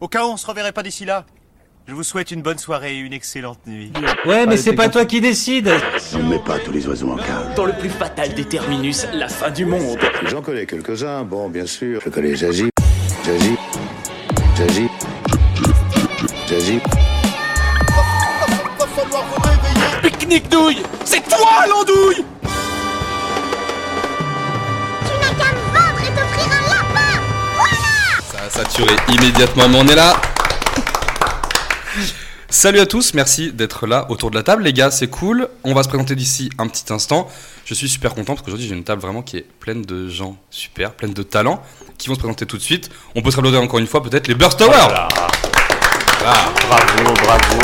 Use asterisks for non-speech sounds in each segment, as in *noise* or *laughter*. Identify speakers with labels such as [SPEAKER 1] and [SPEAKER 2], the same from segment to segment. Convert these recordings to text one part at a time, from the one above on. [SPEAKER 1] Au cas où on se reverrait pas d'ici là. Je vous souhaite une bonne soirée et une excellente nuit.
[SPEAKER 2] Ouais, mais
[SPEAKER 3] Allez,
[SPEAKER 2] c'est pas
[SPEAKER 3] dégage.
[SPEAKER 2] toi qui décide.
[SPEAKER 4] On ne met pas tous les oiseaux en cage.
[SPEAKER 5] Dans le plus fatal des terminus, la fin du monde.
[SPEAKER 6] J'en connais quelques-uns, bon, bien sûr. Je connais Zazie, Zazie, Zazie, Zazie.
[SPEAKER 5] Pique-nique douille C'est toi l'andouille
[SPEAKER 7] Ça a saturé immédiatement, mais on est là Salut à tous, merci d'être là autour de la table, les gars, c'est cool. On va se présenter d'ici un petit instant. Je suis super content parce qu'aujourd'hui j'ai une table vraiment qui est pleine de gens super, pleine de talents qui vont se présenter tout de suite. On peut se applaudir encore une fois, peut-être les Burst Tower.
[SPEAKER 4] Bravo, bravo.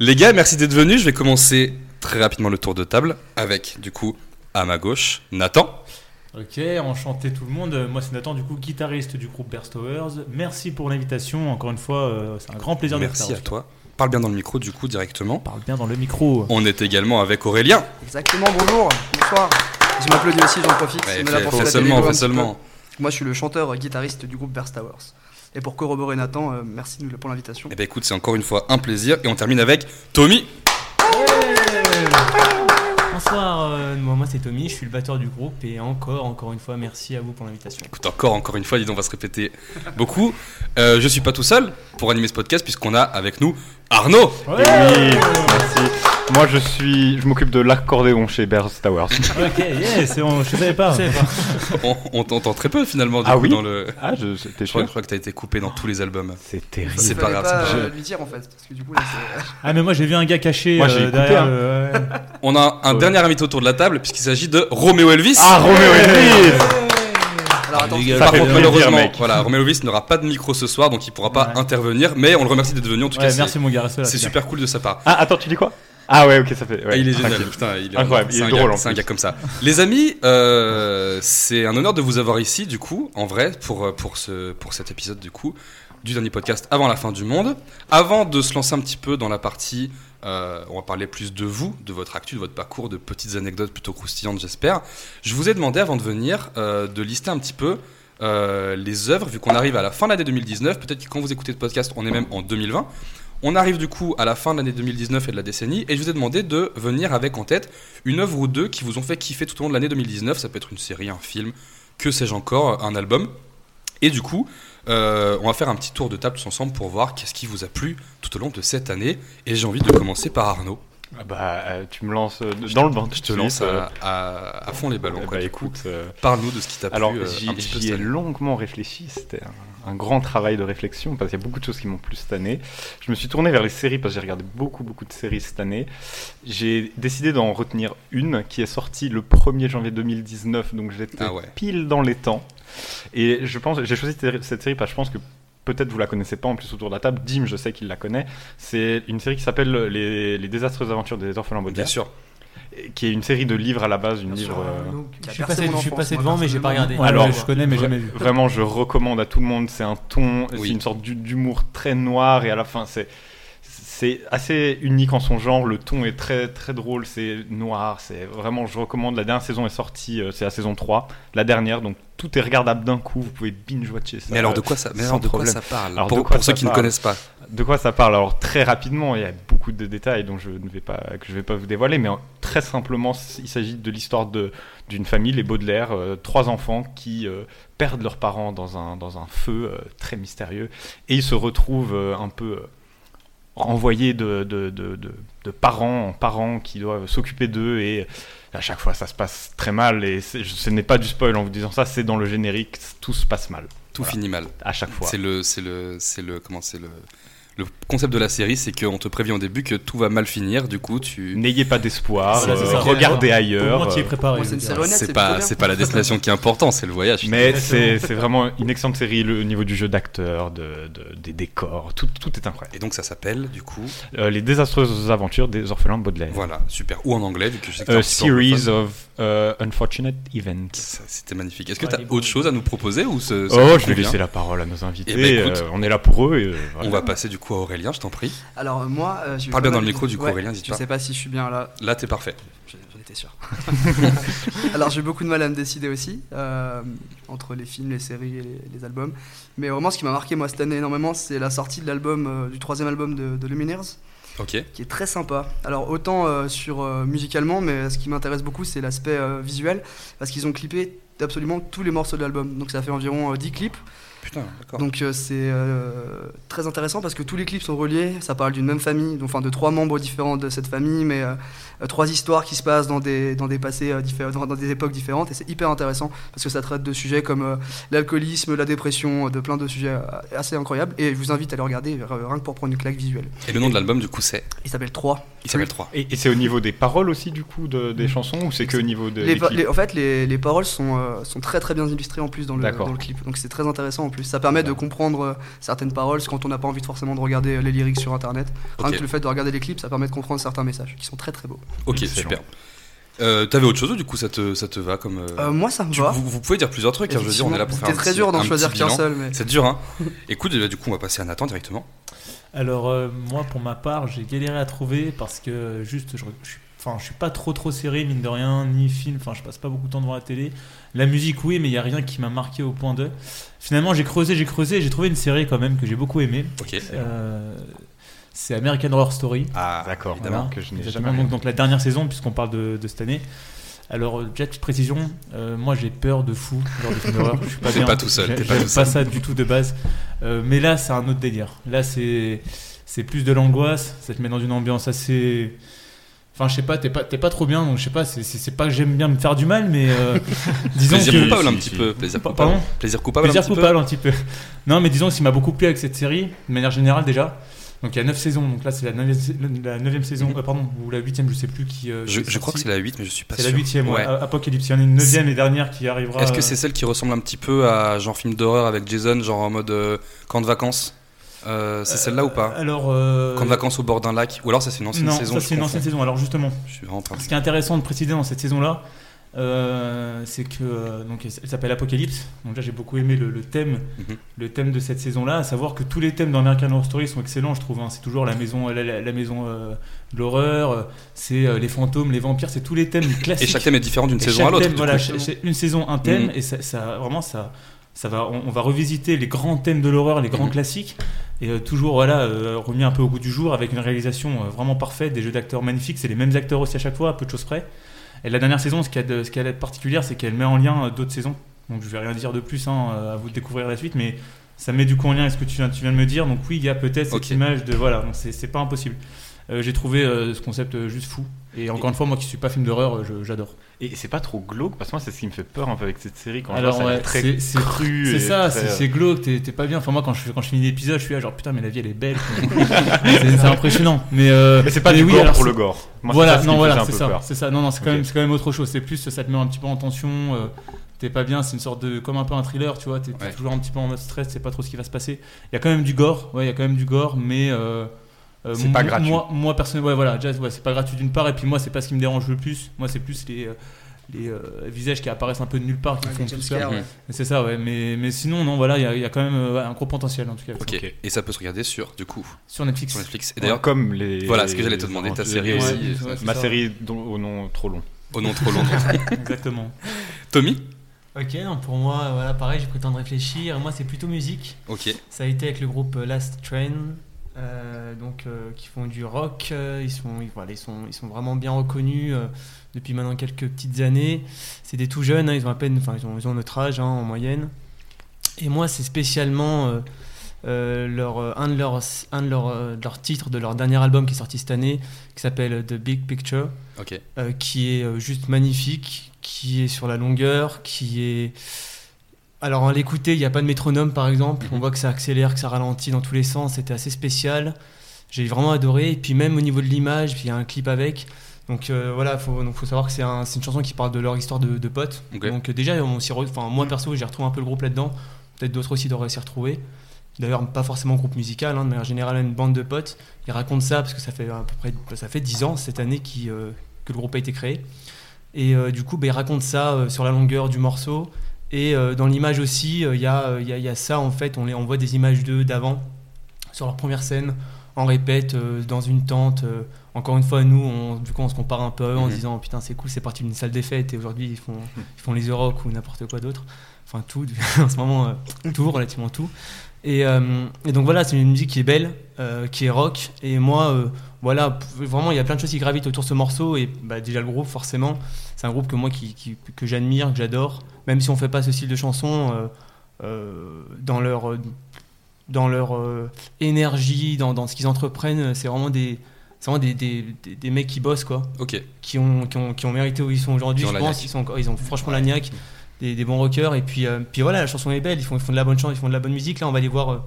[SPEAKER 7] Les gars, merci d'être venus. Je vais commencer très rapidement le tour de table avec, du coup, à ma gauche, Nathan.
[SPEAKER 8] Ok, enchanté tout le monde. Moi c'est Nathan, du coup, guitariste du groupe Bear Towers. Merci pour l'invitation. Encore une fois, euh, c'est un grand plaisir de
[SPEAKER 7] Merci
[SPEAKER 8] faire.
[SPEAKER 7] à toi. Parle bien dans le micro, du coup, directement.
[SPEAKER 8] Parle bien dans le micro.
[SPEAKER 7] On est également avec Aurélien.
[SPEAKER 3] Exactement, bonjour, bonsoir. Je m'applaudis aussi, j'en profite.
[SPEAKER 7] Ouais,
[SPEAKER 3] Je me la
[SPEAKER 7] fais,
[SPEAKER 3] pour
[SPEAKER 7] fais
[SPEAKER 3] flatter
[SPEAKER 7] Eh, seulement,
[SPEAKER 3] l'ego
[SPEAKER 7] fais
[SPEAKER 3] un petit peu.
[SPEAKER 7] seulement.
[SPEAKER 3] Moi, je suis le chanteur euh, guitariste du groupe Burst Towers. Et pour corroborer Nathan, euh, merci de nous- pour l'invitation.
[SPEAKER 7] Eh ben écoute, c'est encore une fois un plaisir et on termine avec Tommy.
[SPEAKER 9] Bonsoir, euh, moi, moi, c'est Tommy, je suis le batteur du groupe et encore, encore une fois, merci à vous pour l'invitation.
[SPEAKER 7] Écoute, encore, encore une fois, dis donc, on va se répéter beaucoup. Euh, je suis pas tout seul pour animer ce podcast puisqu'on a avec nous Arnaud.
[SPEAKER 8] Ouais.
[SPEAKER 10] Oui, merci. Moi, je suis, je m'occupe de l'accordéon chez Bears Towers.
[SPEAKER 8] ok, yes, on, je savais pas.
[SPEAKER 7] On, on t'entend très peu finalement du
[SPEAKER 10] Ah
[SPEAKER 7] coup,
[SPEAKER 10] oui
[SPEAKER 7] dans le.
[SPEAKER 10] Ah, je, j'étais
[SPEAKER 7] Je crois,
[SPEAKER 10] sûr.
[SPEAKER 7] je crois que t'as été coupé dans tous les albums.
[SPEAKER 10] C'est terrible.
[SPEAKER 7] C'est
[SPEAKER 3] Il
[SPEAKER 7] pas
[SPEAKER 3] fallait
[SPEAKER 7] grave.
[SPEAKER 3] pas
[SPEAKER 7] c'est pas
[SPEAKER 3] euh,
[SPEAKER 7] grave.
[SPEAKER 3] lui dire en fait, parce que du coup, là, c'est-
[SPEAKER 8] Ah mais moi j'ai vu un gars caché
[SPEAKER 10] Moi,
[SPEAKER 8] euh,
[SPEAKER 10] j'ai écouté,
[SPEAKER 8] derrière.
[SPEAKER 10] hein.
[SPEAKER 8] le- ouais.
[SPEAKER 7] On a un
[SPEAKER 10] Ouais.
[SPEAKER 7] dernier invité autour de la table puisqu'il s'agit de Roméo Elvis.
[SPEAKER 10] Ah, Roméo et Elvis
[SPEAKER 7] Ah,
[SPEAKER 3] *laughs* Alors attends,
[SPEAKER 10] Ça
[SPEAKER 7] Par
[SPEAKER 10] fait
[SPEAKER 7] contre,
[SPEAKER 10] plaisir,
[SPEAKER 7] malheureusement,
[SPEAKER 10] mec.
[SPEAKER 7] voilà, Roméo Elvis n'aura pas de micro ce soir, donc il pourra pas
[SPEAKER 8] Ouais.
[SPEAKER 7] intervenir. Mais on le remercie d'être venu. En tout
[SPEAKER 8] Ouais,
[SPEAKER 7] cas, c'est-
[SPEAKER 8] merci mon gars, reste là,
[SPEAKER 7] c'est
[SPEAKER 8] putain.
[SPEAKER 7] super cool de sa part.
[SPEAKER 10] Ah, attends, tu dis quoi Ah ouais, ok, ça fait. ouais,
[SPEAKER 7] Ah, il est génial,
[SPEAKER 10] tranquille.
[SPEAKER 7] putain, il est
[SPEAKER 10] Incroyable, il
[SPEAKER 7] c'est
[SPEAKER 10] est
[SPEAKER 7] un
[SPEAKER 10] drôle,
[SPEAKER 7] gars-
[SPEAKER 10] en
[SPEAKER 7] C'est un
[SPEAKER 10] plus.
[SPEAKER 7] gars comme ça. Les amis, euh, c'est un honneur de vous avoir ici, du coup, en vrai, pour, euh, pour, ce, pour cet épisode, du coup, du dernier podcast avant la fin du monde. Avant de se lancer un petit peu dans la partie, euh, on va parler plus de vous, de votre actu, de votre parcours, de petites anecdotes plutôt croustillantes, j'espère. Je vous ai demandé avant de venir euh, de lister un petit peu. euh, les œuvres, vu qu'on arrive à la fin de l'année 2019, peut-être que quand vous écoutez le podcast, on est même en 2020. On arrive du coup à la fin de l'année 2019 et de la décennie, et je vous ai demandé de venir avec en tête une œuvre ou deux qui vous ont fait kiffer tout au long de l'année 2019. Ça peut être une série, un film, que sais-je encore, un album. Et du coup, euh, on va faire un petit tour de table tous ensemble pour voir qu'est-ce qui vous a plu tout au long de cette année. Et j'ai envie de commencer par Arnaud.
[SPEAKER 10] Ah Bah, euh, tu me lances euh, dans le bain.
[SPEAKER 7] Je te lance à, à- à fond les ballons.
[SPEAKER 10] euh. Bah,
[SPEAKER 7] quoi, du coup.
[SPEAKER 10] écoute. euh,
[SPEAKER 7] Parle-nous de ce qui t'a plu
[SPEAKER 10] Alors,
[SPEAKER 7] euh,
[SPEAKER 10] j'y
[SPEAKER 7] un petit peu
[SPEAKER 10] j'y ai
[SPEAKER 7] cette année.
[SPEAKER 10] longuement réfléchi. C'était un, un grand travail de réflexion parce qu'il y a beaucoup de choses qui m'ont plu cette année. Je me suis tourné vers les séries parce que j'ai regardé beaucoup, beaucoup de séries cette année. J'ai décidé d'en retenir une qui est sortie le 1er janvier 2019, donc j'étais
[SPEAKER 7] Ah ouais.
[SPEAKER 10] pile dans les temps. Et je pense, j'ai choisi cette- cette série parce que je pense que peut-être vous la connaissez pas en plus autour de la table. Dim, je sais qu'il la connaît. C'est une série qui s'appelle les, les désastreuses aventures des orphelins
[SPEAKER 7] Bien
[SPEAKER 10] Baudelaire,
[SPEAKER 7] sûr.
[SPEAKER 10] qui est une série de livres à la base, une
[SPEAKER 3] Bien sûr,
[SPEAKER 10] livre. euh,
[SPEAKER 3] euh, qui
[SPEAKER 9] Je
[SPEAKER 3] a
[SPEAKER 9] suis
[SPEAKER 3] percé
[SPEAKER 9] passé,
[SPEAKER 3] mon
[SPEAKER 9] je suis
[SPEAKER 3] enfance,
[SPEAKER 9] passé
[SPEAKER 3] moi,
[SPEAKER 9] devant, mais j'ai pas regardé.
[SPEAKER 8] Ouais,
[SPEAKER 10] Alors,
[SPEAKER 8] ouais, je connais mais
[SPEAKER 10] Vra-
[SPEAKER 8] jamais vu.
[SPEAKER 10] Vraiment, je recommande à tout le monde. C'est un ton,
[SPEAKER 7] Oui.
[SPEAKER 10] c'est une sorte d'hu- d'humour très noir et à la fin, c'est c'est assez unique en son genre. Le ton est très très drôle, c'est noir, c'est vraiment. Je recommande. La dernière saison est sortie, euh, c'est la saison 3, la dernière, donc tout est regardable d'un coup. Vous pouvez binge watcher ça.
[SPEAKER 7] Mais alors de
[SPEAKER 10] euh,
[SPEAKER 7] quoi ça, mais
[SPEAKER 10] sans
[SPEAKER 7] alors, de quoi
[SPEAKER 10] problème.
[SPEAKER 7] ça parle
[SPEAKER 10] Alors, de
[SPEAKER 7] Pour,
[SPEAKER 10] quoi
[SPEAKER 7] pour ceux
[SPEAKER 10] ça
[SPEAKER 7] qui ne
[SPEAKER 10] parle
[SPEAKER 7] connaissent pas.
[SPEAKER 10] De quoi ça parle Alors très rapidement, il y a beaucoup de détails dont je ne vais pas que je vais pas vous dévoiler, mais euh, très simplement, c- il s'agit de l'histoire de d'une famille, les Baudelaire, euh, trois enfants qui euh, perdent leurs parents dans un dans un feu euh, très mystérieux et ils se retrouvent euh, un peu euh, renvoyés de de, de, de de parents en parents qui doivent s'occuper d'eux et à chaque fois ça se passe très mal et c'est- je- ce n'est pas du spoil en vous disant ça, c'est dans le générique, tout se passe mal
[SPEAKER 7] Tout
[SPEAKER 10] Voilà.
[SPEAKER 7] finit mal.
[SPEAKER 10] à chaque fois.
[SPEAKER 7] C'est le, c'est le, c'est le, comment c'est le, le concept de la série, c'est qu'on te prévient au début que tout va mal finir. Du coup, tu
[SPEAKER 10] N'ayez pas d'espoir,
[SPEAKER 8] Voilà, c'est
[SPEAKER 10] euh,
[SPEAKER 8] ça.
[SPEAKER 10] regardez
[SPEAKER 8] Au
[SPEAKER 10] ailleurs.
[SPEAKER 8] moins, tu y es
[SPEAKER 10] euh,
[SPEAKER 8] préparé.
[SPEAKER 3] Moi, c'est
[SPEAKER 8] je veux
[SPEAKER 3] une
[SPEAKER 8] dire.
[SPEAKER 3] série honnête,
[SPEAKER 7] c'est
[SPEAKER 3] c'est
[SPEAKER 7] pas,
[SPEAKER 3] plutôt
[SPEAKER 7] c'est
[SPEAKER 3] bien.
[SPEAKER 7] pas la destination qui est importante, c'est le voyage.
[SPEAKER 10] Mais c'est c'est vraiment une excellente série, le niveau du jeu d'acteur, de, de- des décors, tout, tout est incroyable.
[SPEAKER 7] Et donc ça s'appelle du coup,
[SPEAKER 10] Euh, les désastreuses aventures des orphelins Baudelaire.
[SPEAKER 7] voilà, super. Ou en anglais, vu que je sais que t'es
[SPEAKER 10] A
[SPEAKER 7] un petit peu
[SPEAKER 10] Euh, series
[SPEAKER 7] anglophone.
[SPEAKER 10] of euh, unfortunate events.
[SPEAKER 7] Ça, C'était magnifique. Est-ce que
[SPEAKER 9] Ouais,
[SPEAKER 7] t'as
[SPEAKER 9] il est bon,
[SPEAKER 7] autre
[SPEAKER 9] il est
[SPEAKER 7] chose à nous proposer ou ce, ça
[SPEAKER 10] Oh,
[SPEAKER 7] te
[SPEAKER 10] je vais
[SPEAKER 7] convient
[SPEAKER 10] laisser la parole à nos invités.
[SPEAKER 7] Eh ben, écoute,
[SPEAKER 10] euh, on est là pour eux. et, euh, voilà.
[SPEAKER 7] On va passer du coup à Aurélien, je t'en prie.
[SPEAKER 3] Alors euh, moi, euh, j'ai
[SPEAKER 7] Parle
[SPEAKER 3] pas
[SPEAKER 7] bien dans
[SPEAKER 3] mal
[SPEAKER 7] le
[SPEAKER 3] de-
[SPEAKER 7] micro, du coup,
[SPEAKER 3] Ouais,
[SPEAKER 7] Aurélien, dis
[SPEAKER 3] Je sais pas si je suis bien là.
[SPEAKER 7] Là, t'es parfait.
[SPEAKER 3] Je- je- étais sûr. *laughs* Alors j'ai eu beaucoup de mal à me décider aussi, euh, entre les films, les séries et les, les albums. Mais vraiment, ce qui m'a marqué moi cette année énormément, c'est la sortie de l'album, euh, du troisième album de, de Lumineers,
[SPEAKER 7] Ok.
[SPEAKER 3] qui est très sympa. Alors autant euh, sur euh, musicalement, mais ce qui m'intéresse beaucoup, c'est l'aspect euh, visuel, parce qu'ils ont clippé absolument tous les morceaux de l'album. Donc ça fait environ euh, 10 clips.
[SPEAKER 7] Putain, d'accord.
[SPEAKER 3] Donc euh, c'est euh, très intéressant parce que tous les clips sont reliés, ça parle d'une même famille, donc, enfin de trois membres différents de cette famille, mais euh, euh, trois histoires qui se passent dans des, dans des passés euh, différents, dans, dans des époques différentes, et c'est hyper intéressant parce que ça traite de sujets comme euh, l'alcoolisme, la dépression, euh, de plein de sujets euh, assez incroyables, et je vous invite à le regarder euh, rien que pour prendre une claque visuelle.
[SPEAKER 7] Et le nom de l'album, du coup, c'est
[SPEAKER 3] Il s'appelle 3.
[SPEAKER 7] Il s'appelle 3.
[SPEAKER 10] Et, et c'est au niveau des paroles aussi, du coup, de- des chansons, ou c'est que au niveau de
[SPEAKER 3] Les pa-
[SPEAKER 10] l'équipe
[SPEAKER 3] les- en fait, les, les paroles sont, euh, sont très très bien illustrées en plus dans le,
[SPEAKER 10] D'accord.
[SPEAKER 3] dans le clip. Donc c'est très intéressant en plus. Ça permet de comprendre euh, certaines paroles quand on n'a pas envie de forcément de regarder euh, les lyrics sur internet. Rien
[SPEAKER 7] Ok.
[SPEAKER 3] que le fait de regarder les clips, ça permet de comprendre certains messages qui sont très très beaux.
[SPEAKER 7] Ok,
[SPEAKER 10] Excellent.
[SPEAKER 7] super. Euh, T'avais autre chose ou du coup ça te, ça te va comme. euh,
[SPEAKER 3] Euh, moi ça me
[SPEAKER 7] tu-
[SPEAKER 3] va.
[SPEAKER 7] vous, vous pouvez dire plusieurs trucs, car je veux dire, on est là pour faire
[SPEAKER 3] C'était
[SPEAKER 7] un
[SPEAKER 3] très
[SPEAKER 7] petit-
[SPEAKER 3] dur d'en
[SPEAKER 7] un
[SPEAKER 3] choisir
[SPEAKER 7] petit
[SPEAKER 3] qu'un
[SPEAKER 7] bilan.
[SPEAKER 3] seul. Mais...
[SPEAKER 7] C'est dur, hein Écoute, euh, du coup, on va passer à Nathan directement.
[SPEAKER 9] Alors euh, moi pour ma part j'ai galéré à trouver parce que euh, juste je, je, suis- enfin, je suis pas trop trop série mine de rien ni film, enfin je passe pas beaucoup de temps devant la télé. La musique oui mais il y a rien qui m'a marqué au point de. Finalement j'ai creusé j'ai creusé et j'ai trouvé une série quand même que j'ai beaucoup aimé.
[SPEAKER 7] Ok.
[SPEAKER 9] c'est American Horror Story.
[SPEAKER 7] Ah,
[SPEAKER 10] D'accord,
[SPEAKER 7] évidemment.
[SPEAKER 10] que je n'ai
[SPEAKER 9] Exactement,
[SPEAKER 10] jamais
[SPEAKER 9] donc, donc la dernière saison, puisqu'on parle de, de cette année. Alors, euh, déjà, petite précision, euh, moi j'ai peur de fou lors des films d'horreur. Je suis pas
[SPEAKER 7] *laughs* T'es
[SPEAKER 9] bien.
[SPEAKER 7] pas tout seul,
[SPEAKER 9] J'ai-
[SPEAKER 7] t'es pas
[SPEAKER 9] j'aime
[SPEAKER 7] tout seul.
[SPEAKER 9] ça du tout de base. Euh, mais là, c'est un autre délire. Là, c'est c'est plus de l'angoisse. Ça te met dans une ambiance assez. Enfin, je sais pas, t'es pas, t'es pas trop bien, donc je sais pas, c'est- c'est c'est pas que j'aime bien me faire du mal, mais
[SPEAKER 7] *laughs*
[SPEAKER 9] euh, disons
[SPEAKER 7] Plaisir
[SPEAKER 9] que.
[SPEAKER 7] coupable un
[SPEAKER 10] si,
[SPEAKER 7] petit
[SPEAKER 10] si.
[SPEAKER 7] peu. Plaisir
[SPEAKER 9] Pa-
[SPEAKER 7] coupable.
[SPEAKER 9] pardon
[SPEAKER 7] Plaisir coupable un
[SPEAKER 9] Plaisir
[SPEAKER 7] petit peu.
[SPEAKER 9] coupable un petit peu. *laughs* Non, mais disons que ce qui m'a beaucoup plu avec cette série, de manière générale déjà, donc il y a 9 saisons, donc là c'est la 9 la neuvième saison,
[SPEAKER 7] Mhm.
[SPEAKER 9] euh, pardon, ou la 8 je sais plus qui. euh,
[SPEAKER 7] Je,
[SPEAKER 9] qui est
[SPEAKER 7] je crois que
[SPEAKER 9] sortie.
[SPEAKER 7] c'est la 8, mais je suis pas
[SPEAKER 9] C'est
[SPEAKER 7] sûr.
[SPEAKER 9] la 8 ouais.
[SPEAKER 7] Ouais.
[SPEAKER 9] A- Apocalypse, il y en a une 9 et dernière qui arrivera.
[SPEAKER 7] Est-ce que
[SPEAKER 9] euh,
[SPEAKER 7] c'est celle qui ressemble un petit peu à genre film d'horreur avec Jason, genre en mode euh, camp de vacances Euh, C'est celle-là ou pas
[SPEAKER 9] Alors. euh,
[SPEAKER 7] Camp de vacances au bord d'un lac Ou alors ça c'est une ancienne
[SPEAKER 9] Non,
[SPEAKER 7] saison
[SPEAKER 9] ça
[SPEAKER 7] je
[SPEAKER 9] c'est une
[SPEAKER 7] confonds.
[SPEAKER 9] ancienne saison. Alors justement,
[SPEAKER 7] Je suis vraiment en train de-
[SPEAKER 9] ce qui est intéressant de préciser dans cette saison-là, euh, c'est que euh, donc elle s'appelle Apocalypse. Donc là, j'ai beaucoup aimé le, le thème,
[SPEAKER 7] Mhm.
[SPEAKER 9] le thème de cette saison-là. À savoir que tous les thèmes dans American Horror Story sont excellents, je trouve. hein. C'est toujours la maison, la, la- la maison euh, de l'horreur, euh, c'est euh, les fantômes, les vampires, c'est tous les
[SPEAKER 7] *laughs*
[SPEAKER 9] thèmes
[SPEAKER 7] Et
[SPEAKER 9] classiques.
[SPEAKER 7] chaque thème est différent d'une
[SPEAKER 9] Ah, Et
[SPEAKER 7] saison
[SPEAKER 9] chaque
[SPEAKER 7] à l'autre.
[SPEAKER 9] thème,
[SPEAKER 7] du
[SPEAKER 9] Voilà,
[SPEAKER 7] coup.
[SPEAKER 9] cha- cha- une saison, un thème,
[SPEAKER 7] Mhm.
[SPEAKER 9] et ça, ça- vraiment ça, ça va. On, on va revisiter les grands thèmes de l'horreur, les grands
[SPEAKER 7] Mhm.
[SPEAKER 9] classiques, et euh, toujours voilà euh, remis un peu au goût du jour avec une réalisation euh, vraiment parfaite, des jeux d'acteurs magnifiques, c'est les mêmes acteurs aussi à chaque fois, à peu de choses près. Et la dernière saison, ce qu'il y a de, ce qu'il y a de particulière, c'est qu'elle met en lien euh, d'autres saisons. Donc je vais rien dire de plus, hein, euh, à vous de découvrir la suite, mais ça met du coup en lien avec ce que tu viens, tu viens de me dire. Donc oui, il y a peut-être
[SPEAKER 7] Ok.
[SPEAKER 9] cette image de voilà, donc c'est c'est pas impossible. Euh, J'ai trouvé euh, ce concept euh, juste fou. Et encore une fois, moi qui suis pas film d'horreur, euh, je- j'adore.
[SPEAKER 10] Et c'est pas trop glauque, parce que moi, c'est ce qui me fait peur un peu avec cette série, quand
[SPEAKER 9] Alors,
[SPEAKER 10] je vois ça, elle est
[SPEAKER 9] ouais,
[SPEAKER 10] très
[SPEAKER 9] c'est- c'est-
[SPEAKER 10] crue.
[SPEAKER 9] C'est
[SPEAKER 10] et
[SPEAKER 9] ça,
[SPEAKER 10] très,
[SPEAKER 9] c'est
[SPEAKER 10] euh,
[SPEAKER 9] c'est glauque, t'es t'es pas bien. Enfin, moi, quand je, quand je finis l'épisode, je suis là, genre putain, mais la vie elle est belle. *laughs* c'est c'est impressionnant. Mais, euh,
[SPEAKER 10] Mais c'est pas
[SPEAKER 9] mais
[SPEAKER 10] du
[SPEAKER 9] oui,
[SPEAKER 10] gore
[SPEAKER 9] alors
[SPEAKER 10] pour
[SPEAKER 9] c'est-
[SPEAKER 10] le gore. Moi,
[SPEAKER 9] voilà,
[SPEAKER 10] c'est ça ce qui
[SPEAKER 9] non,
[SPEAKER 10] me faisait
[SPEAKER 9] voilà,
[SPEAKER 10] un
[SPEAKER 9] c'est
[SPEAKER 10] peu
[SPEAKER 9] ça,
[SPEAKER 10] peur.
[SPEAKER 9] c'est ça. Non, non, c'est quand,
[SPEAKER 10] Ok.
[SPEAKER 9] même c'est quand même autre chose. C'est plus, ça te met un petit peu en tension. euh, T'es pas bien, c'est une sorte de. comme un peu un thriller, tu vois. T'es t'es
[SPEAKER 7] Ouais.
[SPEAKER 9] toujours un petit peu en mode stress, c'est pas trop ce qui va se passer. Il y a quand même du gore, ouais, il y a quand même du gore, mais. euh, euh,
[SPEAKER 10] C'est pas
[SPEAKER 9] moi-
[SPEAKER 10] gratuit.
[SPEAKER 9] Moi, moi personnellement, ouais, voilà, déjà, ouais, c'est pas gratuit d'une part, et puis moi, c'est pas ce qui me dérange le plus. Moi, c'est plus les, euh, les euh, visages qui apparaissent un peu de nulle part qui
[SPEAKER 3] Ouais,
[SPEAKER 9] font
[SPEAKER 3] les
[SPEAKER 9] tout ça.
[SPEAKER 3] jumpscares,
[SPEAKER 7] Mhm.
[SPEAKER 3] ouais.
[SPEAKER 9] Mais C'est ça, ouais. Mais, mais sinon, non, voilà, il y a- il y, a quand même euh, ouais, un gros potentiel en tout cas.
[SPEAKER 7] Ok. Et ça peut se regarder sur, du coup,
[SPEAKER 9] Sur Netflix.
[SPEAKER 7] sur Netflix. Et
[SPEAKER 10] D'ailleurs,
[SPEAKER 7] d'ailleurs,
[SPEAKER 10] comme les.
[SPEAKER 7] voilà ce que j'allais te demander, ta série
[SPEAKER 9] Ouais,
[SPEAKER 7] aussi,
[SPEAKER 9] ouais,
[SPEAKER 7] euh,
[SPEAKER 9] c'est
[SPEAKER 10] Ma
[SPEAKER 9] ça.
[SPEAKER 10] série dont- au nom trop long.
[SPEAKER 7] au nom trop long.
[SPEAKER 9] *laughs* Exactement.
[SPEAKER 7] Tommy
[SPEAKER 11] Ok, non, pour moi, voilà, pareil, j'ai pris le temps de réfléchir. Moi, c'est plutôt musique.
[SPEAKER 7] Ok.
[SPEAKER 11] Ça a été avec le groupe Last Train, euh, donc euh, qui font du rock. euh, ils sont, ils- voilà, ils sont, ils sont vraiment bien reconnus euh, depuis maintenant quelques petites années. C'est des tout jeunes, hein, ils ont à peine, enfin, ils ont, ils ont notre âge hein, en moyenne. Et moi, c'est spécialement euh, euh, leur, euh, un de leurs, un de leurs, euh, de leurs titres de leur dernier album qui est sorti cette année, qui s'appelle The Big Picture
[SPEAKER 7] Ok.
[SPEAKER 11] euh, qui est euh, juste magnifique, qui est sur la longueur, qui est... Alors à l'écouter, il n'y a pas de métronome par exemple, on voit que ça accélère, que ça ralentit dans tous les sens, c'était assez spécial, j'ai vraiment adoré, et puis même au niveau de l'image, il y a un clip avec, donc euh, voilà, il faut, donc, faut savoir que c'est un- c'est une chanson qui parle de leur histoire de, de potes,
[SPEAKER 7] Ok.
[SPEAKER 11] donc euh, déjà, on s'y re- enfin, moi perso, j'ai retrouvé un peu le groupe là-dedans, peut-être d'autres aussi devraient s'y retrouver. D'ailleurs, pas forcément groupe musical, hein, de manière générale, une bande de potes. Ils racontent ça parce que ça fait à peu près ça fait 10 ans cette année qui, euh, que le groupe a été créé. Et euh, du coup, bah, il raconte ça euh, sur la longueur du morceau. Et euh, dans l'image aussi, euh, il y, a, euh, il y a- il y a ça en fait. On, les, on voit des images d'eux d'avant, sur leur première scène,
[SPEAKER 9] en répète euh, dans une tente. euh, encore une fois, nous, on, du coup, on se compare un peu à eux en
[SPEAKER 7] Mhm.
[SPEAKER 9] disant putain, c'est cool, c'est parti d'une salle des fêtes et aujourd'hui ils font, ils font les Euroc ou n'importe quoi d'autre. Enfin, tout, *laughs* en ce moment, euh, tout, relativement tout. Et, euh, et donc voilà, c'est une musique qui est belle, euh, qui est rock. Et moi, euh, voilà, p- vraiment, il y a plein de choses qui gravitent autour de ce morceau. Et bah, déjà, le groupe, forcément, c'est un groupe que moi, qui, qui- que j'admire, que j'adore. Même si on fait pas ce style de chanson, euh, euh, dans leur, euh, dans leur euh, énergie, dans, dans ce qu'ils entreprennent, c'est vraiment des. C'est vraiment des, des, des- des mecs qui bossent, quoi.
[SPEAKER 7] Ok.
[SPEAKER 9] Qui ont, qui ont, qui ont mérité où ils sont aujourd'hui,
[SPEAKER 7] Qui ont
[SPEAKER 9] je
[SPEAKER 7] la
[SPEAKER 9] pense.
[SPEAKER 7] niaque.
[SPEAKER 9] Ils, sont, encore- ils ont franchement la niaque, des, des bons rockers. Et puis, euh, puis voilà, la chanson est belle, ils font, ils font de la bonne chance, ils font de la bonne musique. Là, on va aller voir euh,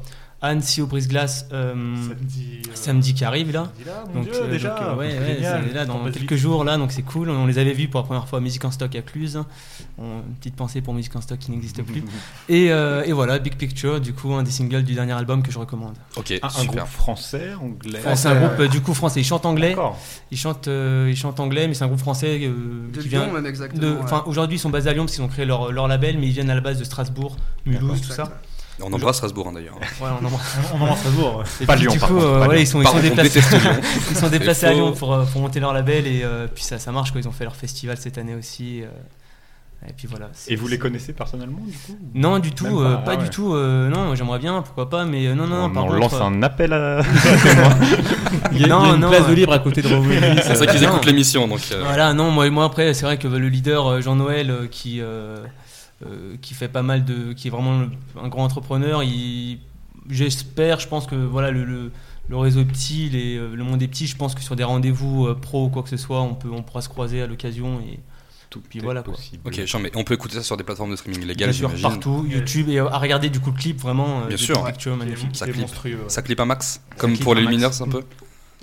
[SPEAKER 9] Annecy au brise-glace euh,
[SPEAKER 10] Hmm.
[SPEAKER 5] Samedi.
[SPEAKER 9] samedi qui arrive, là. Donc, euh, donc, euh, ouais, ouais, c'est là dans quelques jours là, donc c'est cool. On les avait vus pour la première fois à Musique en Stock à Cluse. On- une petite pensée pour Musique en Stock qui n'existe
[SPEAKER 7] *laughs*
[SPEAKER 10] *laughs*
[SPEAKER 9] plus. et, euh, et voilà, Big Picture, du coup, un des singles du dernier album que je recommande.
[SPEAKER 7] Ok,
[SPEAKER 10] Ah, Un, un
[SPEAKER 7] super.
[SPEAKER 10] groupe français, anglais.
[SPEAKER 9] Ah, c'est un groupe euh, du coup français. Ils chantent anglais.
[SPEAKER 10] D'accord.
[SPEAKER 9] Ils chantent, euh, ils chantent anglais, mais c'est un groupe français euh,
[SPEAKER 3] De
[SPEAKER 9] qui
[SPEAKER 3] Lyon,
[SPEAKER 9] vient.
[SPEAKER 3] même
[SPEAKER 9] de-
[SPEAKER 3] exactement.
[SPEAKER 9] Enfin, aujourd'hui, ils sont basés à Lyon parce qu'ils ont créé leur, leur label, mais ils viennent à la base de Strasbourg, Mulhouse, tout ça.
[SPEAKER 7] On embrasse Strasbourg hein, d'ailleurs.
[SPEAKER 9] Ouais, on embrasse.
[SPEAKER 8] On embrasse Strasbourg.
[SPEAKER 9] Et
[SPEAKER 10] Pas
[SPEAKER 9] puis,
[SPEAKER 10] Lyon,
[SPEAKER 9] du
[SPEAKER 10] par
[SPEAKER 9] coup,
[SPEAKER 10] contre,
[SPEAKER 9] euh,
[SPEAKER 10] pas
[SPEAKER 9] voilà,
[SPEAKER 10] Lyon.
[SPEAKER 9] ils sont, ils
[SPEAKER 7] Pardon,
[SPEAKER 9] sont
[SPEAKER 7] on
[SPEAKER 9] déplacés. *laughs*
[SPEAKER 7] déteste Lyon.
[SPEAKER 9] Ils sont déplacés à
[SPEAKER 7] faux.
[SPEAKER 9] Lyon pour, euh, pour monter leur label et euh, puis ça, ça marche quoi. Ils ont fait leur festival cette année aussi. euh, et puis voilà. c'est-
[SPEAKER 10] Et vous les connaissez personnellement du coup
[SPEAKER 9] Non, du
[SPEAKER 10] Même
[SPEAKER 9] tout,
[SPEAKER 10] pas,
[SPEAKER 9] euh, pas,
[SPEAKER 10] ah ouais.
[SPEAKER 9] du tout. euh, non, j'aimerais bien, pourquoi pas, mais euh, non, non,
[SPEAKER 10] On,
[SPEAKER 9] par
[SPEAKER 10] Oh, on
[SPEAKER 9] contre,
[SPEAKER 10] lance
[SPEAKER 9] euh,
[SPEAKER 10] un appel à.
[SPEAKER 9] *laughs*
[SPEAKER 8] Il y a, il y a
[SPEAKER 9] Non,
[SPEAKER 8] une
[SPEAKER 9] non,
[SPEAKER 8] place
[SPEAKER 9] euh.
[SPEAKER 8] de libre à côté de Roméo.
[SPEAKER 7] C'est ça qu'ils
[SPEAKER 9] Non.
[SPEAKER 7] écoutent l'émission donc. euh,
[SPEAKER 9] Voilà, non, moi, moi après, c'est vrai que le leader euh, Jean-Noël euh, qui, euh, euh, qui fait pas mal de. qui est vraiment le- un grand entrepreneur, il- j'espère, je pense que voilà, le, le, le réseau est petit, les- euh, le monde est petit, je pense que sur des rendez-vous euh, pro ou quoi que ce soit, on, peut, on pourra se croiser à l'occasion et
[SPEAKER 10] Tout
[SPEAKER 9] puis voilà, quoi.
[SPEAKER 10] possible.
[SPEAKER 7] Ok, genre, mais on peut écouter ça sur des plateformes de streaming
[SPEAKER 9] bien
[SPEAKER 7] légales,
[SPEAKER 9] sûr
[SPEAKER 7] j'imagine.
[SPEAKER 9] partout, YouTube, et euh, à regarder du coup le clip vraiment. euh,
[SPEAKER 7] Bien
[SPEAKER 9] de
[SPEAKER 7] sûr.
[SPEAKER 9] Big Picture, magnifique.
[SPEAKER 7] Ça
[SPEAKER 8] C'est
[SPEAKER 7] clip.
[SPEAKER 8] monstrueux. ouais.
[SPEAKER 7] Ça clip à max, comme
[SPEAKER 9] clip
[SPEAKER 7] pour
[SPEAKER 9] à
[SPEAKER 7] les
[SPEAKER 9] max.
[SPEAKER 7] Lumineers un peu.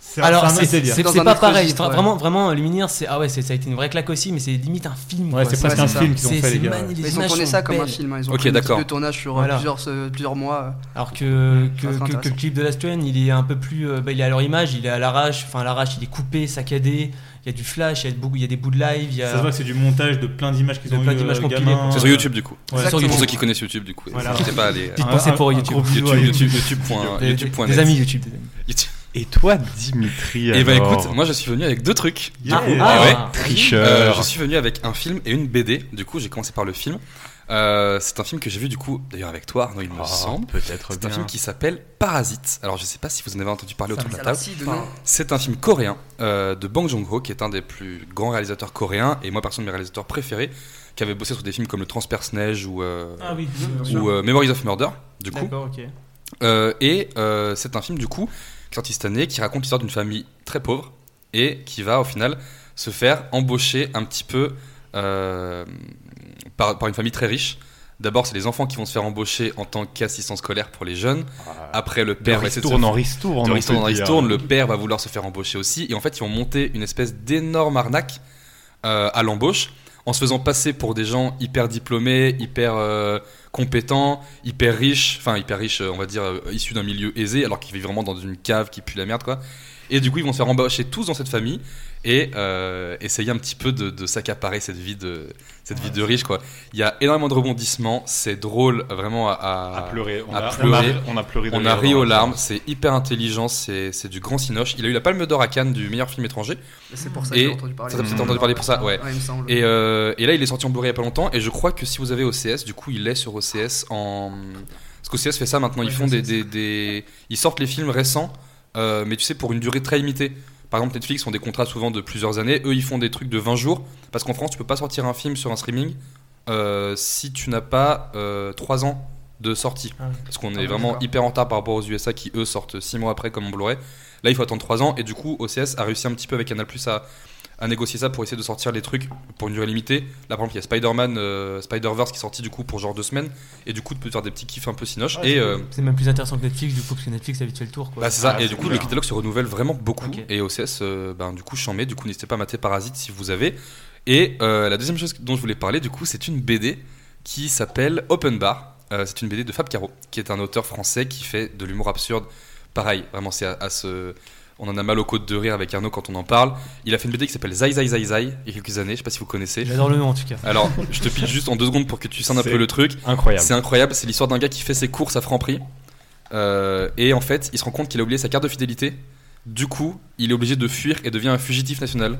[SPEAKER 8] C'est un-
[SPEAKER 9] Alors,
[SPEAKER 8] c'est un
[SPEAKER 9] c'est
[SPEAKER 8] autre délire.
[SPEAKER 9] c'est-
[SPEAKER 3] Dans
[SPEAKER 9] c'est
[SPEAKER 3] un
[SPEAKER 9] pas
[SPEAKER 3] autre
[SPEAKER 9] pareil.
[SPEAKER 3] registre,
[SPEAKER 9] Vra-
[SPEAKER 3] ouais.
[SPEAKER 9] Vraiment, vraiment, Luminaire, c'est ah ouais, c'est- ça a été une vraie claque aussi, mais c'est limite un film.
[SPEAKER 8] Ouais,
[SPEAKER 9] quoi.
[SPEAKER 8] c'est presque
[SPEAKER 3] c'est
[SPEAKER 8] un
[SPEAKER 3] ça.
[SPEAKER 8] film qu'ils ont
[SPEAKER 9] C'est-
[SPEAKER 8] fait, les
[SPEAKER 9] c'est
[SPEAKER 8] gars.
[SPEAKER 9] magnifique,
[SPEAKER 3] Mais
[SPEAKER 9] les
[SPEAKER 3] ils ont
[SPEAKER 9] images
[SPEAKER 3] tourné
[SPEAKER 9] sont
[SPEAKER 3] ça comme un
[SPEAKER 9] belles.
[SPEAKER 3] film, hein. ils ont
[SPEAKER 7] Ok,
[SPEAKER 3] pris
[SPEAKER 7] d'accord.
[SPEAKER 3] le tournage sur euh,
[SPEAKER 9] Voilà.
[SPEAKER 3] plusieurs, euh, plusieurs mois.
[SPEAKER 9] Alors que,
[SPEAKER 3] Ça, c'est
[SPEAKER 9] que, que- que
[SPEAKER 3] intéressant.
[SPEAKER 9] le clip de Last Train, il est un peu plus. euh, bah, il est à leur image, il est à l'arrache, enfin à l'arrache, il est coupé, saccadé, il y a du flash, il y a, beaucoup- il y a des bouts de live, il y
[SPEAKER 8] Ça se
[SPEAKER 9] a.
[SPEAKER 8] voit que c'est du montage de plein d'images qu'ils
[SPEAKER 9] De
[SPEAKER 8] ont
[SPEAKER 9] plein
[SPEAKER 8] eu,
[SPEAKER 9] d'images
[SPEAKER 8] euh,
[SPEAKER 9] compilées.
[SPEAKER 8] gamins.
[SPEAKER 7] C'est sur YouTube du coup.
[SPEAKER 8] Ouais,
[SPEAKER 9] Exactement.
[SPEAKER 7] Pour ceux qui connaissent YouTube du coup,
[SPEAKER 8] Voilà.
[SPEAKER 7] n'hésitez pas à aller.
[SPEAKER 9] Petite
[SPEAKER 8] Un-
[SPEAKER 9] pensée
[SPEAKER 8] un-
[SPEAKER 9] pour
[SPEAKER 8] un
[SPEAKER 9] YouTube.
[SPEAKER 8] gros bisou à
[SPEAKER 7] YouTube,
[SPEAKER 8] YouTube.
[SPEAKER 7] YouTube, YouTube, point-
[SPEAKER 9] Des-
[SPEAKER 7] YouTube. point
[SPEAKER 9] des
[SPEAKER 7] net.
[SPEAKER 9] amis YouTube. des amis.
[SPEAKER 7] YouTube.
[SPEAKER 10] Et toi, Dimitri
[SPEAKER 7] Et bah
[SPEAKER 10] alors
[SPEAKER 7] écoute, moi je suis venu avec deux trucs. du
[SPEAKER 10] Ah,
[SPEAKER 7] coup.
[SPEAKER 10] ah,
[SPEAKER 7] Eh ouais. Euh,
[SPEAKER 10] tricheur.
[SPEAKER 7] je suis venu avec un film et une BD. Du coup, j'ai commencé par le film. Euh, c'est un film que j'ai vu du coup, d'ailleurs avec toi, Arnaud, il me
[SPEAKER 10] Oh,
[SPEAKER 7] semble.
[SPEAKER 9] Ah,
[SPEAKER 10] peut-être
[SPEAKER 7] C'est un
[SPEAKER 10] bien.
[SPEAKER 7] film qui s'appelle Parasite. Alors, je sais pas si vous en avez entendu parler autour de la table.
[SPEAKER 3] non
[SPEAKER 7] C'est un film coréen euh, de Bang Joon-ho, qui est un des plus grands réalisateurs coréens et moi, personne de mes réalisateurs préférés, qui avait bossé sur des films comme Le Transperce-Neige ou, euh,
[SPEAKER 8] Ah oui.
[SPEAKER 7] ou euh, Memories of Murder, du coup.
[SPEAKER 9] D'accord, ok.
[SPEAKER 7] Euh, et euh, c'est un film du coup qui est sorti cette année qui raconte l'histoire d'une famille très pauvre et qui va au final se faire embaucher un petit peu euh, par, par une famille très riche. D'abord, c'est les enfants qui vont se faire embaucher en tant qu'assistant scolaire pour les jeunes.
[SPEAKER 10] Ah,
[SPEAKER 7] Après, le
[SPEAKER 10] de
[SPEAKER 7] père va essayer de se
[SPEAKER 10] ristourne en ristourne.
[SPEAKER 7] de
[SPEAKER 10] on
[SPEAKER 7] ristourne
[SPEAKER 10] peut
[SPEAKER 7] en
[SPEAKER 10] dire.
[SPEAKER 7] ristourne, le père va vouloir se faire embaucher aussi. Et en fait, ils vont monter une espèce d'énorme arnaque euh, à l'embauche en se faisant passer pour des gens hyper diplômés, hyper euh, compétents, hyper riches, enfin hyper riches, euh, on va dire, euh, issus d'un milieu aisé, alors qu'ils vivent vraiment dans une cave qui pue la merde, quoi. Et du coup, ils vont se faire embaucher tous dans cette famille et euh, essayer un petit peu de, de s'accaparer cette vie de cette vie de riche, quoi. Il y a énormément de rebondissements, c'est drôle, vraiment à, à-
[SPEAKER 10] À pleurer. On
[SPEAKER 7] à
[SPEAKER 10] a
[SPEAKER 7] pleurer.
[SPEAKER 10] on a- on a pleuré. de
[SPEAKER 7] on a ri
[SPEAKER 10] dans
[SPEAKER 7] aux
[SPEAKER 10] la
[SPEAKER 7] larmes,
[SPEAKER 10] salle.
[SPEAKER 7] c'est hyper intelligent, c'est c'est du grand cinoche. Il a eu la palme d'or à Cannes du meilleur film étranger.
[SPEAKER 3] C'est pour ça
[SPEAKER 7] Et
[SPEAKER 3] que j'ai entendu parler.
[SPEAKER 7] Ça, t'as
[SPEAKER 10] t'as
[SPEAKER 3] de
[SPEAKER 7] peut-être entendu parler pour ça, ouais.
[SPEAKER 3] Ouais, il me semble.
[SPEAKER 7] Et, euh, et là, il est sorti en Blu-ray il y a pas longtemps. Et je crois que si vous avez OCS, du coup, il est sur OCS en. Parce qu'OCS fait ça maintenant, ils
[SPEAKER 9] Ouais,
[SPEAKER 7] font des,
[SPEAKER 9] c'est
[SPEAKER 7] des, des- Ils sortent les films récents, euh, mais tu sais, pour une durée très limitée. Par exemple, Netflix ont des contrats souvent de plusieurs années. Eux, ils font des trucs de 20 jours. Parce qu'en France, tu peux pas sortir un film sur un streaming euh, si tu n'as pas 3 ans de sortie.
[SPEAKER 9] Ah oui.
[SPEAKER 7] Parce qu'on est
[SPEAKER 3] Ah oui,
[SPEAKER 7] vraiment
[SPEAKER 3] d'accord.
[SPEAKER 7] hyper en retard par rapport aux USA qui, eux, sortent 6 mois après comme on Blu-ray. Là, il faut attendre 3 ans. Et du coup, OCS a réussi un petit peu avec Canal Plus à, à négocier ça pour essayer de sortir les trucs pour une durée limitée. Là, par exemple, il y a Spider-Man, euh, Spider-Verse qui est sorti du coup pour genre 2 semaines. Et du coup, tu peux te faire des petits kiffs un peu sinoches.
[SPEAKER 3] Ah,
[SPEAKER 7] et euh,
[SPEAKER 9] C'est même plus intéressant que Netflix, du coup, parce que Netflix, habitué le tour. Quoi.
[SPEAKER 7] bah, c'est ça.
[SPEAKER 10] Ah,
[SPEAKER 7] et
[SPEAKER 10] c'est
[SPEAKER 7] du coup,
[SPEAKER 10] clair.
[SPEAKER 7] le catalogue se renouvelle vraiment beaucoup.
[SPEAKER 9] Ok.
[SPEAKER 7] Et OCS, euh, ben, du coup, j'en mets. Du coup, n'hésitez pas à mater Parasite si vous avez. Et euh, la deuxième chose dont je voulais parler, du coup, c'est une BD qui s'appelle Open Bar. Euh, c'est une BD de Fab Caro, qui est un auteur français qui fait de l'humour absurde. Pareil, vraiment, c'est à, à ce. On en a mal aux côtes de rire avec Arnaud quand on en parle. Il a fait une BD qui s'appelle Zai Zai Zai Zai il y a quelques années, je sais pas si vous connaissez.
[SPEAKER 9] J'adore le nom en tout cas.
[SPEAKER 7] Alors, je te pitch juste en deux secondes pour que tu sentes un
[SPEAKER 10] C'est
[SPEAKER 7] peu le truc.
[SPEAKER 10] Incroyable.
[SPEAKER 7] C'est incroyable, c'est l'histoire d'un gars qui fait ses courses à Franprix Euh, et en fait, il se rend compte qu'il a oublié sa carte de fidélité. Du coup, il est obligé de fuir et devient un fugitif national.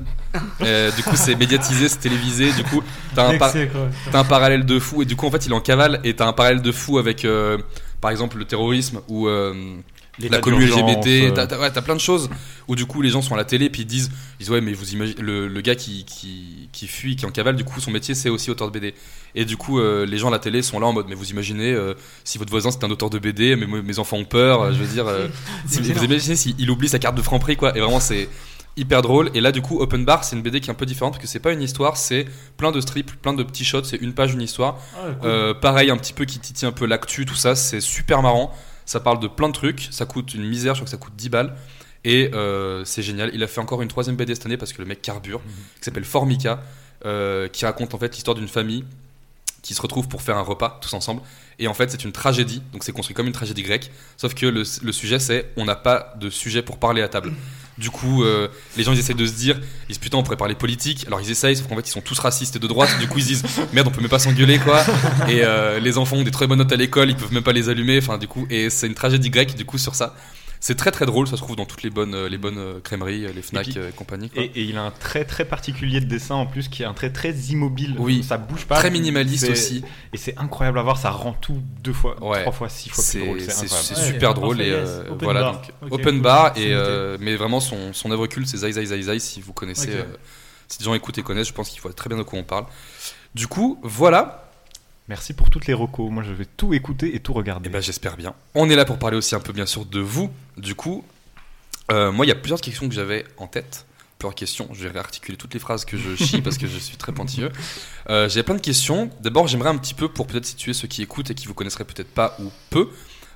[SPEAKER 7] Euh, du coup, c'est médiatisé, c'est télévisé. Du coup, t'as un, par-
[SPEAKER 8] Excès, quoi.
[SPEAKER 7] t'as un parallèle de fou. Et du coup, en fait, il est en cavale et t'as un parallèle de fou avec, euh, par exemple, le terrorisme ou euh, la commune LGBT. T'as
[SPEAKER 10] euh,
[SPEAKER 7] t'as- ouais, t'as plein de choses où du coup les gens sont à la télé puis ils disent, ils disent ouais mais vous imaginez le, le gars qui, qui qui fuit, qui est en cavale, du coup son métier c'est aussi auteur de BD. Et du coup euh, les gens à la télé sont là en mode mais vous imaginez euh, si votre voisin c'est un auteur de BD, mais mes, mes enfants ont peur, euh, je veux dire, euh, si- vous imaginez s'il oublie sa carte de Franprix quoi. Et vraiment c'est hyper drôle. Et là du coup Open Bar c'est une BD qui est un peu différente parce que c'est pas une histoire, c'est plein de strips, plein de petits shots, c'est une page une histoire.
[SPEAKER 8] Ah, cool.
[SPEAKER 7] Euh, pareil, un petit peu qui titille un peu l'actu, tout ça, c'est super marrant. Ça parle de plein de trucs, ça coûte une misère, je crois que ça coûte 10 balles. Et euh, c'est génial. Il a fait encore une troisième BD cette année parce que le mec carbure, qui s'appelle Formica, euh, qui raconte en fait l'histoire d'une famille qui se retrouve pour faire un repas tous ensemble. Et en fait, c'est une tragédie, donc c'est construit comme une tragédie grecque. Sauf que le, le sujet, c'est on n'a pas de sujet pour parler à table. Du coup, euh, les gens ils essaient de se dire, ils se disent putain, on pourrait parler politique. Alors ils essayent, sauf qu'en fait, ils sont tous racistes et de droite. Du coup, ils se disent merde, on peut même pas s'engueuler quoi. Et euh, les enfants ont des très bonnes notes à l'école, ils peuvent même pas les allumer. Enfin, du coup, et c'est une tragédie grecque, du coup, sur ça. C'est très très drôle, ça se trouve dans toutes les bonnes, euh, les bonnes euh, crèmeries, euh, les Fnac
[SPEAKER 10] puis-
[SPEAKER 7] euh, et compagnie. quoi.
[SPEAKER 10] Et, et il a un très très particulier de dessin en plus qui est un trait très immobile.
[SPEAKER 7] Oui.
[SPEAKER 10] Ça bouge pas.
[SPEAKER 7] très minimaliste
[SPEAKER 10] C'est-
[SPEAKER 7] aussi.
[SPEAKER 10] Et c'est incroyable à voir, ça rend tout deux fois,
[SPEAKER 7] Ouais.
[SPEAKER 10] trois fois, six fois
[SPEAKER 7] C'est
[SPEAKER 10] plus drôle. C'est
[SPEAKER 7] c'est-
[SPEAKER 10] incroyable.
[SPEAKER 7] c'est
[SPEAKER 8] Ouais,
[SPEAKER 7] super
[SPEAKER 8] parfait,
[SPEAKER 7] drôle et
[SPEAKER 8] yes.
[SPEAKER 7] euh,
[SPEAKER 8] Open
[SPEAKER 7] voilà
[SPEAKER 8] bar.
[SPEAKER 7] donc
[SPEAKER 8] Ok,
[SPEAKER 7] open
[SPEAKER 8] cool.
[SPEAKER 7] bar
[SPEAKER 8] C'est
[SPEAKER 7] et euh, mais vraiment son son œuvre culte c'est Zai Zai Zai Zai si vous connaissez
[SPEAKER 8] Ok.
[SPEAKER 7] euh, si des gens écoutent et connaissent je pense qu'ils voient très bien de quoi on parle. Du coup voilà
[SPEAKER 10] Merci pour toutes les recos. Moi, je vais tout écouter et tout regarder.
[SPEAKER 7] et ben j'espère bien. On est là pour parler aussi un peu bien sûr de vous. Du coup euh, moi il y a plusieurs questions que j'avais en tête plusieurs questions je vais réarticuler toutes les phrases que je chie parce que je suis très pointilleux. Euh, J'ai plein de questions. D'abord j'aimerais un petit peu pour peut-être situer ceux qui écoutent et qui vous connaisseraient peut-être pas ou peu.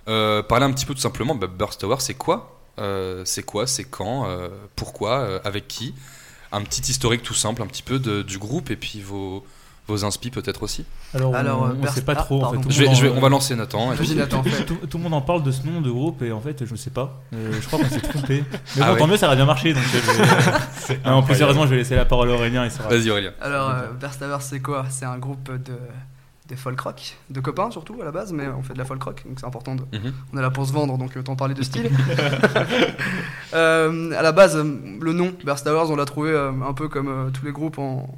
[SPEAKER 7] Euh, parler un petit peu tout simplement, bah, Burst Tower, c'est quoi Euh, C'est quoi C'est quand Euh, Pourquoi Euh, Avec qui Un petit historique tout simple, un petit peu de- du groupe et puis vos, vos inspi peut-être aussi.
[SPEAKER 8] Alors,
[SPEAKER 3] Alors,
[SPEAKER 8] on,
[SPEAKER 3] euh,
[SPEAKER 8] on
[SPEAKER 3] Berth-
[SPEAKER 8] sait pas
[SPEAKER 3] ah,
[SPEAKER 8] trop. en fait.
[SPEAKER 3] pardon.
[SPEAKER 8] Tout le
[SPEAKER 7] Je vais,
[SPEAKER 8] monde
[SPEAKER 7] je vais-
[SPEAKER 8] en-
[SPEAKER 7] on va lancer Nathan.
[SPEAKER 3] Je dis Nathan, en fait.
[SPEAKER 8] Tout, tout le monde en parle de ce nom de groupe et en fait je sais pas. Euh, je crois qu'on s'est *laughs* trompé. Mais
[SPEAKER 7] Ah
[SPEAKER 8] bon,
[SPEAKER 7] ouais.
[SPEAKER 8] tant mieux, ça aurait bien marché. Donc euh, je vais- *laughs* Non, en plus, heureusement, je vais laisser la parole à Aurélien. Il sera...
[SPEAKER 7] Vas-y Aurélien.
[SPEAKER 3] Alors, euh, Burst Hour, c'est quoi C'est un groupe de, de folk rock, de copains surtout à la base, mais on fait de la folk rock, donc c'est important. De,
[SPEAKER 7] Mhm.
[SPEAKER 3] On est là pour se vendre, donc autant parler de
[SPEAKER 7] *laughs*
[SPEAKER 3] style. *laughs* Euh, à la base, euh, le nom Burst Hours, on l'a trouvé euh, un peu comme euh, tous les groupes en,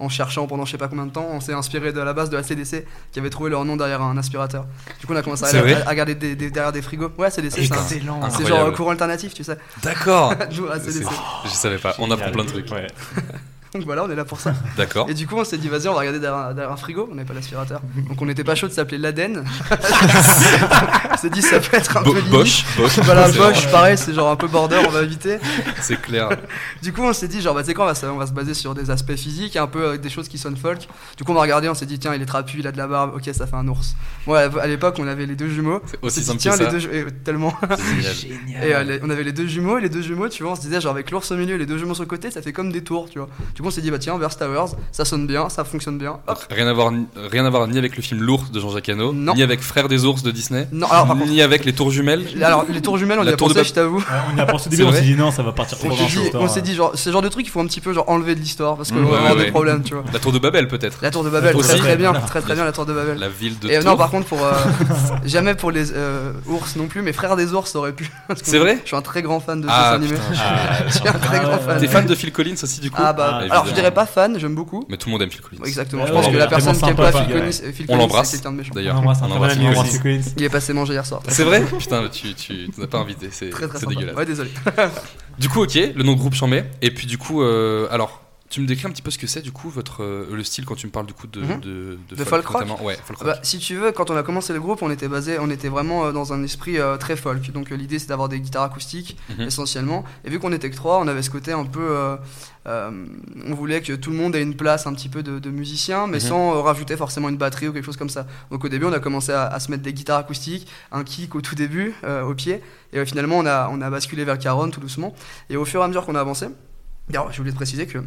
[SPEAKER 3] en cherchant pendant je sais pas combien de temps. On s'est inspiré de à la base de la CDC qui avait trouvé leur nom derrière un aspirateur. Du coup, on a commencé
[SPEAKER 7] C'est
[SPEAKER 3] à,
[SPEAKER 7] vrai
[SPEAKER 3] à- à regarder des- des- derrière des frigos. Ouais, CDC, c'est
[SPEAKER 7] Putain,
[SPEAKER 3] un-
[SPEAKER 7] c'est
[SPEAKER 3] c'est genre euh,
[SPEAKER 7] incroyable.
[SPEAKER 3] courant alternatif, tu sais. *laughs*
[SPEAKER 7] D'accord.
[SPEAKER 3] Joue à
[SPEAKER 7] C'est-
[SPEAKER 3] CDC.
[SPEAKER 7] *laughs* Je savais pas. On apprend plein de trucs.
[SPEAKER 10] Ouais.
[SPEAKER 3] Donc voilà, on est là pour ça.
[SPEAKER 7] D'accord.
[SPEAKER 3] Et du coup, on s'est dit, vas-y, on va regarder derrière, derrière un frigo. On n'avait pas l'aspirateur. Donc on n'était pas chaud de s'appeler l'Aden. *laughs* on s'est dit, ça peut être un
[SPEAKER 7] Bo-
[SPEAKER 3] peu limite.
[SPEAKER 7] Bosch, Bosch.
[SPEAKER 3] *laughs* Voilà,
[SPEAKER 7] c'est-
[SPEAKER 3] Bosch, pareil, c'est genre un peu border, on va éviter.
[SPEAKER 7] C'est clair.
[SPEAKER 3] Du coup, on s'est dit, genre, bah, tu sais quoi, on va, se, on va se baser sur des aspects physiques, un peu avec des choses qui sonnent folk. Du coup, on a regardé, on s'est dit, tiens, il est trapu, il a de la barbe, ok, ça fait un ours. Moi, à l'époque, on avait les deux jumeaux.
[SPEAKER 7] C'est
[SPEAKER 3] On
[SPEAKER 7] aussi
[SPEAKER 3] s'est dit,
[SPEAKER 7] simple que
[SPEAKER 3] tiens, les
[SPEAKER 7] ça.
[SPEAKER 3] deux, ju- et tellement.
[SPEAKER 7] C'est génial.
[SPEAKER 3] Et euh, les- on avait les deux jumeaux, et les deux jumeaux, tu vois, on se disait, genre, avec l'ours au milieu et les deux jumeaux sur le côté, ça fait comme des tours, tu vois. Du coup, on s'est dit, bah, tiens, Verse Towers, ça sonne bien, ça fonctionne bien. Hop.
[SPEAKER 7] Rien à voir, ni- rien à voir ni avec le film L'ours de Jean-Jacques Hano,
[SPEAKER 3] Non.
[SPEAKER 7] ni avec Frères des ours de Disney,
[SPEAKER 3] Non, alors, par contre,
[SPEAKER 7] ni avec les tours jumelles.
[SPEAKER 3] alors, les tours jumelles, on
[SPEAKER 7] La
[SPEAKER 3] y a
[SPEAKER 7] tour de
[SPEAKER 3] pensé,
[SPEAKER 7] Babel.
[SPEAKER 3] je t'avoue.
[SPEAKER 8] Ah, on y a pensé au début,
[SPEAKER 7] C'est
[SPEAKER 8] on
[SPEAKER 7] vrai
[SPEAKER 8] s'est dit non, ça va partir trop
[SPEAKER 3] On
[SPEAKER 8] loin.
[SPEAKER 3] s'est
[SPEAKER 8] cette
[SPEAKER 3] dit,
[SPEAKER 8] histoire.
[SPEAKER 3] on s'est dit, genre, ce genre de truc, il faut un petit peu, genre, enlever de l'histoire, parce que
[SPEAKER 7] Mmh,
[SPEAKER 3] on va
[SPEAKER 7] ouais,
[SPEAKER 3] avoir
[SPEAKER 7] ouais.
[SPEAKER 3] des problèmes, tu vois.
[SPEAKER 7] La tour de Babel peut-être.
[SPEAKER 3] La tour de Babel,
[SPEAKER 7] Aussi.
[SPEAKER 3] très très bien,
[SPEAKER 8] Voilà.
[SPEAKER 3] très très bien la tour de Babel.
[SPEAKER 7] La ville de
[SPEAKER 3] Et euh, non,
[SPEAKER 7] Tours.
[SPEAKER 3] par contre, pour euh, *laughs* jamais pour les euh, ours non plus, mais frères des ours ça aurait pu. *laughs* Parce que
[SPEAKER 7] C'est vrai
[SPEAKER 3] Je suis un très grand fan de
[SPEAKER 7] Ah,
[SPEAKER 3] ce dessin animé.
[SPEAKER 10] Ah,
[SPEAKER 3] *laughs* Je suis un très
[SPEAKER 8] Ah,
[SPEAKER 3] grand
[SPEAKER 8] ouais.
[SPEAKER 3] fan.
[SPEAKER 7] T'es fan de Phil Collins aussi du coup
[SPEAKER 3] euh, Ah bah,
[SPEAKER 8] Ah,
[SPEAKER 3] alors je
[SPEAKER 7] évidemment.
[SPEAKER 3] dirais pas fan, j'aime beaucoup.
[SPEAKER 7] Mais tout le monde aime Phil Collins.
[SPEAKER 3] Exactement,
[SPEAKER 8] Ouais,
[SPEAKER 3] je pense
[SPEAKER 8] ouais,
[SPEAKER 3] que la
[SPEAKER 8] vraiment
[SPEAKER 3] personne qui aime
[SPEAKER 8] sympa,
[SPEAKER 3] pas Phil
[SPEAKER 8] quoi.
[SPEAKER 3] Collins, Phil
[SPEAKER 7] On
[SPEAKER 3] Collins,
[SPEAKER 7] l'embrasse.
[SPEAKER 3] c'est quelqu'un de méchant.
[SPEAKER 7] D'ailleurs,
[SPEAKER 8] On embrasse,
[SPEAKER 7] on embrasse
[SPEAKER 8] Raphaël, on
[SPEAKER 7] Phil
[SPEAKER 8] embrasse
[SPEAKER 7] Collins.
[SPEAKER 8] Collins.
[SPEAKER 3] Il est passé manger hier soir.
[SPEAKER 7] C'est vrai Putain, tu, tu, tu n'as pas invité, c'est
[SPEAKER 3] Très très
[SPEAKER 7] c'est
[SPEAKER 3] sympa.
[SPEAKER 7] dégueulasse.
[SPEAKER 3] Ouais, désolé.
[SPEAKER 7] Du coup, ok, le nom de groupe Chambé. Et puis du coup, euh, alors, tu me décris un petit peu ce que c'est du coup, votre, euh, le style quand tu me parles du coup de,
[SPEAKER 3] Mhm.
[SPEAKER 7] de, de,
[SPEAKER 3] De folk rock
[SPEAKER 7] notamment. Ouais, folk rock. Ah
[SPEAKER 3] Bah, si tu veux, quand on a commencé le groupe, on était basé, on était vraiment euh, dans un esprit euh, très folk. Donc euh, l'idée, c'est d'avoir des guitares acoustiques
[SPEAKER 7] Mhm.
[SPEAKER 3] essentiellement. Et vu qu'on était que trois, on avait ce côté un peu, euh, euh, on voulait que tout le monde ait une place un petit peu de, de musicien, mais
[SPEAKER 7] Mhm.
[SPEAKER 3] sans euh, rajouter forcément une batterie ou quelque chose comme ça. Donc au début, on a commencé à, à se mettre des guitares acoustiques, un kick au tout début, euh, au pied. Et euh, finalement, on a, on a basculé vers le caron tout doucement. Et au fur et à mesure qu'on a avancé, d'ailleurs, je voulais te préciser que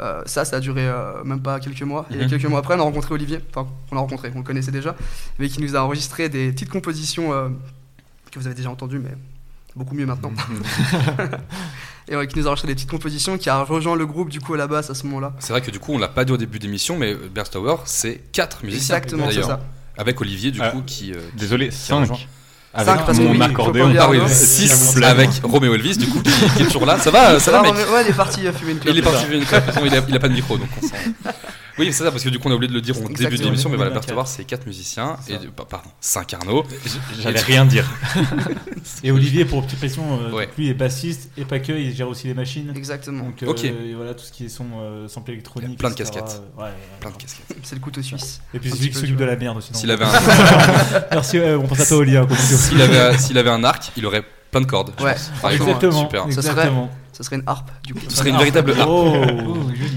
[SPEAKER 3] euh, ça, ça a duré euh, même pas quelques mois. Et
[SPEAKER 7] Mhm.
[SPEAKER 3] quelques mois après, on a rencontré Olivier, enfin, on a rencontré, on le connaissait déjà, mais qui nous a enregistré des petites compositions euh, que vous avez déjà entendues, mais beaucoup mieux maintenant.
[SPEAKER 7] Mhm.
[SPEAKER 3] *laughs* et ouais, qui nous a enregistré des petites compositions, qui a rejoint le groupe du coup à la basse à ce moment-là.
[SPEAKER 7] C'est vrai que du coup, on l'a pas dit au début d'émission, mais Burst Tower, c'est 4 musiciens.
[SPEAKER 3] Exactement, c'est
[SPEAKER 7] d'ailleurs.
[SPEAKER 3] ça.
[SPEAKER 7] Avec Olivier, du
[SPEAKER 10] Ah.
[SPEAKER 7] coup, qui. euh,
[SPEAKER 10] Désolé,
[SPEAKER 7] rejoint.
[SPEAKER 10] 5. Avec
[SPEAKER 3] Cinq, parce que
[SPEAKER 10] mon
[SPEAKER 3] oui, faut
[SPEAKER 10] accordéon.
[SPEAKER 3] pas oublier
[SPEAKER 7] Ah oui,
[SPEAKER 3] Arnaud.
[SPEAKER 7] 6 avec Roméo Elvis, du coup, qui, qui est toujours là. Ça va, Ah, ça va,
[SPEAKER 3] Non,
[SPEAKER 7] mec
[SPEAKER 3] mais ouais, il est parti euh, fumer une clope.
[SPEAKER 7] Il est parti fumer une clope, de toute façon, il a, il a pas de micro, donc on s'en. Oui, c'est ça, parce que du coup, on a oublié de le dire au début de
[SPEAKER 3] Exactement,
[SPEAKER 7] l'émission, mais voilà, le
[SPEAKER 9] 24.
[SPEAKER 7] répertoire, c'est 4 musiciens, et, euh, pa- pardon, 5 Arnaud.
[SPEAKER 10] J'allais rien dire.
[SPEAKER 8] Et Olivier, pour petite pression, euh,
[SPEAKER 7] Ouais.
[SPEAKER 8] donc lui est bassiste et pas que, il gère aussi les machines.
[SPEAKER 3] Exactement,
[SPEAKER 8] Donc, euh,
[SPEAKER 7] Ok.
[SPEAKER 8] et voilà, tout ce qui est son euh,
[SPEAKER 7] Il y
[SPEAKER 8] sample
[SPEAKER 7] a
[SPEAKER 8] électronique.
[SPEAKER 7] plein de
[SPEAKER 8] etc.,
[SPEAKER 7] casquettes.
[SPEAKER 8] euh, ouais, ouais,
[SPEAKER 7] Plein de
[SPEAKER 8] ouais.
[SPEAKER 7] casquettes.
[SPEAKER 3] c'est le couteau suisse.
[SPEAKER 8] Et puis
[SPEAKER 3] Un
[SPEAKER 8] c'est
[SPEAKER 3] petit
[SPEAKER 8] lui qui
[SPEAKER 3] peu,
[SPEAKER 8] s'occupe
[SPEAKER 3] quoi.
[SPEAKER 8] de la merde aussi. non.
[SPEAKER 7] S'il avait, un,
[SPEAKER 8] Merci, ouais, on pense à toi, Olivier. hein,
[SPEAKER 7] *laughs*
[SPEAKER 8] comme on dit.
[SPEAKER 7] s'il avait, s'il avait un arc, il aurait plein de cordes. je
[SPEAKER 3] Ouais,
[SPEAKER 7] pense. Par exemple.
[SPEAKER 8] Exactement.
[SPEAKER 7] Super.
[SPEAKER 3] Ça serait-
[SPEAKER 8] Exactement.
[SPEAKER 3] Ça serait une harpe, du coup.
[SPEAKER 7] Ce serait une véritable harpe.
[SPEAKER 8] Oh,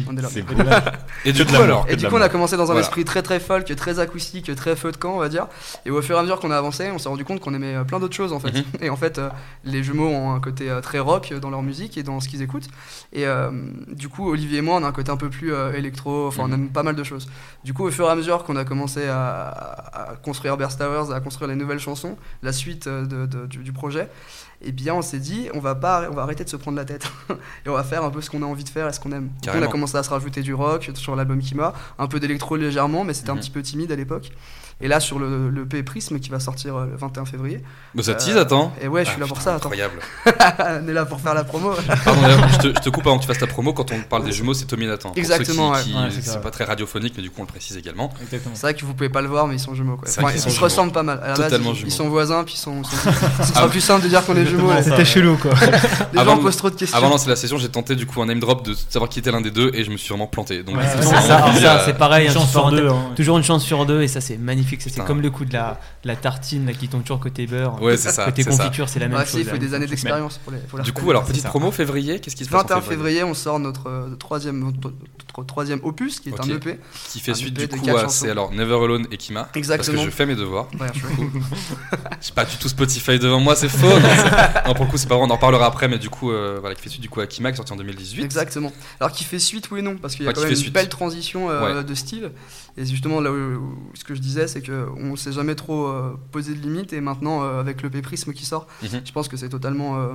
[SPEAKER 3] On est là.
[SPEAKER 10] C'est
[SPEAKER 8] Et de la-
[SPEAKER 7] Et du coup,
[SPEAKER 10] de la
[SPEAKER 7] alors,
[SPEAKER 10] mort.
[SPEAKER 3] Et
[SPEAKER 10] que de
[SPEAKER 3] du
[SPEAKER 10] la
[SPEAKER 3] coup, on a
[SPEAKER 10] mort.
[SPEAKER 3] commencé dans un
[SPEAKER 7] Voilà.
[SPEAKER 3] esprit très très folk, très acoustique, très feu de camp, on va dire. Et au fur et à mesure qu'on a avancé, on s'est rendu compte qu'on aimait euh, plein d'autres choses en fait.
[SPEAKER 7] Mhm.
[SPEAKER 10] Mm-hmm.
[SPEAKER 3] *laughs* Et en fait, euh, les jumeaux ont un côté euh, très rock euh, dans leur musique et dans ce qu'ils écoutent. Et euh, du coup, Olivier et moi, on a un côté un peu plus euh, électro, enfin,
[SPEAKER 10] Mm-hmm.
[SPEAKER 3] on aime pas mal de choses. Du coup, au fur et à mesure qu'on a commencé à, à construire Bear Towers, à construire les nouvelles chansons, la suite euh, de- de- du, du projet, eh bien, on s'est dit, on va, pas, on va arrêter de se prendre la tête. *laughs* et on va faire un peu ce qu'on a envie de faire et ce qu'on aime. Du coup, on a
[SPEAKER 7] Carrément.
[SPEAKER 3] commencé à se rajouter du rock sur l'album Kima, un peu d'électro légèrement, mais c'était
[SPEAKER 7] Mhm.
[SPEAKER 3] un petit peu timide à l'époque. Et là, sur le, le P Prisme qui va sortir euh, le 21 février.
[SPEAKER 7] Mais bah, ça
[SPEAKER 3] euh,
[SPEAKER 7] tease, attends.
[SPEAKER 3] Et ouais, je suis
[SPEAKER 7] Ah,
[SPEAKER 3] là pour
[SPEAKER 7] putain,
[SPEAKER 3] ça, attends.
[SPEAKER 7] Incroyable.
[SPEAKER 3] *laughs* on est là pour faire
[SPEAKER 7] *laughs*
[SPEAKER 3] la promo.
[SPEAKER 7] Pardon, d'ailleurs, je, te, je te coupe avant que tu fasses ta promo. Quand on parle des jumeaux, c'est Tommy et Nathan. Pour ceux qui-
[SPEAKER 3] Exactement, ouais.
[SPEAKER 7] qui-
[SPEAKER 8] Ouais, c'est ça,
[SPEAKER 7] c'est
[SPEAKER 8] ouais.
[SPEAKER 7] pas très radiophonique, mais du coup, on le précise également.
[SPEAKER 8] Exactement.
[SPEAKER 3] C'est vrai que vous pouvez pas le voir, mais ils sont jumeaux. Quoi.
[SPEAKER 7] C'est vrai
[SPEAKER 3] Enfin,
[SPEAKER 7] qu'ils
[SPEAKER 3] ils
[SPEAKER 7] sont
[SPEAKER 3] se
[SPEAKER 7] jumeaux.
[SPEAKER 3] ressemblent pas mal. À la base,
[SPEAKER 7] Totalement
[SPEAKER 3] ils, ils
[SPEAKER 7] jumeaux. Ah,
[SPEAKER 3] sont voisins, puis ils sont. sont-
[SPEAKER 7] *laughs*
[SPEAKER 3] Ce sera plus simple de dire qu'on est jumeaux.
[SPEAKER 8] Exactement
[SPEAKER 3] là.
[SPEAKER 8] ça.
[SPEAKER 9] C'était chelou
[SPEAKER 3] *laughs*
[SPEAKER 9] quoi.
[SPEAKER 3] Les
[SPEAKER 7] Avant
[SPEAKER 3] gens
[SPEAKER 7] de-
[SPEAKER 3] posent trop de questions.
[SPEAKER 7] Avant de lancer la session, j'ai tenté du coup un name drop de savoir qui était l'un des deux et je me suis vraiment planté. Donc,
[SPEAKER 8] Ouais,
[SPEAKER 7] c'est
[SPEAKER 8] ouais,
[SPEAKER 7] vraiment
[SPEAKER 8] ça,
[SPEAKER 7] envie,
[SPEAKER 9] ça,
[SPEAKER 7] euh,
[SPEAKER 9] c'est pareil.
[SPEAKER 8] Une
[SPEAKER 9] hein,
[SPEAKER 8] chance
[SPEAKER 9] tu pars
[SPEAKER 8] sur
[SPEAKER 9] en
[SPEAKER 8] deux.
[SPEAKER 9] tête-
[SPEAKER 8] hein.
[SPEAKER 9] Toujours une chance sur deux et ça c'est magnifique. Ça, C'est
[SPEAKER 7] Putain.
[SPEAKER 9] comme le coup de la, la tartine là, qui tombe toujours côté beurre.
[SPEAKER 7] euh, Ouais, c'est ça.
[SPEAKER 9] côté
[SPEAKER 7] c'est ça.
[SPEAKER 9] confiture, c'est la même
[SPEAKER 3] Ouais, Bah, si,
[SPEAKER 9] chose.
[SPEAKER 3] il faut
[SPEAKER 9] la
[SPEAKER 3] des
[SPEAKER 9] même
[SPEAKER 3] années
[SPEAKER 9] chose.
[SPEAKER 3] d'expérience pour les. pour les
[SPEAKER 7] Du
[SPEAKER 3] reconnaître.
[SPEAKER 7] coup, alors
[SPEAKER 9] C'est
[SPEAKER 7] petite
[SPEAKER 9] ça.
[SPEAKER 7] promo février, qu'est-ce qui se passe en
[SPEAKER 3] 21 février, on sort notre euh, troisième, notre- notre troisième opus qui est
[SPEAKER 7] Ok.
[SPEAKER 3] un E EP.
[SPEAKER 7] Qui fait
[SPEAKER 3] Un
[SPEAKER 7] suite du
[SPEAKER 3] EP de
[SPEAKER 7] coup
[SPEAKER 3] quatre
[SPEAKER 7] à
[SPEAKER 3] chansons.
[SPEAKER 7] c'est alors Never Alone et Kima. Parce
[SPEAKER 3] Exactement.
[SPEAKER 7] que je fais mes devoirs.
[SPEAKER 3] Ouais, je-
[SPEAKER 7] *laughs* J'ai pas du tout Spotify devant moi, c'est faux. Non, c'est- non, pour le coup, c'est pas vrai, on en parlera après, mais du coup, euh, voilà, qui fait suite du coup à Kima qui est sorti en 2018.
[SPEAKER 3] Exactement. Alors qui fait suite, oui et non, parce qu'il y a
[SPEAKER 7] Ouais, qui
[SPEAKER 3] quand même
[SPEAKER 7] fait
[SPEAKER 3] une
[SPEAKER 7] suite.
[SPEAKER 3] belle transition euh, de style. Et justement, là où, où- ce que je disais, c'est qu'on ne s'est jamais trop euh, posé de limites. Et maintenant, euh, avec le P-Prisme qui sort,
[SPEAKER 7] Mhm.
[SPEAKER 3] je pense que c'est totalement euh,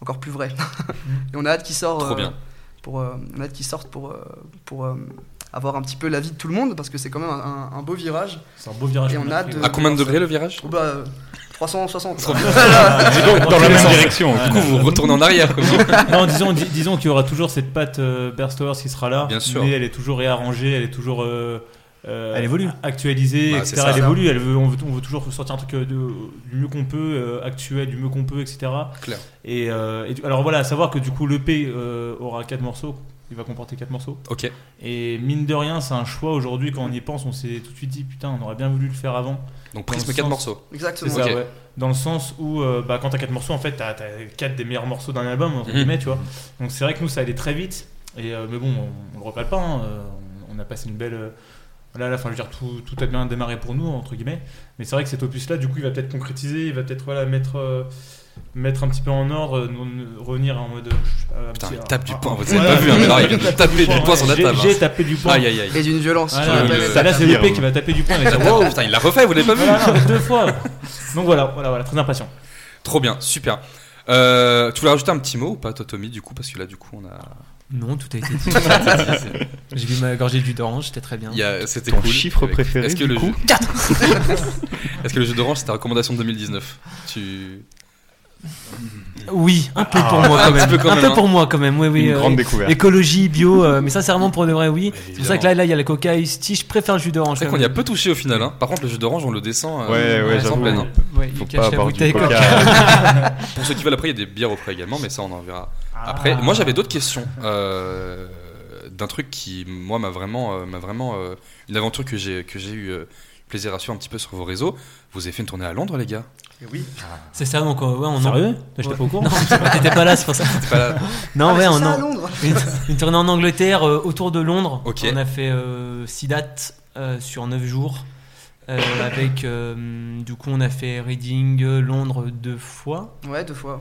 [SPEAKER 3] encore
[SPEAKER 7] *laughs*
[SPEAKER 3] plus vrai. et on a hâte qu'il sorte.
[SPEAKER 7] Trop
[SPEAKER 3] euh,
[SPEAKER 7] bien.
[SPEAKER 3] Pour, euh, on a hâte qu'il sorte pour, euh, pour euh, avoir un petit peu l'avis de tout le monde, parce que c'est quand même un, un beau virage.
[SPEAKER 8] C'est un beau virage.
[SPEAKER 3] Et on
[SPEAKER 8] qu'on
[SPEAKER 3] a
[SPEAKER 8] pris.
[SPEAKER 3] de-
[SPEAKER 7] À combien de degrés le virage
[SPEAKER 3] Oh, bah, euh, 360.
[SPEAKER 8] Ah,
[SPEAKER 3] *laughs*
[SPEAKER 10] Dans la même direction.
[SPEAKER 7] Du coup, vous retournez en arrière.
[SPEAKER 10] *laughs*
[SPEAKER 7] Comme
[SPEAKER 8] Non, disons, dis- disons qu'il y aura toujours cette patte euh, Bear Stearns qui sera là.
[SPEAKER 7] Bien sûr.
[SPEAKER 8] Mais elle est toujours réarrangée, elle est toujours. euh, euh,
[SPEAKER 9] Elle évolue.
[SPEAKER 8] Actualisée,
[SPEAKER 7] Bah, c'est
[SPEAKER 8] etc.
[SPEAKER 7] ça.
[SPEAKER 8] Elle évolue. Elle veut, on, veut, on veut toujours sortir un truc euh, de- du mieux qu'on peut, euh, actuel, du mieux qu'on peut, etc.
[SPEAKER 7] Clair.
[SPEAKER 8] Et, euh, et du- alors voilà, à savoir que du coup, l'EP euh, aura 4 morceaux. Il va comporter 4 morceaux.
[SPEAKER 7] Ok.
[SPEAKER 8] Et mine de rien, c'est un choix aujourd'hui. Quand on y pense, on s'est tout de suite dit putain, on aurait bien voulu le faire avant.
[SPEAKER 7] Donc,
[SPEAKER 8] Dans
[SPEAKER 7] prisme
[SPEAKER 8] le
[SPEAKER 7] 4
[SPEAKER 8] sens-
[SPEAKER 7] morceaux.
[SPEAKER 8] C'est
[SPEAKER 3] Exactement.
[SPEAKER 8] ça,
[SPEAKER 7] Ok.
[SPEAKER 8] ouais. Dans le sens où, euh, bah, quand t'as 4 morceaux, en fait, t'as 4 des meilleurs morceaux d'un album, entre
[SPEAKER 7] Mhm.
[SPEAKER 8] guillemets, tu vois. Donc c'est vrai que nous, ça allait très vite. Et, euh, mais bon, on, on le regrette pas. hein, euh, on, on a passé une belle. euh, voilà, là, enfin, je veux dire, tout, tout a bien démarré pour nous, entre guillemets. Mais c'est vrai que cet opus-là, du coup, il va peut-être concrétiser, il va peut-être voilà, mettre, euh, mettre un petit peu en ordre, euh, nous- nous- revenir en mode. euh, un
[SPEAKER 7] Putain,
[SPEAKER 8] petit-
[SPEAKER 7] il tape du
[SPEAKER 8] un-
[SPEAKER 7] poing,
[SPEAKER 8] un-
[SPEAKER 7] vous avez
[SPEAKER 8] voilà,
[SPEAKER 7] pas vu, hein, mais alors, il vient de
[SPEAKER 8] tape
[SPEAKER 7] taper du poing sur la
[SPEAKER 8] J'ai-
[SPEAKER 7] table, hein.
[SPEAKER 8] J'ai tapé du poing.
[SPEAKER 7] Aïe hein. aïe aïe.
[SPEAKER 3] Et d'une violence.
[SPEAKER 8] Voilà,
[SPEAKER 3] je te
[SPEAKER 7] le-
[SPEAKER 3] rappelle.
[SPEAKER 7] le-
[SPEAKER 8] ça, là, c'est le
[SPEAKER 10] Dire,
[SPEAKER 8] P qui va taper du poing. il va dire, Wow.
[SPEAKER 7] Putain, il l'a refait, vous l'avez pas vu
[SPEAKER 8] Voilà, deux fois. Donc voilà, voilà, voilà, très impatient.
[SPEAKER 7] Trop bien, super. Euh, tu voulais rajouter un petit mot ou pas, toi, Tommy, du coup, parce que là, du coup, on a.
[SPEAKER 9] Non, tout a été dit. J'ai vu ma gorgée du d'orange, c'était très bien.
[SPEAKER 7] Il y a- C'était
[SPEAKER 10] Ton
[SPEAKER 7] cool.
[SPEAKER 10] chiffre
[SPEAKER 7] Avec-
[SPEAKER 10] préféré,
[SPEAKER 7] Est-ce que,
[SPEAKER 10] du
[SPEAKER 7] le
[SPEAKER 10] coup
[SPEAKER 7] jeu... *laughs* Est-ce que le jeu d'orange, c'est ta recommandation de 2019 Tu.
[SPEAKER 9] Oui, un peu pour moi
[SPEAKER 7] un
[SPEAKER 9] quand
[SPEAKER 7] petit
[SPEAKER 9] même.
[SPEAKER 7] peu quand
[SPEAKER 9] un
[SPEAKER 7] même,
[SPEAKER 9] peu
[SPEAKER 7] hein.
[SPEAKER 9] pour moi quand même. Oui, oui.
[SPEAKER 10] Une
[SPEAKER 9] euh,
[SPEAKER 10] grande découverte.
[SPEAKER 9] Écologie, bio, euh, mais sincèrement pour de vrai, oui.
[SPEAKER 7] Mais
[SPEAKER 9] C'est pour ça que là, là, il y a la coca ice tea. Je préfère le jus d'orange.
[SPEAKER 7] C'est vrai
[SPEAKER 9] quand
[SPEAKER 7] qu'on y a
[SPEAKER 9] même.
[SPEAKER 7] peu touché au final. Hein. Par contre, le jus d'orange, on le descend. euh,
[SPEAKER 10] Ouais, ouais,
[SPEAKER 7] on descend
[SPEAKER 10] j'avoue.
[SPEAKER 7] plein, hein.
[SPEAKER 9] Ouais, il
[SPEAKER 10] Faut
[SPEAKER 9] cache
[SPEAKER 10] pas
[SPEAKER 9] la
[SPEAKER 10] boire du
[SPEAKER 9] bouteille coca.
[SPEAKER 10] coca.
[SPEAKER 7] Pour ceux qui veulent, après, il y a des bières au prêt également, mais ça, on en verra Après,
[SPEAKER 8] Ah.
[SPEAKER 7] moi j'avais d'autres questions euh, d'un truc qui, moi, m'a vraiment, euh, m'a vraiment euh, une aventure que j'ai que j'ai eu euh, plaisir à suivre un petit peu sur vos réseaux. Vous avez fait une tournée à Londres, les gars
[SPEAKER 9] C'est ça, donc euh, ouais, on en-
[SPEAKER 8] Sérieux J'étais pas au courant.
[SPEAKER 9] Non, t'étais pas là, c'est *laughs* pour ça.
[SPEAKER 7] C'est pas la-
[SPEAKER 9] Non,
[SPEAKER 3] Ah, mais
[SPEAKER 9] ouais,
[SPEAKER 3] c'est
[SPEAKER 9] on
[SPEAKER 3] ça, à
[SPEAKER 9] en.
[SPEAKER 3] Londres.
[SPEAKER 9] une, une tournée en Angleterre euh, autour de Londres.
[SPEAKER 7] Ok.
[SPEAKER 9] On a fait 6 dates euh, sur 9 jours. euh, avec euh, du coup on a fait Reading, euh, Londres deux fois,
[SPEAKER 3] Ouais, deux fois.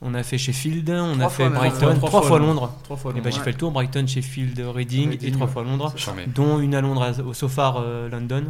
[SPEAKER 9] on a fait Sheffield, on
[SPEAKER 3] Trois
[SPEAKER 9] a fait
[SPEAKER 3] fois même.
[SPEAKER 9] Brighton,
[SPEAKER 8] Trois
[SPEAKER 9] trois,
[SPEAKER 8] fois
[SPEAKER 9] fois
[SPEAKER 8] Londres.
[SPEAKER 9] Londres.
[SPEAKER 8] Trois fois
[SPEAKER 9] Et
[SPEAKER 8] le
[SPEAKER 9] bah
[SPEAKER 8] nom.
[SPEAKER 9] j'ai fait le tour Brighton, Sheffield, Reading,
[SPEAKER 8] Reading,
[SPEAKER 9] et trois
[SPEAKER 8] ouais.
[SPEAKER 9] fois Londres,
[SPEAKER 7] Charmé.
[SPEAKER 9] dont une à Londres à- au Sofar euh, London.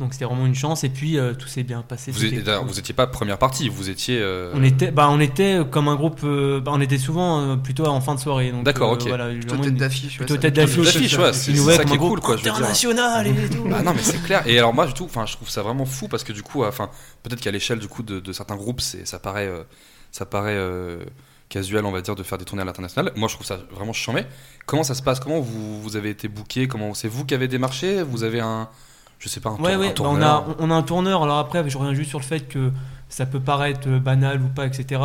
[SPEAKER 9] Donc c'était vraiment une chance et puis euh, tout s'est bien passé.
[SPEAKER 7] Vous
[SPEAKER 9] tout
[SPEAKER 7] étiez-
[SPEAKER 9] est-
[SPEAKER 7] d'ailleurs, vous étiez pas première partie, vous étiez. euh,
[SPEAKER 9] on était, bah, on était comme un groupe, euh, bah, on était souvent euh, plutôt en fin de soirée. donc,
[SPEAKER 7] D'accord,
[SPEAKER 9] euh,
[SPEAKER 7] ok.
[SPEAKER 9] voilà,
[SPEAKER 3] Plutôt
[SPEAKER 9] vraiment
[SPEAKER 3] tête
[SPEAKER 9] une-
[SPEAKER 3] d'affiche. ouais,
[SPEAKER 9] plutôt
[SPEAKER 3] ça-
[SPEAKER 9] tête
[SPEAKER 7] Tête
[SPEAKER 9] d'affiche. euh,
[SPEAKER 7] d'affiche, ouais,
[SPEAKER 9] Ils
[SPEAKER 7] c'est-
[SPEAKER 9] nous
[SPEAKER 7] c'est
[SPEAKER 9] voyaient
[SPEAKER 7] ça
[SPEAKER 9] comme
[SPEAKER 7] qui
[SPEAKER 9] un
[SPEAKER 7] est
[SPEAKER 9] groupe
[SPEAKER 7] cool, quoi, je veux dire.
[SPEAKER 9] international et tout.
[SPEAKER 7] Bah non, mais c'est clair. Et alors moi, du tout, enfin, je trouve ça vraiment fou parce que du coup, enfin, peut-être qu'à l'échelle du coup de, de certains groupes, c'est ça paraît, euh, ça paraît euh, casual, on va dire, de faire des tournées à l'international. Moi, je trouve ça vraiment chambé. Comment ça se passe Comment vous, vous avez été booké Comment c'est vous qui avez démarché Vous avez un, je sais pas, un, tour-
[SPEAKER 9] Ouais,
[SPEAKER 7] un
[SPEAKER 9] ouais, bah, on,
[SPEAKER 7] tourneur
[SPEAKER 9] a, on a un tourneur. Alors après, je reviens juste sur le fait que ça peut paraître euh, banal ou pas, etc.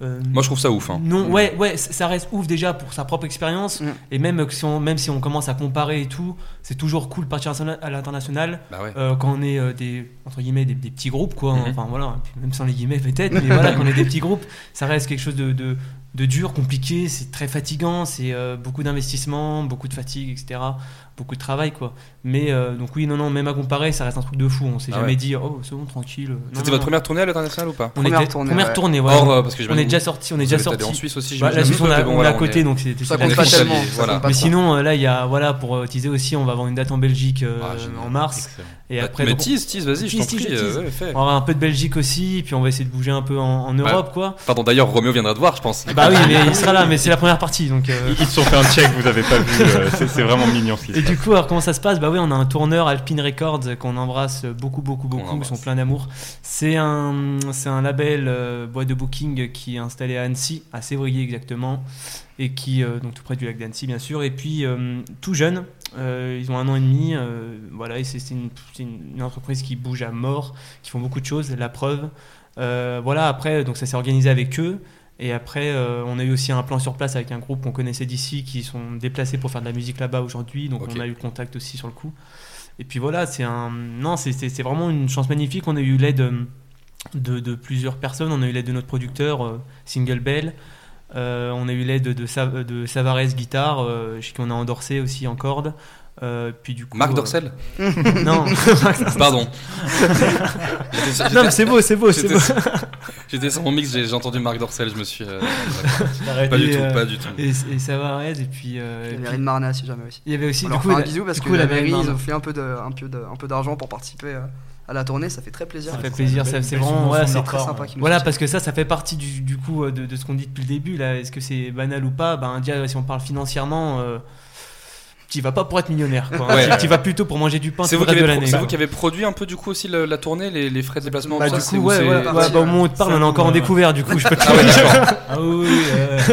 [SPEAKER 9] Euh,
[SPEAKER 7] Moi, je trouve ça ouf. hein.
[SPEAKER 9] Non, ouais, ouais, c- ça reste ouf déjà pour sa propre expérience.
[SPEAKER 3] Mm.
[SPEAKER 9] Et même euh, si, on, même si on commence à comparer et tout, c'est toujours cool de partir à l'international
[SPEAKER 7] Bah ouais.
[SPEAKER 9] euh, quand on est euh, des, entre guillemets, des, des petits groupes, quoi. hein.
[SPEAKER 7] Mhm.
[SPEAKER 9] Enfin voilà, et puis même sans les guillemets peut-être, mais
[SPEAKER 7] *laughs*
[SPEAKER 9] voilà, quand on est des petits groupes, ça reste quelque chose de, de, de dur, compliqué, c'est très fatigant, c'est euh, beaucoup d'investissement, beaucoup de fatigue, etc. Beaucoup de travail, quoi. Mais euh, donc, oui, non, non, même à comparer, ça reste un truc de fou. On s'est
[SPEAKER 7] Ah
[SPEAKER 9] jamais
[SPEAKER 7] ouais.
[SPEAKER 9] dit, oh, c'est bon, tranquille. Non,
[SPEAKER 7] C'était
[SPEAKER 9] non,
[SPEAKER 7] votre
[SPEAKER 9] non.
[SPEAKER 7] première tournée à l'international ou pas
[SPEAKER 9] On
[SPEAKER 3] Première
[SPEAKER 9] était-
[SPEAKER 3] tournée,
[SPEAKER 9] première
[SPEAKER 3] ouais.
[SPEAKER 9] tournée, voilà.
[SPEAKER 7] Or, euh, parce que
[SPEAKER 9] on est
[SPEAKER 7] j'imagine-
[SPEAKER 9] déjà sorti, on est
[SPEAKER 7] vous
[SPEAKER 9] déjà
[SPEAKER 7] êtes allé
[SPEAKER 9] sorti.
[SPEAKER 7] en Suisse aussi.
[SPEAKER 9] Bah,
[SPEAKER 7] j'imagine.
[SPEAKER 9] la Suisse, on,
[SPEAKER 7] Mais
[SPEAKER 9] a,
[SPEAKER 7] bon,
[SPEAKER 9] on
[SPEAKER 7] voilà,
[SPEAKER 9] est à
[SPEAKER 7] on
[SPEAKER 9] côté,
[SPEAKER 7] est-
[SPEAKER 9] donc c'est
[SPEAKER 3] Ça
[SPEAKER 9] c'est
[SPEAKER 7] on
[SPEAKER 9] la
[SPEAKER 3] compte
[SPEAKER 7] est
[SPEAKER 3] pas
[SPEAKER 9] Suisse.
[SPEAKER 3] tellement.
[SPEAKER 7] frontalier,
[SPEAKER 3] ça
[SPEAKER 7] voilà.
[SPEAKER 3] compte pas
[SPEAKER 9] Mais
[SPEAKER 3] trop.
[SPEAKER 9] sinon, euh, là, il y a, voilà, pour euh, teaser aussi, on va avoir une date en Belgique euh,
[SPEAKER 7] Ah, génial.
[SPEAKER 9] en mars. Et
[SPEAKER 7] Bah,
[SPEAKER 9] après,
[SPEAKER 7] mais
[SPEAKER 9] donc,
[SPEAKER 7] tease, tease, vas-y, je t'en
[SPEAKER 9] Tease, tease,
[SPEAKER 7] prie.
[SPEAKER 9] tease.
[SPEAKER 7] euh, ouais, fais.
[SPEAKER 9] on va avoir un peu de Belgique aussi, et puis on va essayer de bouger un peu en, en Europe, quoi.
[SPEAKER 7] Pardon, d'ailleurs, Roméo viendra te voir, je pense.
[SPEAKER 9] Bah oui, mais il sera là, mais c'est la première partie, donc. euh,
[SPEAKER 10] Ils se sont fait un check, vous avez pas vu. euh, c'est- c'est vraiment mignon ce qui se
[SPEAKER 9] Et
[SPEAKER 10] passe.
[SPEAKER 9] du coup, alors comment ça se passe Bah oui, on a un tourneur Alpine Records euh, qu'on embrasse beaucoup, beaucoup, beaucoup, ils
[SPEAKER 7] embrasse.
[SPEAKER 9] sont pleins d'amour. C'est un, c'est un label euh, boîte de booking qui est installé à Annecy, à Sévrier exactement, et qui, euh, donc tout près du lac d'Annecy bien sûr, et puis euh, tout jeune, euh, ils ont un an et demi, euh, voilà, et c'est c'est une, c'est une- une entreprise qui bouge à mort, qui font beaucoup de choses, la preuve. Euh, voilà, après, donc ça s'est organisé avec eux. Et après, euh, on a eu aussi un plan sur place avec un groupe qu'on connaissait d'ici, qui sont déplacés pour faire de la musique là-bas aujourd'hui. Donc
[SPEAKER 7] Ok.
[SPEAKER 9] on a eu contact aussi sur le coup. Et puis voilà, c'est un, non, c'est- c'est c'est vraiment une chance magnifique. On a eu l'aide euh, de, de plusieurs personnes. On a eu l'aide de notre producteur euh, Single Bell. Euh, on a eu l'aide de, Sa- de Savarez Guitare, euh, chez qui on a endorsé aussi en corde. Euh, puis du coup,
[SPEAKER 7] Marc
[SPEAKER 9] euh,
[SPEAKER 7] Dorcel
[SPEAKER 9] *laughs* Non,
[SPEAKER 7] *laughs* Pardon.
[SPEAKER 9] non, mais c'est beau, c'est beau, c'est
[SPEAKER 7] J'étais
[SPEAKER 9] beau.
[SPEAKER 7] sur-
[SPEAKER 9] *laughs*
[SPEAKER 7] J'étais sur mon mix, j'ai j'ai entendu Marc Dorcel, je me suis. euh, pas
[SPEAKER 9] Et,
[SPEAKER 7] du tout,
[SPEAKER 9] euh,
[SPEAKER 7] pas du tout.
[SPEAKER 9] Et, et Savarez, et puis. euh,
[SPEAKER 3] Il y
[SPEAKER 9] et
[SPEAKER 3] avait
[SPEAKER 9] puis-
[SPEAKER 3] Marine Marna, si jamais aussi.
[SPEAKER 9] il y avait aussi
[SPEAKER 3] On
[SPEAKER 9] du
[SPEAKER 3] leur
[SPEAKER 9] coup
[SPEAKER 3] fait un
[SPEAKER 9] la-
[SPEAKER 3] bisou parce
[SPEAKER 9] du
[SPEAKER 3] que
[SPEAKER 9] coup,
[SPEAKER 3] la
[SPEAKER 9] la
[SPEAKER 3] mairie,
[SPEAKER 9] Marine-
[SPEAKER 3] ils ont fait un peu de- un peu de- un peu d'argent pour participer euh, à la tournée. Ça fait très plaisir.
[SPEAKER 9] Ça fait
[SPEAKER 8] c'est
[SPEAKER 9] plaisir,
[SPEAKER 8] une
[SPEAKER 9] ça-
[SPEAKER 8] belle-
[SPEAKER 9] c'est
[SPEAKER 8] belle
[SPEAKER 9] vraiment- voilà,
[SPEAKER 8] subvention
[SPEAKER 9] c'est
[SPEAKER 8] de leur
[SPEAKER 3] très
[SPEAKER 8] part,
[SPEAKER 3] sympa
[SPEAKER 8] hein.
[SPEAKER 3] qu'ils nous
[SPEAKER 9] euh, Voilà,
[SPEAKER 3] soutiennent.
[SPEAKER 9] parce que ça, ça fait partie du, du coup euh, de, de ce qu'on dit depuis le début. Là, est-ce que c'est banal ou pas Ben, déjà, si on parle financièrement, euh, tu y vas pas pour être millionnaire. Quoi.
[SPEAKER 7] Ouais.
[SPEAKER 9] Tu- tu y vas plutôt pour manger du pain
[SPEAKER 7] C'est
[SPEAKER 9] tout
[SPEAKER 7] vous,
[SPEAKER 9] le
[SPEAKER 7] qui
[SPEAKER 9] reste de
[SPEAKER 7] avez pro-
[SPEAKER 9] l'année.
[SPEAKER 7] c'est
[SPEAKER 9] quoi.
[SPEAKER 7] vous qui avez produit un peu du coup aussi le- la tournée, les, les frais de déplacement
[SPEAKER 9] Bah,
[SPEAKER 7] tout
[SPEAKER 9] du
[SPEAKER 7] ça,
[SPEAKER 9] coup,
[SPEAKER 7] c'est-
[SPEAKER 9] ouais,
[SPEAKER 7] c'est-
[SPEAKER 9] ouais, ouais, bah, au moment où on te parle, on
[SPEAKER 8] Ça,
[SPEAKER 9] est
[SPEAKER 8] nous,
[SPEAKER 9] encore en
[SPEAKER 8] euh,
[SPEAKER 9] découvert. Du coup, je peux te-
[SPEAKER 7] Ah ouais, d'accord. *laughs*
[SPEAKER 8] Ah oui, oui, euh,
[SPEAKER 9] Non,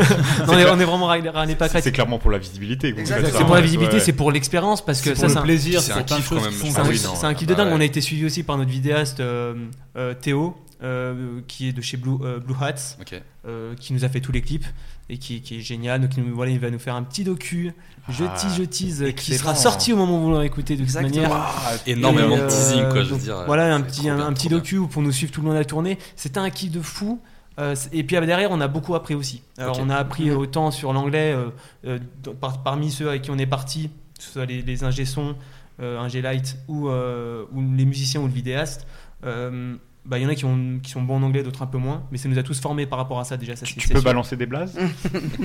[SPEAKER 9] on est- on est vraiment râlé râlé pas
[SPEAKER 10] C'est
[SPEAKER 9] crête.
[SPEAKER 10] clairement pour la visibilité. que vous
[SPEAKER 3] Exactement.
[SPEAKER 10] faites ça,
[SPEAKER 9] C'est pour
[SPEAKER 10] en
[SPEAKER 9] la
[SPEAKER 10] fait,
[SPEAKER 9] visibilité,
[SPEAKER 10] ouais.
[SPEAKER 9] c'est pour l'expérience parce que
[SPEAKER 8] c'est
[SPEAKER 9] ça,
[SPEAKER 8] pour
[SPEAKER 9] c'est
[SPEAKER 8] le
[SPEAKER 9] un-
[SPEAKER 8] plaisir,
[SPEAKER 7] c'est
[SPEAKER 8] c'est
[SPEAKER 7] un
[SPEAKER 8] pour plein de
[SPEAKER 7] kiff,
[SPEAKER 8] choses
[SPEAKER 7] quand
[SPEAKER 8] qui
[SPEAKER 7] même,
[SPEAKER 8] sont
[SPEAKER 7] je
[SPEAKER 9] C'est un,
[SPEAKER 7] Ah oui,
[SPEAKER 8] sympas.
[SPEAKER 7] non,
[SPEAKER 9] c'est un kiff
[SPEAKER 7] bah
[SPEAKER 9] de dingue.
[SPEAKER 7] ouais.
[SPEAKER 9] On a été suivi aussi par notre vidéaste euh, euh, Théo, euh, qui est de chez Blue, euh, Blue Hats,
[SPEAKER 7] Ok.
[SPEAKER 9] euh, qui nous a fait tous les clips et qui, qui est génial. Donc il nous- voilà, il va nous faire un petit docu, je
[SPEAKER 10] Ah,
[SPEAKER 9] tease, je tease, euh, qui sera
[SPEAKER 10] excellent.
[SPEAKER 9] sorti au moment où vous l'aurez écouté de toute
[SPEAKER 3] Exactement.
[SPEAKER 9] manière.
[SPEAKER 7] Énormément
[SPEAKER 9] Et,
[SPEAKER 7] de teasing,
[SPEAKER 9] euh,
[SPEAKER 7] quoi, je veux
[SPEAKER 9] donc,
[SPEAKER 7] dire.
[SPEAKER 9] Voilà, un
[SPEAKER 7] c'est
[SPEAKER 9] petit,
[SPEAKER 7] trop
[SPEAKER 9] un,
[SPEAKER 7] bien,
[SPEAKER 9] un petit
[SPEAKER 7] trop
[SPEAKER 9] docu pour nous suivre tout le long de la tournée. C'était un kiff de fou. Euh, c- et puis ah, derrière, on a beaucoup appris aussi. Alors,
[SPEAKER 7] Ok.
[SPEAKER 9] on a
[SPEAKER 10] Mm-hmm.
[SPEAKER 9] appris euh, autant sur l'anglais, euh, euh, dans- par- parmi ceux avec qui on est parti, que ce soit les, les ingé son, euh, ingé light ou, euh, ou les musiciens ou le vidéaste. euh, bah, Il y en a qui, ont, qui sont bons en anglais, d'autres un peu moins, mais ça nous a tous formés par rapport à ça déjà. Ça,
[SPEAKER 10] Tu,
[SPEAKER 9] c'est-
[SPEAKER 10] tu
[SPEAKER 9] c'est
[SPEAKER 10] peux
[SPEAKER 9] sûr.
[SPEAKER 10] balancer des blazes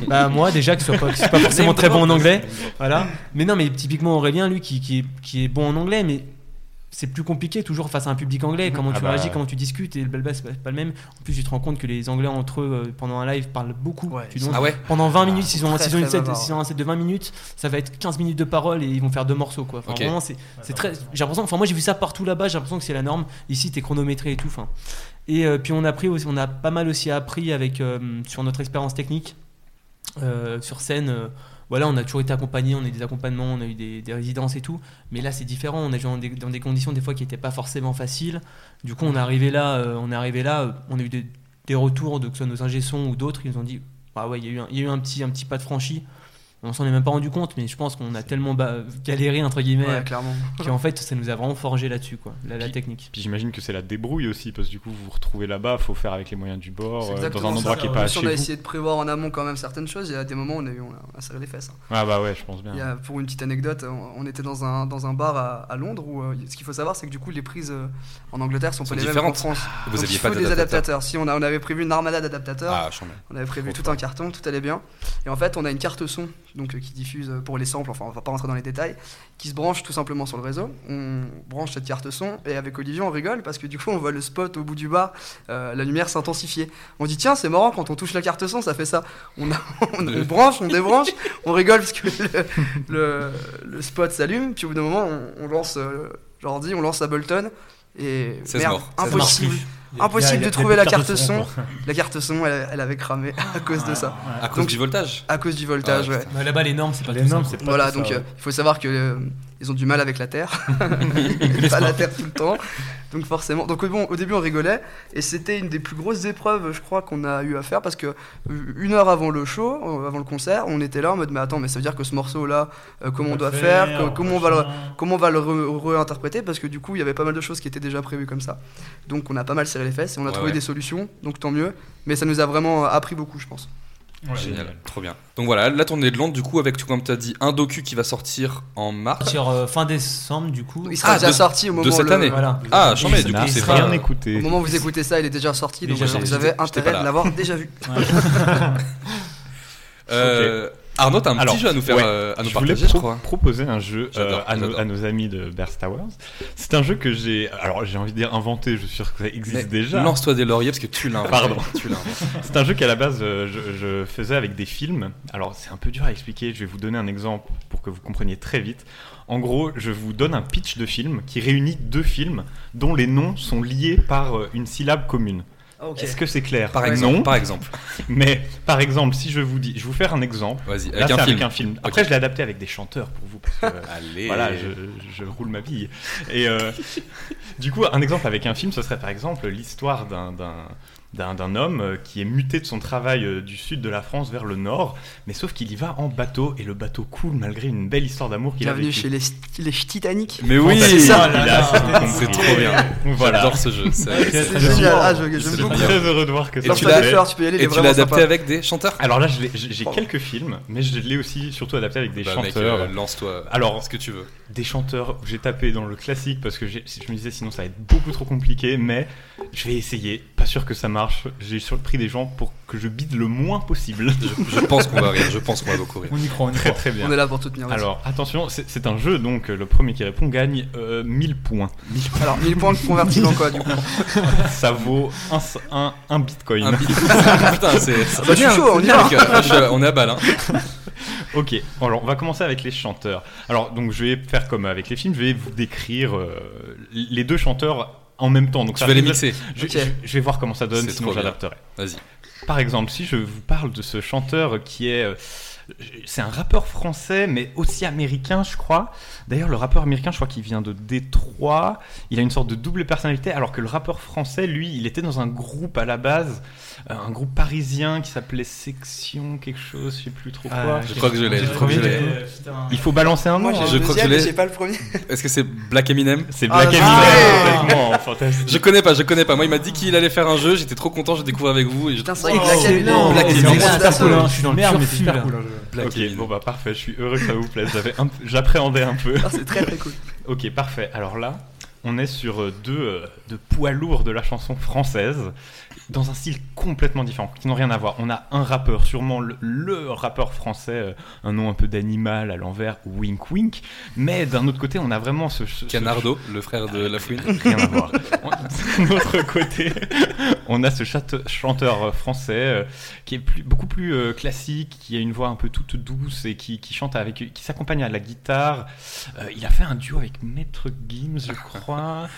[SPEAKER 9] Bah moi déjà que ce soit pas, que je
[SPEAKER 10] *laughs*
[SPEAKER 9] suis pas forcément très bon en anglais, voilà. Mais non, mais typiquement Aurélien, lui, qui, qui est, qui est bon en anglais, mais c'est plus compliqué toujours face à un public anglais. Comment
[SPEAKER 10] Ah
[SPEAKER 9] tu
[SPEAKER 10] bah.
[SPEAKER 9] réagis, comment tu discutes, et le blabla c'est pas- pas le même. En plus, tu te rends compte que les Anglais entre eux euh, pendant un live parlent beaucoup.
[SPEAKER 3] Ouais,
[SPEAKER 9] tu
[SPEAKER 3] ils
[SPEAKER 9] demandes-
[SPEAKER 7] Ah ouais
[SPEAKER 9] pendant 20 minutes, s'ils ont,
[SPEAKER 3] très,
[SPEAKER 9] s'ils ont une
[SPEAKER 3] très
[SPEAKER 9] set-
[SPEAKER 3] bavards.
[SPEAKER 9] s'ils ont un set de 20 minutes, ça va être 15 minutes de parole et ils vont faire deux morceaux quoi. Enfin,
[SPEAKER 7] Ok.
[SPEAKER 9] vraiment, c'est, c'est très. J'ai l'impression, enfin moi j'ai vu ça partout là-bas, j'ai l'impression que c'est la norme. Ici, t'es chronométré et tout. Enfin, et euh, puis on a appris aussi, on a pas mal aussi appris avec euh, sur notre expérience technique euh, sur scène. euh, voilà, on a toujours été accompagné, on a eu des accompagnements, on a eu des, des résidences et tout, mais là c'est différent. On a joué dans des, dans des conditions des fois qui n'étaient pas forcément faciles. Du coup, on est arrivé là, euh, on est arrivé là, euh, on a eu des, des retours de que ce soit nos ingé sons ou d'autres, ils nous ont dit ah ouais, il y a eu un, il y a eu un petit, un petit pas de franchi. On s'en est même pas rendu compte, mais je pense qu'on a tellement ba- galéré entre guillemets
[SPEAKER 3] Ouais, clairement.
[SPEAKER 9] *laughs* qu'en fait ça nous a vraiment forgé là-dessus quoi, la, la
[SPEAKER 10] Puis-
[SPEAKER 9] technique.
[SPEAKER 10] Puis j'imagine que c'est la débrouille aussi, parce que du coup vous vous retrouvez là-bas, faut faire avec les moyens du bord,
[SPEAKER 3] C'est
[SPEAKER 10] euh, dans
[SPEAKER 3] exactement
[SPEAKER 10] un
[SPEAKER 3] ça.
[SPEAKER 10] endroit qui est
[SPEAKER 9] Bah,
[SPEAKER 3] Même
[SPEAKER 10] pas
[SPEAKER 3] si
[SPEAKER 10] chez
[SPEAKER 3] on a
[SPEAKER 10] vous.
[SPEAKER 3] essayé de prévoir en amont quand même certaines choses, il y a des moments où on a, eu, on a- on a serré les fesses. hein.
[SPEAKER 10] Ah bah ouais, je pense bien.
[SPEAKER 3] Il y a, pour une petite anecdote, on on était dans un, dans un bar à, à Londres où euh, ce qu'il faut savoir, c'est que du coup, les prises euh, en Angleterre sont,
[SPEAKER 7] Sont
[SPEAKER 3] pas les mêmes qu'en
[SPEAKER 7] différentes.
[SPEAKER 3] France.
[SPEAKER 7] Vous
[SPEAKER 3] Donc, il
[SPEAKER 7] aviez
[SPEAKER 3] faut
[SPEAKER 7] pas
[SPEAKER 3] des
[SPEAKER 7] d'adaptateur.
[SPEAKER 3] adaptateurs. Si on, a, on avait prévu une armada d'adaptateurs,
[SPEAKER 7] Ah, je suis en-
[SPEAKER 3] on avait prévu
[SPEAKER 7] Trop
[SPEAKER 3] tout un carton, tout allait bien. Et en fait, on a une carte son donc euh, qui diffuse euh, pour les samples, enfin on va pas rentrer dans les détails, qui se branche tout simplement sur le réseau. On branche cette carte son et avec Olivier on rigole parce que du coup on voit le spot au bout du bar, euh, la lumière s'intensifier. On dit tiens c'est marrant quand on touche la carte son ça fait ça. On, a- *laughs* on- on branche, on débranche, on rigole parce que le, le- le spot s'allume, puis au bout d'un moment on, on lance euh, l'ordi, on lance Ableton et
[SPEAKER 7] C'est
[SPEAKER 3] merde,
[SPEAKER 7] mort. Ça se marche
[SPEAKER 3] impossible. Impossible de trouver la carte son. La carte son, elle, elle avait cramé *laughs* à cause de ça,
[SPEAKER 7] À cause
[SPEAKER 3] Donc-
[SPEAKER 7] du voltage.
[SPEAKER 3] à cause du voltage.
[SPEAKER 7] Ouais,
[SPEAKER 3] ouais.
[SPEAKER 9] Bah, Là-bas, les normes, c'est pas
[SPEAKER 8] Les
[SPEAKER 9] tout ça,
[SPEAKER 8] normes,
[SPEAKER 9] quoi.
[SPEAKER 8] c'est pas
[SPEAKER 3] Voilà,
[SPEAKER 8] tout ça,
[SPEAKER 3] donc
[SPEAKER 8] ouais.
[SPEAKER 3] euh, il faut savoir que euh, ils ont du mal avec la *laughs* terre, Ils ont pas la terre tout le *laughs* temps, donc forcément. Donc bon, au début on rigolait et c'était une des plus grosses épreuves, je crois, qu'on a eu à faire parce que euh, une heure avant le show, euh, avant le concert, on était là en mode mais attends, mais ça veut dire que ce morceau là, comment on doit faire, co- comment on va le comment on va le re- réinterpréter parce que du coup il y avait pas mal de choses qui étaient déjà prévues comme ça. Donc on a pas mal serré les fesses et on a
[SPEAKER 7] Ouais,
[SPEAKER 3] trouvé
[SPEAKER 7] ouais.
[SPEAKER 3] des solutions, donc tant mieux. Mais ça nous a vraiment euh, appris beaucoup, je pense.
[SPEAKER 8] Ouais.
[SPEAKER 7] Génial, trop bien. Donc voilà, la tournée de Londres, du coup, avec tout comme tu as dit, un docu qui va sortir en mars.
[SPEAKER 9] Sur euh, fin décembre, du coup.
[SPEAKER 3] Il sera
[SPEAKER 7] Ah,
[SPEAKER 3] déjà
[SPEAKER 7] de-
[SPEAKER 3] sorti au moment
[SPEAKER 7] cette
[SPEAKER 3] le-
[SPEAKER 7] année.
[SPEAKER 9] Voilà.
[SPEAKER 7] Ah, j'en mets, du
[SPEAKER 9] Et
[SPEAKER 7] coup,
[SPEAKER 9] il
[SPEAKER 7] c'est
[SPEAKER 9] sera-
[SPEAKER 7] pas.
[SPEAKER 10] Rien écouté.
[SPEAKER 3] Au moment où vous écoutez ça, il est déjà sorti, donc
[SPEAKER 9] Déjà
[SPEAKER 3] euh,
[SPEAKER 9] sorti,
[SPEAKER 3] vous avez
[SPEAKER 7] pas
[SPEAKER 3] intérêt
[SPEAKER 7] là.
[SPEAKER 3] de l'avoir déjà vu.
[SPEAKER 7] Euh, Arnaud, t'as un petit
[SPEAKER 10] Alors,
[SPEAKER 7] jeu à nous faire,
[SPEAKER 10] ouais.
[SPEAKER 7] euh, à nous
[SPEAKER 10] je voulais
[SPEAKER 7] partager, je
[SPEAKER 10] pro-
[SPEAKER 7] crois.
[SPEAKER 10] proposer un jeu euh,
[SPEAKER 7] J'adore,
[SPEAKER 10] à, nos,
[SPEAKER 7] j'adore.
[SPEAKER 10] à nos amis de Bear Towers. C'est un jeu que j'ai, alors j'ai envie de dire inventé, je suis sûr que ça existe
[SPEAKER 7] Mais
[SPEAKER 10] déjà.
[SPEAKER 7] Lance-toi des lauriers parce que tu l'as. inventé.
[SPEAKER 10] Pardon.
[SPEAKER 7] Tu l'as. inventé.
[SPEAKER 10] C'est un jeu qu'à la base euh, je, je faisais avec des films. Alors c'est un peu dur à expliquer, je vais vous donner un exemple pour que vous compreniez très vite. En gros, je vous donne un pitch de film qui réunit deux films dont les noms sont liés par euh, une syllabe commune. Est-ce que c'est clair
[SPEAKER 7] Par exemple,
[SPEAKER 10] Non.
[SPEAKER 7] par exemple.
[SPEAKER 10] Mais par exemple, si je vous dis, je vais vous faire un exemple.
[SPEAKER 7] Vas-y,
[SPEAKER 10] Là,
[SPEAKER 7] avec
[SPEAKER 10] c'est
[SPEAKER 7] un
[SPEAKER 10] avec
[SPEAKER 7] film.
[SPEAKER 10] un film. Après, je l'ai adapté avec des chanteurs pour vous. Parce que, euh,
[SPEAKER 7] Allez.
[SPEAKER 10] Voilà, je, je roule ma bille. Et euh, du coup, un exemple avec un film, ce serait par exemple l'histoire d'un- d'un d'un d'un homme euh, qui est muté de son travail euh, du sud de la France vers le nord, mais sauf qu'il y va en bateau et le bateau coule malgré une belle histoire d'amour qu'il a
[SPEAKER 3] Bienvenue
[SPEAKER 10] vécue.
[SPEAKER 3] chez les, st- les Ah, Titanic.
[SPEAKER 7] Mais oui,
[SPEAKER 10] Fantastique.
[SPEAKER 7] c'est
[SPEAKER 10] Il a tout compris.
[SPEAKER 7] trop bien.
[SPEAKER 3] *laughs*
[SPEAKER 10] Voilà.
[SPEAKER 7] J'adore ce jeu. c'est- c'est-
[SPEAKER 3] C'est génial. Ah, je-
[SPEAKER 7] C'est
[SPEAKER 3] j'aime
[SPEAKER 10] Je
[SPEAKER 3] beaucoup.
[SPEAKER 10] suis très heureux de voir que
[SPEAKER 7] Et
[SPEAKER 10] ça
[SPEAKER 3] Lance
[SPEAKER 7] tu
[SPEAKER 10] vous
[SPEAKER 3] ta
[SPEAKER 7] l'as-
[SPEAKER 10] plaît.
[SPEAKER 3] défleur, tu peux y aller, il est
[SPEAKER 7] Et tu
[SPEAKER 3] vraiment
[SPEAKER 7] l'as adapté
[SPEAKER 3] sympa.
[SPEAKER 7] avec des chanteurs
[SPEAKER 10] Alors là, je l'ai- j'ai j'ai
[SPEAKER 3] Oh.
[SPEAKER 10] quelques films, mais je l'ai aussi surtout adapté avec des
[SPEAKER 7] Bah, mec,
[SPEAKER 10] chanteurs.
[SPEAKER 7] euh, lance-toi.
[SPEAKER 10] Alors-
[SPEAKER 7] ce que tu veux.
[SPEAKER 10] des chanteurs où j'ai tapé dans le classique parce que j'ai- je me disais sinon ça va être beaucoup trop compliqué, mais je vais essayer. Pas sûr que ça marche. J'ai surpris des gens pour que je bide le moins possible.
[SPEAKER 7] Je pense qu'on va rire. Je pense qu'on va beaucoup rire.
[SPEAKER 8] On y croit, on y
[SPEAKER 10] très
[SPEAKER 8] croit.
[SPEAKER 10] très bien.
[SPEAKER 3] On est là pour tout tenir. vas-y.
[SPEAKER 10] Alors attention, c'est c'est un jeu donc euh, le premier qui répond gagne euh, 1000 points.
[SPEAKER 3] Alors, 1000 points convertis en quoi du coup
[SPEAKER 10] Ça vaut un, c- un, un bitcoin.
[SPEAKER 7] Un
[SPEAKER 10] *laughs*
[SPEAKER 7] bit- Putain, c'est. ça va
[SPEAKER 3] je suis
[SPEAKER 7] bien,
[SPEAKER 3] chaud, on
[SPEAKER 7] c'est
[SPEAKER 3] y
[SPEAKER 7] bien,
[SPEAKER 3] va.
[SPEAKER 7] les gars. Je- On est à balle. hein.
[SPEAKER 10] Ok, alors on va commencer avec les chanteurs. Alors donc je vais faire comme avec les films, je vais vous décrire euh, les deux chanteurs en même temps. Donc
[SPEAKER 7] Tu
[SPEAKER 10] ça
[SPEAKER 7] vas les
[SPEAKER 10] risque-
[SPEAKER 7] mixer.
[SPEAKER 10] Je,
[SPEAKER 3] Ok.
[SPEAKER 10] je- je vais voir comment ça donne,
[SPEAKER 7] C'est
[SPEAKER 10] sinon
[SPEAKER 7] trop bien.
[SPEAKER 10] j'adapterai.
[SPEAKER 7] Vas-y.
[SPEAKER 10] Par exemple, si je vous parle de ce chanteur qui est. euh, C'est un rappeur français, mais aussi américain, je crois. D'ailleurs, le rappeur américain, je crois qu'il vient de Détroit. Il a une sorte de double personnalité, alors que le rappeur français, lui, il était dans un groupe à la base, euh, un groupe parisien qui s'appelait Section quelque chose, je sais plus trop quoi.
[SPEAKER 7] Je crois que je l'ai, je crois que je l'ai.
[SPEAKER 10] Il faut balancer un nom.
[SPEAKER 3] Moi j'ai
[SPEAKER 10] hein.
[SPEAKER 7] je
[SPEAKER 3] le
[SPEAKER 7] crois que
[SPEAKER 3] deuxième,
[SPEAKER 7] je l'ai.
[SPEAKER 3] mais j'ai pas le premier.
[SPEAKER 7] Est-ce que c'est Black Eminem
[SPEAKER 10] C'est
[SPEAKER 3] Ah,
[SPEAKER 10] Black
[SPEAKER 3] là,
[SPEAKER 10] Eminem,
[SPEAKER 3] c'est-
[SPEAKER 10] complètement fantastique.
[SPEAKER 7] Je connais pas, je connais pas. Moi, il m'a dit qu'il allait faire un jeu. J'étais trop content. Je découvre avec vous. Et je...
[SPEAKER 3] Putain, Oh, c'est vrai que Black Alien,
[SPEAKER 7] énorme.
[SPEAKER 3] Black
[SPEAKER 7] C'est
[SPEAKER 3] Alien,
[SPEAKER 7] vraiment
[SPEAKER 3] c'est
[SPEAKER 8] super
[SPEAKER 3] ça,
[SPEAKER 8] cool, hein.
[SPEAKER 3] ça.
[SPEAKER 8] Je suis dans le
[SPEAKER 9] Pur
[SPEAKER 8] pur, mais c'est super
[SPEAKER 9] fil.
[SPEAKER 8] cool. hein,
[SPEAKER 7] Black
[SPEAKER 10] ok,
[SPEAKER 7] Eminem.
[SPEAKER 10] bon bah parfait, je suis heureux que ça vous plaise. J'avais un peu- J'appréhendais un peu.
[SPEAKER 3] Ah, C'est très très cool.
[SPEAKER 10] Ok, parfait. Alors là, on est sur euh, deux, euh, deux poids lourds de la chanson française, dans un style complètement différent, qui n'ont rien à voir. On a un rappeur, sûrement le, le rappeur français, euh, un nom un peu d'animal à l'envers, Wink Wink, mais d'un autre côté, on a vraiment ce... ce- ce-
[SPEAKER 7] Canardo, le frère de Lafouine.
[SPEAKER 10] Rien à voir. On- D'un autre côté, on a ce chate- chanteur euh, français euh, qui est plus- beaucoup plus euh, classique, qui a une voix un peu toute douce et qui, qui chante avec, qui s'accompagne à la guitare. Euh, il a fait un duo avec Maître Gims, je crois.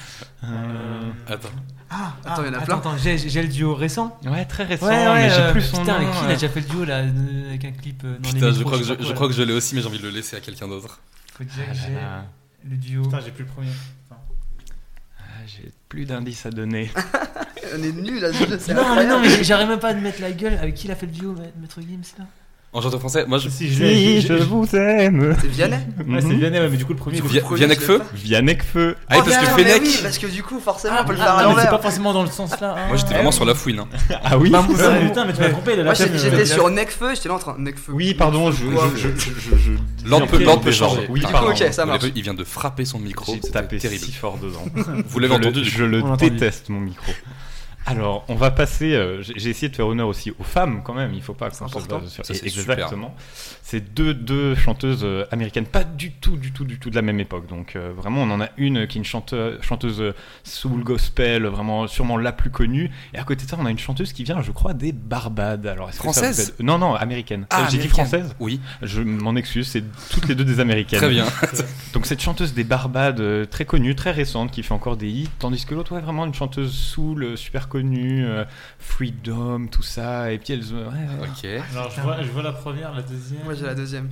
[SPEAKER 10] Euh,
[SPEAKER 7] Attends.
[SPEAKER 3] Ah, Attends, il y en a
[SPEAKER 9] attends,
[SPEAKER 3] plein.
[SPEAKER 9] attends, j'ai j'ai le duo récent.
[SPEAKER 10] ouais, très récent,
[SPEAKER 9] ouais, ouais,
[SPEAKER 10] mais j'ai
[SPEAKER 9] euh,
[SPEAKER 10] plus son
[SPEAKER 9] putain,
[SPEAKER 10] nom.
[SPEAKER 9] avec qui il a
[SPEAKER 10] euh.
[SPEAKER 9] déjà fait le duo là, euh, avec un clip euh, dans
[SPEAKER 7] Putain,
[SPEAKER 9] les
[SPEAKER 7] je
[SPEAKER 9] métros,
[SPEAKER 7] crois, que je,
[SPEAKER 9] sais pas
[SPEAKER 7] je
[SPEAKER 9] quoi,
[SPEAKER 7] crois
[SPEAKER 9] là.
[SPEAKER 7] que je l'ai aussi, mais j'ai envie de le laisser à quelqu'un d'autre.
[SPEAKER 9] Faut dire
[SPEAKER 10] Ah
[SPEAKER 9] que
[SPEAKER 10] là
[SPEAKER 9] j'ai
[SPEAKER 10] là.
[SPEAKER 9] le duo.
[SPEAKER 8] Putain, j'ai plus le premier.
[SPEAKER 10] Ah, J'ai plus d'indices à donner.
[SPEAKER 3] On est nuls là, ce jeu, c'est
[SPEAKER 9] Non, mais non,
[SPEAKER 3] incroyable.
[SPEAKER 9] mais j'arrive même pas à te mettre la gueule. Avec qui il a fait le duo, ma- Maître Gims là
[SPEAKER 7] En chanteur français, moi je.
[SPEAKER 8] Si, je l'ai. je- je-
[SPEAKER 10] vous aime.
[SPEAKER 3] C'est Vianney
[SPEAKER 8] Ouais, c'est Vianney, ouais, mais du coup, le premier.
[SPEAKER 3] coup,
[SPEAKER 8] je-
[SPEAKER 7] Vi-
[SPEAKER 3] le premier,
[SPEAKER 7] Vianney
[SPEAKER 3] je l'ai
[SPEAKER 7] Feu
[SPEAKER 3] pas.
[SPEAKER 10] Vianney Feu.
[SPEAKER 7] Ah, oui,
[SPEAKER 3] Oh,
[SPEAKER 7] parce que
[SPEAKER 3] merde,
[SPEAKER 7] Fennec.
[SPEAKER 3] mais oui, parce que du coup, forcément, on peut le faire à
[SPEAKER 8] Ah, mais c'est pas
[SPEAKER 3] l'envers.
[SPEAKER 8] forcément dans le sens là.
[SPEAKER 7] Moi j'étais vraiment sur Lafouine. Hein.
[SPEAKER 10] Ah oui
[SPEAKER 8] Bah, putain, mais tu m'as trompé là.
[SPEAKER 3] Moi
[SPEAKER 8] la
[SPEAKER 3] j'ai-
[SPEAKER 8] femme,
[SPEAKER 3] j'étais
[SPEAKER 8] euh,
[SPEAKER 3] sur Necfeu, j'étais là en train. Necfeu.
[SPEAKER 10] Oui, pardon, je. je, je, je, je, je dis
[SPEAKER 7] L'ordre
[SPEAKER 10] un
[SPEAKER 7] peut,
[SPEAKER 10] peu
[SPEAKER 7] l'ordre peut
[SPEAKER 10] des genres.
[SPEAKER 7] changer.
[SPEAKER 10] Oui,
[SPEAKER 7] Putain,
[SPEAKER 10] pardon.
[SPEAKER 3] Ok, ça
[SPEAKER 7] vous
[SPEAKER 3] marche.
[SPEAKER 7] l'avez vu, Il vient de frapper son micro,
[SPEAKER 10] J'ai
[SPEAKER 7] c'est
[SPEAKER 10] tapé
[SPEAKER 7] terrible.
[SPEAKER 10] si fort dedans.
[SPEAKER 7] *laughs* Vous l'avez
[SPEAKER 10] Je le-
[SPEAKER 7] entendu du
[SPEAKER 10] Je le
[SPEAKER 8] On l'a entendu.
[SPEAKER 10] déteste, mon micro. Alors, on va passer. euh, J'ai j'ai essayé de faire honneur aussi aux femmes, quand même. Il faut pas
[SPEAKER 3] C'est
[SPEAKER 10] qu'on se
[SPEAKER 3] important.
[SPEAKER 10] base sur-
[SPEAKER 7] Ça, c'est
[SPEAKER 10] Et-
[SPEAKER 7] super.
[SPEAKER 10] Exactement. C'est deux, deux chanteuses euh, américaines, pas du tout, du tout, du tout de la même époque. Donc, euh, vraiment, on en a une qui est une chanteuse, chanteuse euh, soul gospel, vraiment, sûrement la plus connue. Et à côté de ça, on a une chanteuse qui vient, je crois, des Barbades. Alors, est-ce que ça vous
[SPEAKER 7] Française
[SPEAKER 10] aide Non, non, américaine.
[SPEAKER 7] Ah,
[SPEAKER 10] Euh, J'ai dit
[SPEAKER 7] américaine.
[SPEAKER 10] française
[SPEAKER 7] Oui,
[SPEAKER 10] Je m'en excuse, c'est toutes les deux des américaines.
[SPEAKER 7] très bien.
[SPEAKER 10] Donc cette chanteuse des Barbades, euh, très connue, très récente, qui fait encore des hits, tandis que l'autre, ouais, vraiment une chanteuse soul, euh, super connue, euh, Freedom, tout ça, et puis elles... euh, ouais, ouais.
[SPEAKER 7] Ok.
[SPEAKER 8] Alors je vois, je vois la première, la deuxième.
[SPEAKER 3] Moi j'ai la deuxième.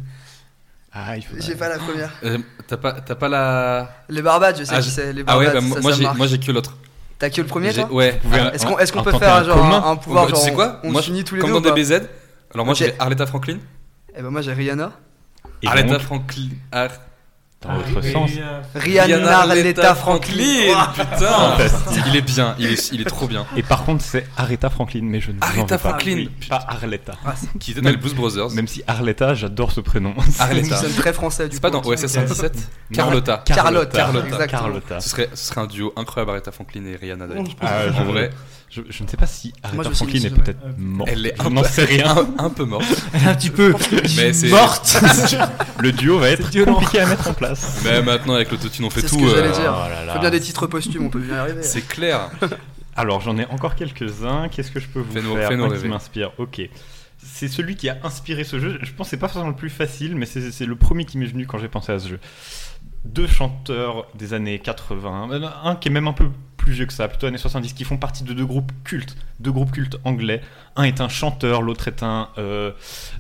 [SPEAKER 10] Ah, il faut...
[SPEAKER 3] J'ai pas la première.
[SPEAKER 7] Euh, T'as pas, t'as pas la.
[SPEAKER 3] Les Barbades, je sais
[SPEAKER 7] Ah,
[SPEAKER 3] qui
[SPEAKER 7] je-
[SPEAKER 3] c'est. Les
[SPEAKER 7] Ah ouais,
[SPEAKER 3] Barbades,
[SPEAKER 7] bah, moi
[SPEAKER 3] ça, ça
[SPEAKER 7] moi, j'ai-
[SPEAKER 3] marche.
[SPEAKER 7] moi j'ai que l'autre.
[SPEAKER 3] T'as que le premier
[SPEAKER 7] J'ai-
[SPEAKER 3] toi
[SPEAKER 7] Ouais.
[SPEAKER 10] Vous pouvez-
[SPEAKER 7] Ah,
[SPEAKER 3] Est-ce qu'on est-ce qu'on peut
[SPEAKER 10] Intenter
[SPEAKER 3] faire
[SPEAKER 10] un
[SPEAKER 3] genre
[SPEAKER 10] commun.
[SPEAKER 3] un, un pouvoir
[SPEAKER 7] tu
[SPEAKER 3] genre
[SPEAKER 7] sais quoi
[SPEAKER 3] on, on
[SPEAKER 7] Moi,
[SPEAKER 3] s'unit tous les
[SPEAKER 7] Comme
[SPEAKER 3] deux
[SPEAKER 7] dans
[SPEAKER 3] ou pas
[SPEAKER 7] DBZ. Alors moi
[SPEAKER 3] Ok.
[SPEAKER 7] j'ai Arletta Franklin.
[SPEAKER 3] Eh ben moi j'ai Rihanna.
[SPEAKER 10] Et
[SPEAKER 7] Arletta
[SPEAKER 10] donc,
[SPEAKER 7] Franklin. Ar-
[SPEAKER 10] dans l'autre sens.
[SPEAKER 3] Rihanna, Arletta Franklin.
[SPEAKER 7] Franklin. Putain.
[SPEAKER 10] Fantastique.
[SPEAKER 7] Il est bien. Il est, il est trop bien.
[SPEAKER 10] Et par contre, c'est Aretha Franklin, mais je ne vous en
[SPEAKER 7] Aretha
[SPEAKER 10] veux pas.
[SPEAKER 7] Franklin.
[SPEAKER 10] Oui, pas Arletta.
[SPEAKER 7] Qui était dans les Blues Brothers.
[SPEAKER 10] Même si Arletta, j'adore
[SPEAKER 7] *laughs*
[SPEAKER 10] ce prénom.
[SPEAKER 7] Arletta.
[SPEAKER 3] Ça sonne très français du
[SPEAKER 7] C'est
[SPEAKER 3] coup.
[SPEAKER 7] pas dans OSS 117 *laughs* Carlotta.
[SPEAKER 3] Carlotta.
[SPEAKER 7] Carlotta.
[SPEAKER 3] Exactement.
[SPEAKER 10] Carlotta.
[SPEAKER 7] Ce serait, ce serait un duo incroyable Aretha Franklin et Rihanna d'ailleurs. je pense.
[SPEAKER 10] Ah,
[SPEAKER 7] en
[SPEAKER 10] je-
[SPEAKER 7] vrai,
[SPEAKER 10] Je, je ne sais pas si Aretha
[SPEAKER 3] je me suis
[SPEAKER 10] Franklin
[SPEAKER 3] dit,
[SPEAKER 10] est
[SPEAKER 3] ouais.
[SPEAKER 10] peut-être morte.
[SPEAKER 7] elle est
[SPEAKER 10] Je
[SPEAKER 7] un,
[SPEAKER 10] n'en
[SPEAKER 7] peu-
[SPEAKER 10] sais rien.
[SPEAKER 7] *laughs* un, un peu
[SPEAKER 10] *laughs*
[SPEAKER 7] morte.
[SPEAKER 9] Un petit peu.
[SPEAKER 7] Mais c'est-
[SPEAKER 9] Morte
[SPEAKER 10] Le duo va être
[SPEAKER 9] violent.
[SPEAKER 10] compliqué à mettre en
[SPEAKER 3] *laughs*
[SPEAKER 10] place.
[SPEAKER 7] Mais maintenant avec l'autotune on fait
[SPEAKER 3] C'est ce
[SPEAKER 7] tout.
[SPEAKER 3] que
[SPEAKER 7] euh,
[SPEAKER 3] j'allais dire.
[SPEAKER 10] Oh là là.
[SPEAKER 3] Faut bien des titres posthumes, on peut bien y arriver.
[SPEAKER 7] C'est clair.
[SPEAKER 10] Alors j'en ai encore quelques-uns. Qu'est-ce que je peux vous
[SPEAKER 7] Fais-nous-
[SPEAKER 10] faire
[SPEAKER 7] fais-nous
[SPEAKER 10] moi, qui
[SPEAKER 7] rêver.
[SPEAKER 10] m'inspire Ok. C'est celui qui a inspiré ce jeu. Je pense que c'est pas forcément le plus facile, mais c'est c'est le premier qui m'est venu quand j'ai pensé à ce jeu. Deux chanteurs des années 80, même un qui est même un peu plus vieux que ça, plutôt années 70, qui font partie de deux groupes cultes, deux groupes cultes anglais. Un est un chanteur, l'autre est un euh,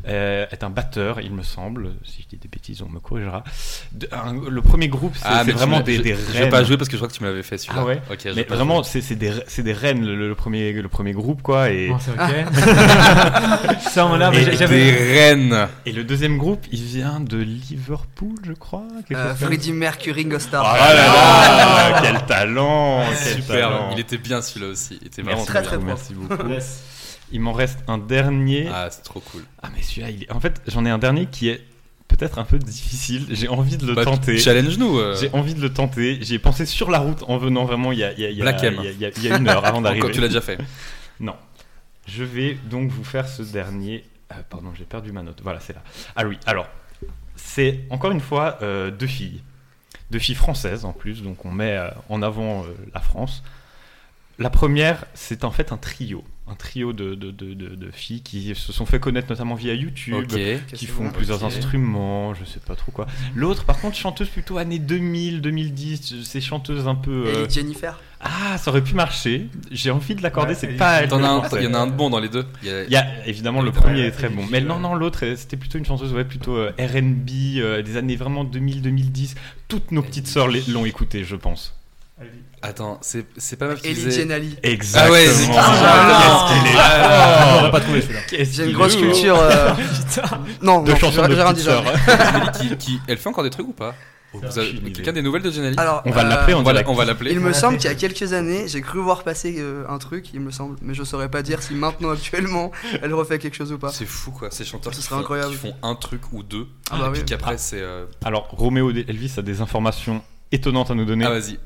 [SPEAKER 10] euh, est un batteur, il me semble. Si je dis des bêtises, on me corrigera. De- un- le premier groupe, c'est c'est
[SPEAKER 7] Ah, mais tu
[SPEAKER 10] vraiment
[SPEAKER 7] m'as-
[SPEAKER 10] des,
[SPEAKER 7] je-
[SPEAKER 10] des
[SPEAKER 7] Je vais
[SPEAKER 10] reines.
[SPEAKER 7] pas jouer parce que je crois que tu me l'avais fait celui-là.
[SPEAKER 10] Ah ouais
[SPEAKER 7] Ok, je vais
[SPEAKER 10] Mais
[SPEAKER 7] pas
[SPEAKER 10] vraiment,
[SPEAKER 7] jouer.
[SPEAKER 10] c'est c'est des, c'est des reines, le, le premier, le premier groupe, quoi. Et,
[SPEAKER 8] Bon, c'est ok. *laughs*
[SPEAKER 9] Ça, on l'a, Ah, mais
[SPEAKER 10] et,
[SPEAKER 9] j'ai-
[SPEAKER 7] Des
[SPEAKER 9] j'avais.
[SPEAKER 7] reines.
[SPEAKER 10] et le deuxième groupe, il vient de Liverpool, je crois. quelque
[SPEAKER 3] Euh,
[SPEAKER 10] chose comme ça.
[SPEAKER 3] Freddie Mercury, Ringo Starr.
[SPEAKER 10] Ah là là, quel talent, quel
[SPEAKER 7] Super.
[SPEAKER 10] talent.
[SPEAKER 7] Il était bien celui-là aussi. Il était vraiment
[SPEAKER 10] Merci
[SPEAKER 3] très,
[SPEAKER 7] bien.
[SPEAKER 3] très
[SPEAKER 10] beaucoup,
[SPEAKER 3] propre.
[SPEAKER 10] merci
[SPEAKER 3] *laughs*
[SPEAKER 10] beaucoup. Il m'en reste un dernier. Ah,
[SPEAKER 7] Ah, c'est trop cool.
[SPEAKER 10] mais celui-là, il est... en fait, j'en ai un dernier qui est peut-être un peu difficile. J'ai envie de le
[SPEAKER 7] Bah,
[SPEAKER 10] tenter.
[SPEAKER 7] Challenge-nous. euh,
[SPEAKER 10] J'ai envie de le tenter. J'ai pensé sur la route en venant vraiment il y a, il y a- il y a-
[SPEAKER 7] Black M.
[SPEAKER 10] il y a- il y a- il y a une heure avant
[SPEAKER 7] *laughs*
[SPEAKER 10] d'arriver.
[SPEAKER 7] Encore, tu l'as déjà
[SPEAKER 10] *laughs*
[SPEAKER 7] fait.
[SPEAKER 10] Je vais donc vous faire ce dernier. Ah, pardon, j'ai perdu ma note. Voilà, c'est là. Ah oui, alors, c'est encore une fois euh, deux filles. Deux filles françaises en plus, donc on met euh, en avant euh, la France. La première, c'est en fait un trio. Un trio de, de- de- de- de filles qui se sont fait connaître notamment via YouTube,
[SPEAKER 7] Ok.
[SPEAKER 10] qui font
[SPEAKER 3] Ok.
[SPEAKER 10] plusieurs instruments, je sais pas trop quoi. L'autre, par contre, chanteuse plutôt années 2000, 2010, ces chanteuses un peu. euh,
[SPEAKER 3] Ellie Jennifer.
[SPEAKER 10] Ah, ça aurait pu marcher. J'ai envie de l'accorder,
[SPEAKER 8] Ouais,
[SPEAKER 10] c'est
[SPEAKER 8] elle est-
[SPEAKER 10] pas elle.
[SPEAKER 7] T'en
[SPEAKER 10] que
[SPEAKER 7] as
[SPEAKER 10] je
[SPEAKER 7] un-
[SPEAKER 10] pensais.
[SPEAKER 7] Il y en a un de bon dans les deux. Il y a-
[SPEAKER 10] Il y a évidemment le
[SPEAKER 8] Ouais,
[SPEAKER 10] premier
[SPEAKER 8] ouais,
[SPEAKER 10] est très bon,
[SPEAKER 8] ouais.
[SPEAKER 10] mais non, non, l'autre euh, c'était plutôt une chanteuse, ouais, plutôt euh, RB euh, des années vraiment 2000-2010. Toutes nos petites sœurs les- l'ont écouté, je pense.
[SPEAKER 7] Attends, c'est c'est pas meuf qui
[SPEAKER 3] Ellie
[SPEAKER 7] disait.
[SPEAKER 3] Genali.
[SPEAKER 10] Exactement.
[SPEAKER 7] ouais, c'est- Ah,
[SPEAKER 10] Qu'est-ce qu'il est
[SPEAKER 7] Ah,
[SPEAKER 10] là
[SPEAKER 8] on l'a pas trouvé, celui-là.
[SPEAKER 3] J'ai une
[SPEAKER 7] *laughs*
[SPEAKER 3] grosse culture. euh, Non,
[SPEAKER 10] de
[SPEAKER 3] non,
[SPEAKER 10] chansons
[SPEAKER 3] j'ai-
[SPEAKER 10] de
[SPEAKER 3] j'ai rien
[SPEAKER 10] petites
[SPEAKER 3] dit, j'ai rien
[SPEAKER 10] sœurs.
[SPEAKER 3] dit.
[SPEAKER 7] Qui- qui- Elle fait encore des trucs ou pas Oh, Vous avez-
[SPEAKER 10] Aucune idée.
[SPEAKER 7] Quelqu'un des nouvelles de Genali
[SPEAKER 3] Alors,
[SPEAKER 10] On va
[SPEAKER 3] euh,
[SPEAKER 10] l'appeler en
[SPEAKER 7] On va la-
[SPEAKER 10] direct.
[SPEAKER 7] on va
[SPEAKER 3] Il
[SPEAKER 7] l'appeler.
[SPEAKER 3] me semble qu'il y a quelques années, j'ai cru voir passer euh, un truc, il me semble, mais je saurais pas dire si maintenant, *laughs* actuellement, elle refait quelque chose ou pas.
[SPEAKER 7] C'est fou quoi, ces chanteurs
[SPEAKER 3] Ce
[SPEAKER 7] qui
[SPEAKER 3] serait
[SPEAKER 7] font,
[SPEAKER 3] incroyable.
[SPEAKER 7] qui font un truc ou deux,
[SPEAKER 3] Ah bah
[SPEAKER 7] et puis
[SPEAKER 3] oui.
[SPEAKER 7] qu'après c'est. euh,
[SPEAKER 10] Alors, Roméo de- Elvis a des informations étonnantes à nous donner.
[SPEAKER 7] Ah vas-y.